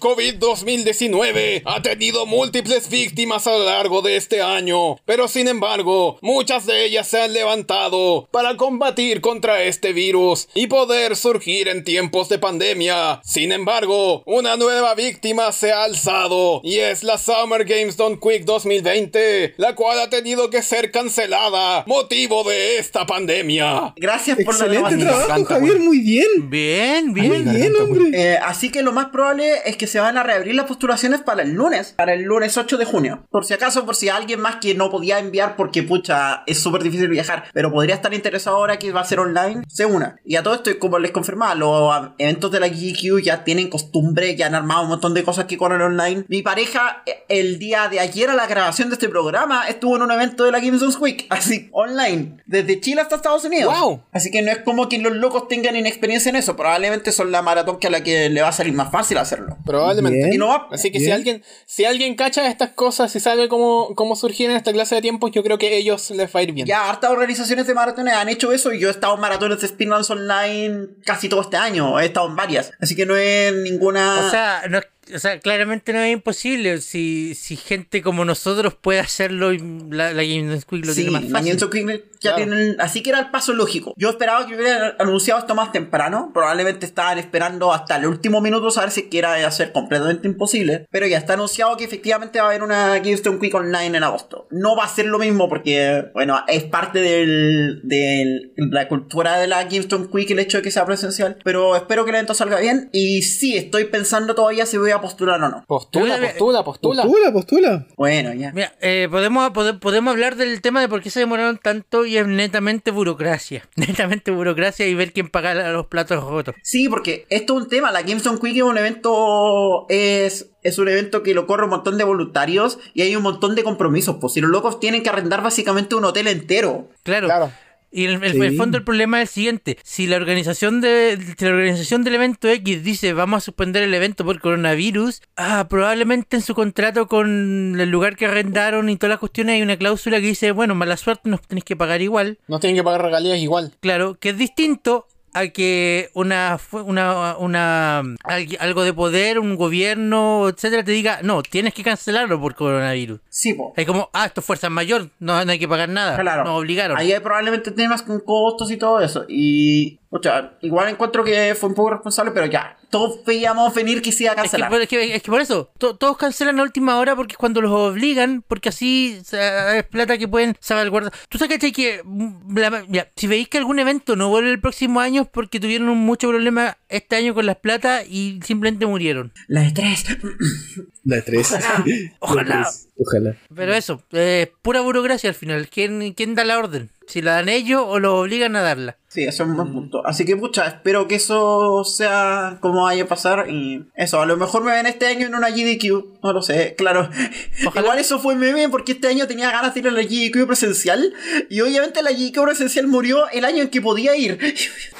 Speaker 3: COVID-2019 ha tenido múltiples víctimas a lo largo de este año, pero sin embargo, muchas de ellas se han levantado para combatir contra este virus y poder surgir en tiempos de pandemia. Sin embargo, una nueva víctima se ha alzado y es la Summer Games Don't Quick 2020, la cual ha tenido que ser cancelada motivo de esta pandemia.
Speaker 2: Gracias por la
Speaker 4: Excelente
Speaker 2: grabación.
Speaker 4: trabajo,
Speaker 3: encanta,
Speaker 4: Javier,
Speaker 3: güey.
Speaker 4: muy bien.
Speaker 1: Bien,
Speaker 4: Muy
Speaker 1: bien.
Speaker 4: bien, hombre.
Speaker 2: Eh, así que lo más probable es que se van a reabrir las postulaciones para el lunes, para el lunes 8 de junio. Por si acaso, por si alguien más que no podía enviar porque, pucha, es súper difícil viajar, pero podría estar interesado ahora que va a ser online, se una. Y a todo esto, y como les confirmaba, los ah, eventos de la GQ ya tienen costumbre, ya han armado un montón de cosas que corren online. Mi pareja, eh, el día de ayer a la grabación de este programa, estuvo en un evento de la Gimson's Week, [LAUGHS] así, online, desde Chile hasta Estados Unidos.
Speaker 3: ¡Guau!
Speaker 2: Así que no es como que los locos tengan inexperiencia en eso. Probablemente son la maratón que a la que le va a salir más fácil hacerlo.
Speaker 3: Probablemente.
Speaker 4: Bien,
Speaker 2: Y no va-
Speaker 3: Así que si
Speaker 4: bien.
Speaker 3: alguien, si alguien cacha estas cosas y sabe cómo, cómo surgieron esta clase de tiempos, yo creo que a ellos les va a ir bien.
Speaker 2: Ya hartas organizaciones de maratones han hecho eso y yo he estado en maratones de speedruns online casi todo este año. He estado en varias. Así que no es ninguna...
Speaker 1: O sea, no, es- o sea, claramente no es imposible. Si, si gente como nosotros puede hacerlo, y la, la Game Dance Quick lo
Speaker 2: Sí,
Speaker 1: tiene más
Speaker 2: la
Speaker 1: fácil.
Speaker 2: Nielsen Quick ya
Speaker 3: Claro.
Speaker 2: tienen- así que era el paso lógico. Yo esperaba que hubieran anunciado esto más temprano. Probablemente estaban esperando hasta el último minuto saber si que era hacer completamente imposible. Pero ya está anunciado que efectivamente va a haber una Kingston Quick Online en agosto. No va a ser lo mismo porque, bueno, es parte del- de la cultura de la Kingston Quick el hecho de que sea presencial. Pero espero que el evento salga bien. Y sí, estoy pensando todavía si voy a voy a postular o no.
Speaker 3: Postula,
Speaker 1: Mira,
Speaker 3: postula, postula.
Speaker 4: Postula, postula.
Speaker 2: Bueno, ya.
Speaker 1: Mira, eh, podemos, pode- podemos hablar del tema de por qué se demoraron tanto y es netamente burocracia. [LAUGHS] Netamente burocracia y ver quién paga la- los platos a los otros.
Speaker 2: Sí, porque esto es un tema. La Gamescom Quick es un evento. Es, es un evento que lo corre un montón de voluntarios y hay un montón de compromisos. Pues si los locos tienen que arrendar básicamente un hotel entero.
Speaker 1: Claro.
Speaker 3: Claro.
Speaker 1: Y el, el-
Speaker 4: Sí.
Speaker 1: el fondo del problema es el siguiente. Si la organización de si la organización del evento X dice vamos a suspender el evento por coronavirus, ah, probablemente en su contrato con el lugar que arrendaron y todas las cuestiones hay una cláusula que dice, bueno, mala suerte, nos tenés que pagar igual.
Speaker 3: No tienen que pagar regalías igual.
Speaker 1: Claro, que es distinto a que una fu- una una al- algo de poder, un gobierno, etcétera, te diga, "No, tienes que cancelarlo por coronavirus."
Speaker 2: Sí, po.
Speaker 1: Es como, "Ah, esto es fuerza mayor, no, no hay que pagar nada."
Speaker 2: Claro.
Speaker 1: Nos obligaron.
Speaker 2: Ahí hay probablemente temas con costos y todo eso. Y. O sea, igual encuentro que fue un poco responsable, pero ya. Todos veíamos venir que se iba a
Speaker 1: Es que,
Speaker 2: cancelar.
Speaker 1: por- es que- es que por eso, to- todos cancelan a última hora porque es cuando los obligan, porque así o sea, es plata que pueden salvaguardar. Tú sabes cachai, que mm, la- mira, si veis que algún evento no vuelve el próximo año es porque tuvieron un- mucho problema este año con las plata y simplemente murieron.
Speaker 2: La de tres.
Speaker 4: La 3.
Speaker 1: Ojalá.
Speaker 4: Ojalá.
Speaker 3: Mm.
Speaker 1: Pero eso, eh, pura burocracia al final. ¿Quién, ¿Quién da la orden? ¿Si la dan ellos o los obligan a darla?
Speaker 2: Sí, eso es un buen punto. Así que, pucha, espero que eso sea como vaya a pasar. Y eso, a lo mejor me ven este año en una GDQ. No lo sé, claro.
Speaker 1: Ojalá.
Speaker 2: Igual eso fue meme porque este año tenía ganas de ir a la GDQ presencial. Y obviamente la GDQ presencial murió el año en que podía ir. [LAUGHS]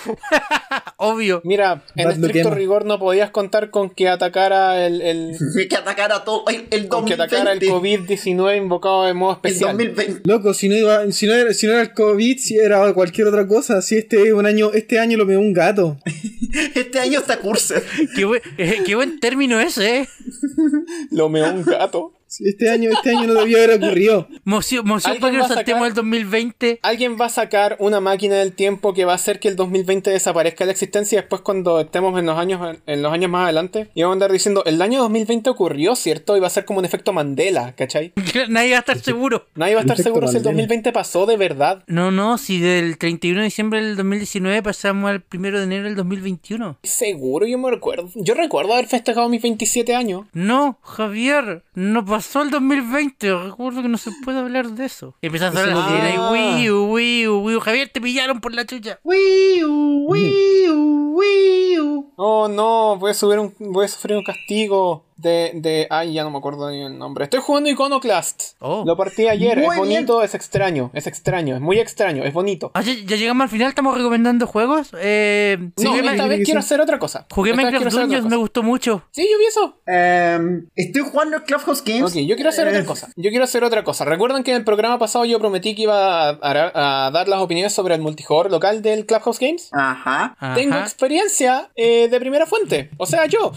Speaker 1: Ah, obvio.
Speaker 3: Mira, en
Speaker 4: Bad
Speaker 3: estricto
Speaker 4: Luquema.
Speaker 3: rigor no podías contar con que atacara el, el-
Speaker 2: que atacara todo el, el
Speaker 3: con que
Speaker 2: 2020.
Speaker 3: atacara el COVID-19 invocado de modo
Speaker 2: El
Speaker 3: especial.
Speaker 2: 2020.
Speaker 4: Loco, si no, iba, si, no era, si no era el COVID, si era cualquier otra cosa, si este es un año, este año lo pegó un gato.
Speaker 2: Este año está curso.
Speaker 1: Qué buen, [LAUGHS] eh, qué buen término ese, ¿eh?
Speaker 3: Lo meó un gato.
Speaker 4: Si este año, este año no debió haber ocurrido.
Speaker 1: Moción, moción
Speaker 3: ¿Alguien
Speaker 1: para que
Speaker 3: va
Speaker 1: nos
Speaker 3: a sacar-
Speaker 1: saltemos el 2020.
Speaker 3: Alguien va a sacar una máquina del tiempo que va a hacer que el 2020 desaparezca de la existencia y después cuando estemos en los años en los años más adelante y vamos a andar diciendo el año 2020 ocurrió, ¿cierto? Y va a ser como un efecto Mandela, ¿cachai?
Speaker 1: [LAUGHS] Nadie va a estar seguro.
Speaker 3: Nadie va a
Speaker 4: El
Speaker 3: estar
Speaker 4: efecto
Speaker 3: seguro si el
Speaker 4: Mandela.
Speaker 3: 2020 pasó de verdad.
Speaker 1: No, no, si del 31 de diciembre del 2019 pasamos al 1 de enero del 2021.
Speaker 3: Seguro, yo me recuerdo. Yo recuerdo haber festejado mis 27 años.
Speaker 1: No, Javier, no pasó el 2020. Recuerdo que no se puede hablar de eso. Y empiezan a sonar las
Speaker 3: Ah.
Speaker 1: sirenas y Wii, U, Wii, U, Wii. U. Javier, te pillaron por la chucha.
Speaker 3: Oh no, voy a, subir un, voy a sufrir un castigo de, de... Ay, ya no me acuerdo ni el nombre. Estoy jugando Iconoclast.
Speaker 1: Oh.
Speaker 3: Lo partí ayer,
Speaker 2: Muy
Speaker 3: es bonito, es extraño, es extraño, es muy extraño, es bonito.
Speaker 1: Ah, ya, ya llegamos al final, estamos recomendando juegos. Eh,
Speaker 3: no,
Speaker 1: jugué,
Speaker 3: esta
Speaker 1: Ma-
Speaker 3: vez
Speaker 4: sí.
Speaker 3: quiero hacer otra cosa.
Speaker 1: jugué
Speaker 3: Esta vez
Speaker 1: Minecraft
Speaker 3: quiero hacer otra
Speaker 1: Dungeons, me
Speaker 3: cosa.
Speaker 1: gustó mucho.
Speaker 3: Sí, yo vi eso.
Speaker 2: Em, estoy jugando el Clubhouse Games.
Speaker 3: Ok, yo quiero hacer otra
Speaker 2: Eh,
Speaker 3: cosa. Yo quiero hacer otra cosa. Recuerdan que en el programa pasado yo prometí que iba a, a- a dar las opiniones sobre el multijugador local del Clubhouse Games.
Speaker 2: Ajá.
Speaker 1: Ajá.
Speaker 3: Tengo experiencia eh, de primera fuente. O sea, yo.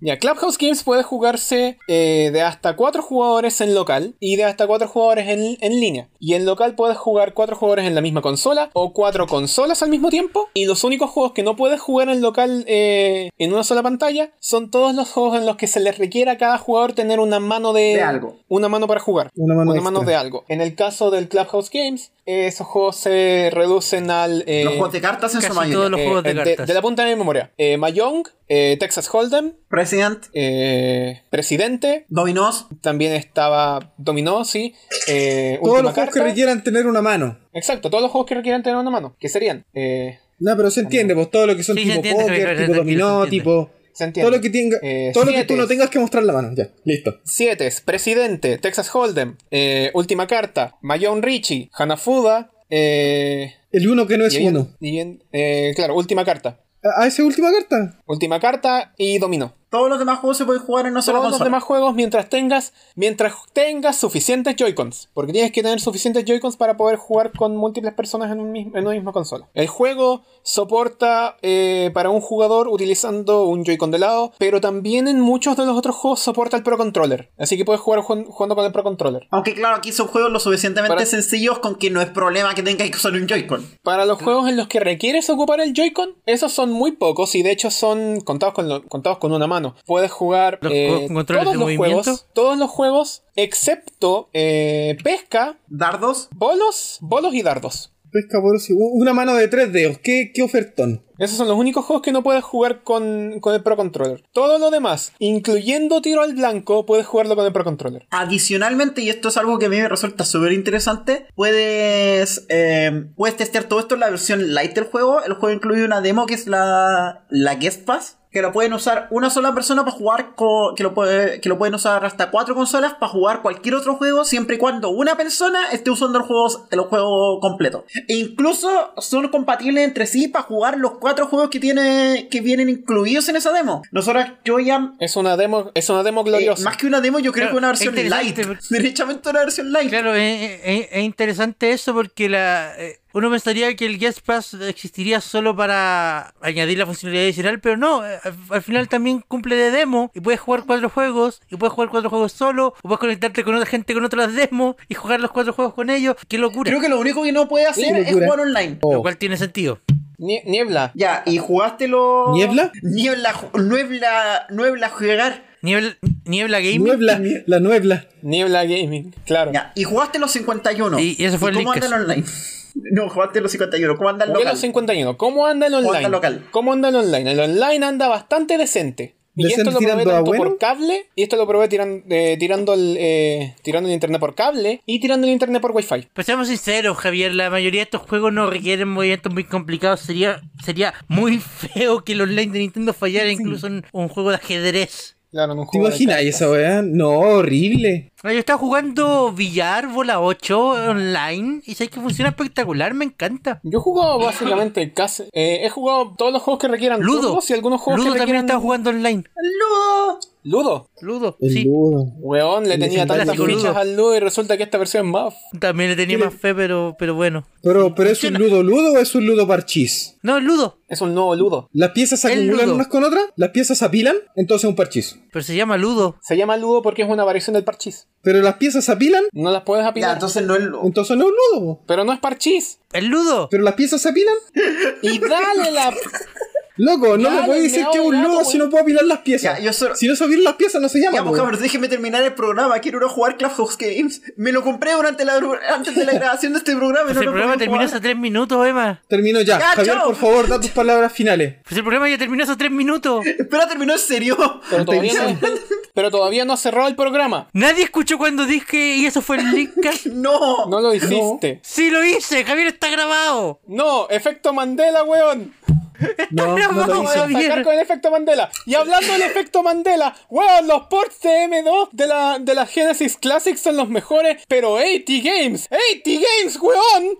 Speaker 3: Ya, Clubhouse Games puede jugarse eh, de hasta 4 jugadores en local y de hasta 4 jugadores en, en línea. Y en local puedes jugar 4 jugadores en la misma consola o 4 consolas al mismo tiempo. Y los únicos juegos que no puedes jugar en local eh, en una sola pantalla son todos los juegos en los que se les requiera a cada jugador tener una mano de,
Speaker 2: De algo.
Speaker 3: Una mano para jugar.
Speaker 4: Una mano
Speaker 3: una
Speaker 4: extra.
Speaker 3: mano de algo. En el caso del Clubhouse Games, eh, esos juegos se reducen al... eh,
Speaker 2: Los juegos de cartas en su
Speaker 1: casi
Speaker 2: mayoría.
Speaker 1: todos los-
Speaker 3: eh,
Speaker 1: juegos de
Speaker 3: eh,
Speaker 1: cartas.
Speaker 3: la punta de mi memoria. Eh, Mahjong, eh, Texas Hold'em,
Speaker 2: President,
Speaker 3: eh, Presidente,
Speaker 2: Dominos,
Speaker 3: también estaba Dominó, sí. eh,
Speaker 4: Todos
Speaker 3: Última
Speaker 4: los juegos que
Speaker 3: Carta.
Speaker 4: requieran tener una mano.
Speaker 3: Exacto, todos los juegos que requieran tener una mano. Que serían? Eh,
Speaker 4: No, pero se entiende, pues todo lo que son
Speaker 1: Sí, se
Speaker 4: tipo
Speaker 1: entiende,
Speaker 4: póker,
Speaker 1: Javier,
Speaker 4: tipo
Speaker 1: se entiende,
Speaker 4: dominó,
Speaker 1: se entiende.
Speaker 4: tipo.
Speaker 3: ¿Se entiende?
Speaker 4: Todo lo que tenga,
Speaker 3: Eh,
Speaker 4: todo lo que
Speaker 3: siete.
Speaker 4: tú no tengas que mostrar la mano. Ya, listo.
Speaker 3: Siete es Presidente, Texas Hold'em, eh, Última Carta, Mahjong Richie, Hanafuda, eh,
Speaker 4: El uno que no es
Speaker 3: y bien-
Speaker 4: uno.
Speaker 3: y bien- eh, claro, Última Carta.
Speaker 4: ¿A, a esa última carta?
Speaker 3: Última Carta y Dominó.
Speaker 2: Todos los demás juegos se pueden jugar en una sola
Speaker 3: todos los
Speaker 2: consola.
Speaker 3: demás juegos mientras tengas mientras tengas suficientes Joy-Cons, porque tienes que tener suficientes Joy-Cons para poder jugar con múltiples personas en, un mis- en una misma consola. El juego soporta eh, para un jugador utilizando un Joy-Con de lado, pero también en muchos de los otros juegos soporta el Pro Controller, así que puedes jugar jugando jugando con el Pro Controller.
Speaker 2: Aunque claro, aquí son juegos lo suficientemente
Speaker 3: Para-
Speaker 2: sencillos con que no es problema que tengáis que usar un Joy-Con.
Speaker 3: Para
Speaker 1: Mm.
Speaker 3: los juegos en los que requieres ocupar el Joy-Con, esos son muy pocos y de hecho son contados con, lo- contados con una mano. Puedes jugar
Speaker 1: Los
Speaker 3: eh,
Speaker 1: co- controles
Speaker 3: todos
Speaker 1: de
Speaker 3: los
Speaker 1: movimiento.
Speaker 3: juegos, todos los juegos excepto eh, pesca,
Speaker 2: Dardos,
Speaker 3: Bolos, bolos y dardos.
Speaker 4: Pesca por ocio. U- Una mano de tres dedos. ¿Qué, qué ofertón?
Speaker 3: Esos son los únicos juegos que no puedes jugar con, con el Pro Controller. Todo lo demás, incluyendo tiro al blanco, puedes jugarlo con el Pro Controller.
Speaker 2: Adicionalmente, y esto es algo que a mí me resulta súper interesante, puedes, eh, puedes testear todo esto en la versión light del juego. El juego incluye una demo que es la, la Guest Pass, que la pueden usar una sola persona para jugar, co- que, lo puede- que lo pueden usar hasta cuatro consolas para jugar cualquier otro juego, siempre y cuando una persona esté usando el juego, el juego completo. E incluso son compatibles entre sí para jugar los cuatro juegos que, tiene, que vienen incluidos en esa demo. Nosotros, yo ya
Speaker 3: Es una demo, es una demo
Speaker 2: eh,
Speaker 3: gloriosa.
Speaker 2: más que una demo, yo creo
Speaker 1: Claro,
Speaker 2: que una versión
Speaker 1: es
Speaker 2: light.
Speaker 1: interesante,
Speaker 2: [LAUGHS] Derechamente una versión light.
Speaker 1: Claro, es, es- es interesante eso porque la eh, uno pensaría que el Guest Pass existiría solo para añadir la funcionalidad adicional, pero no, eh, al, al final también cumple de demo y puedes jugar cuatro juegos, y puedes jugar cuatro juegos solo, o puedes conectarte con otra gente con otras demos y jugar los cuatro juegos con ellos. ¡Qué locura!
Speaker 2: Creo que lo único que no puede hacer
Speaker 4: Qué
Speaker 2: es
Speaker 4: locura.
Speaker 2: jugar online.
Speaker 1: Lo cual tiene sentido.
Speaker 3: Nie- Niebla.
Speaker 2: Ya, y jugaste lo.
Speaker 4: ¿Niebla?
Speaker 2: Niebla, ju- niebla, niebla jugar.
Speaker 1: Niebla, niebla Gaming.
Speaker 4: Niebla, la niebla.
Speaker 3: Niebla Gaming, claro.
Speaker 2: Ya, y jugaste los 51.
Speaker 1: Y- y ese fue el
Speaker 2: ¿Cómo
Speaker 1: link
Speaker 2: andan online? [LAUGHS] No, jugaste los 51. ¿Cómo andan
Speaker 3: Jugué los
Speaker 2: local?
Speaker 3: 51. ¿Cómo anda el online?
Speaker 2: ¿Cómo anda local?
Speaker 3: ¿Cómo anda el online? El online anda bastante decente. Y esto
Speaker 4: ¿Decente
Speaker 3: lo probé
Speaker 4: tirando a
Speaker 3: tanto por
Speaker 4: bueno?
Speaker 3: cable, y esto lo probé tiran- eh, tirando, el, eh, tirando el internet por cable y tirando el internet por wifi.
Speaker 1: Pues seamos sinceros, Javier, la mayoría de estos juegos no requieren movimientos muy complicados. Sería, sería muy [LAUGHS] feo que el online de Nintendo fallara incluso en un juego de ajedrez.
Speaker 3: Claro, en un
Speaker 4: ¿Te
Speaker 3: juego de
Speaker 4: imaginas
Speaker 3: cartas.
Speaker 4: esa weá? No, horrible.
Speaker 1: Ah, Yo estaba jugando billar, bola 8 online y sé que funciona espectacular, me encanta.
Speaker 3: Yo he jugado
Speaker 4: [LAUGHS]
Speaker 3: básicamente casi. eh, he jugado todos los juegos que requieran
Speaker 1: Ludo.
Speaker 3: turnos y algunos juegos
Speaker 1: Ludo
Speaker 3: que
Speaker 1: también
Speaker 3: requieran.
Speaker 1: estaba jugando online.
Speaker 2: ¡Aló!
Speaker 3: Ludo.
Speaker 1: Ludo,
Speaker 4: El
Speaker 1: sí.
Speaker 4: Ludo.
Speaker 3: Weón, le
Speaker 4: El
Speaker 3: tenía tantas
Speaker 1: fantástico
Speaker 3: fichas
Speaker 1: Ludo.
Speaker 3: al Ludo y resulta que esta versión es más.
Speaker 1: También le tenía
Speaker 4: ¿Qué le-
Speaker 1: más fe, pero, pero bueno.
Speaker 4: Pero, pero ¿es un
Speaker 1: Funciona.
Speaker 4: ludo ludo o es un ludo parchís?
Speaker 1: No, Ludo,
Speaker 3: Es un nuevo Ludo.
Speaker 4: ¿Las piezas se
Speaker 1: El
Speaker 4: acumulan
Speaker 1: ludo.
Speaker 4: unas con otras? ¿Las piezas se apilan? Entonces es un parchís.
Speaker 1: pero se llama Ludo.
Speaker 3: Se llama Ludo porque es una variación del parchís.
Speaker 4: ¿Pero las piezas se apilan?
Speaker 3: No las puedes
Speaker 2: Ya,
Speaker 3: apilar.
Speaker 2: entonces no es lo.
Speaker 4: Entonces no es un ludo. po.
Speaker 3: Pero no es parchís.
Speaker 1: ¿El Ludo?
Speaker 4: ¿Pero las piezas se apilan?
Speaker 3: Y dale la.
Speaker 4: Loco, no
Speaker 3: Ya,
Speaker 4: me puedes
Speaker 3: le
Speaker 4: decir
Speaker 3: meao
Speaker 4: que es un
Speaker 3: el
Speaker 4: ludo
Speaker 3: gato,
Speaker 4: si
Speaker 3: weón.
Speaker 4: no puedo apilar las piezas.
Speaker 2: Ya, yo solo-
Speaker 4: Si no se apilan las piezas no se llama.
Speaker 2: Ya, pues,
Speaker 4: po.
Speaker 2: cabros, déjeme terminar el programa. Quiero ir a jugar Clubhouse Games. Me lo compré durante la, antes de la grabación de este programa. y
Speaker 1: Pues
Speaker 2: no
Speaker 1: el
Speaker 2: lo
Speaker 1: programa
Speaker 2: podía
Speaker 1: terminó
Speaker 2: jugar.
Speaker 1: hace tres minutos, Emma.
Speaker 4: Termino ya.
Speaker 2: Ya,
Speaker 4: Javier,
Speaker 2: chao.
Speaker 4: por favor, da tus palabras finales.
Speaker 1: Pues el programa ya terminó hace tres minutos.
Speaker 2: Espera, terminó en serio.
Speaker 3: Pero todavía, no, [LAUGHS] pero todavía no ha cerrado el programa.
Speaker 1: Nadie escuchó cuando dije y eso fue el
Speaker 2: [LAUGHS]
Speaker 1: Linkcast.
Speaker 2: [LAUGHS] No.
Speaker 3: No lo hiciste.
Speaker 1: Sí lo hice, Javier está grabado.
Speaker 3: No, efecto Mandela, weón.
Speaker 4: No, no
Speaker 1: grabado,
Speaker 4: lo hice.
Speaker 1: Javier.
Speaker 3: Sacar con el efecto Mandela. Y hablando del efecto Mandela, weón, los ports de M2 de la, de la Genesis Classic son los mejores, pero 80 Games, 80 Games, weón.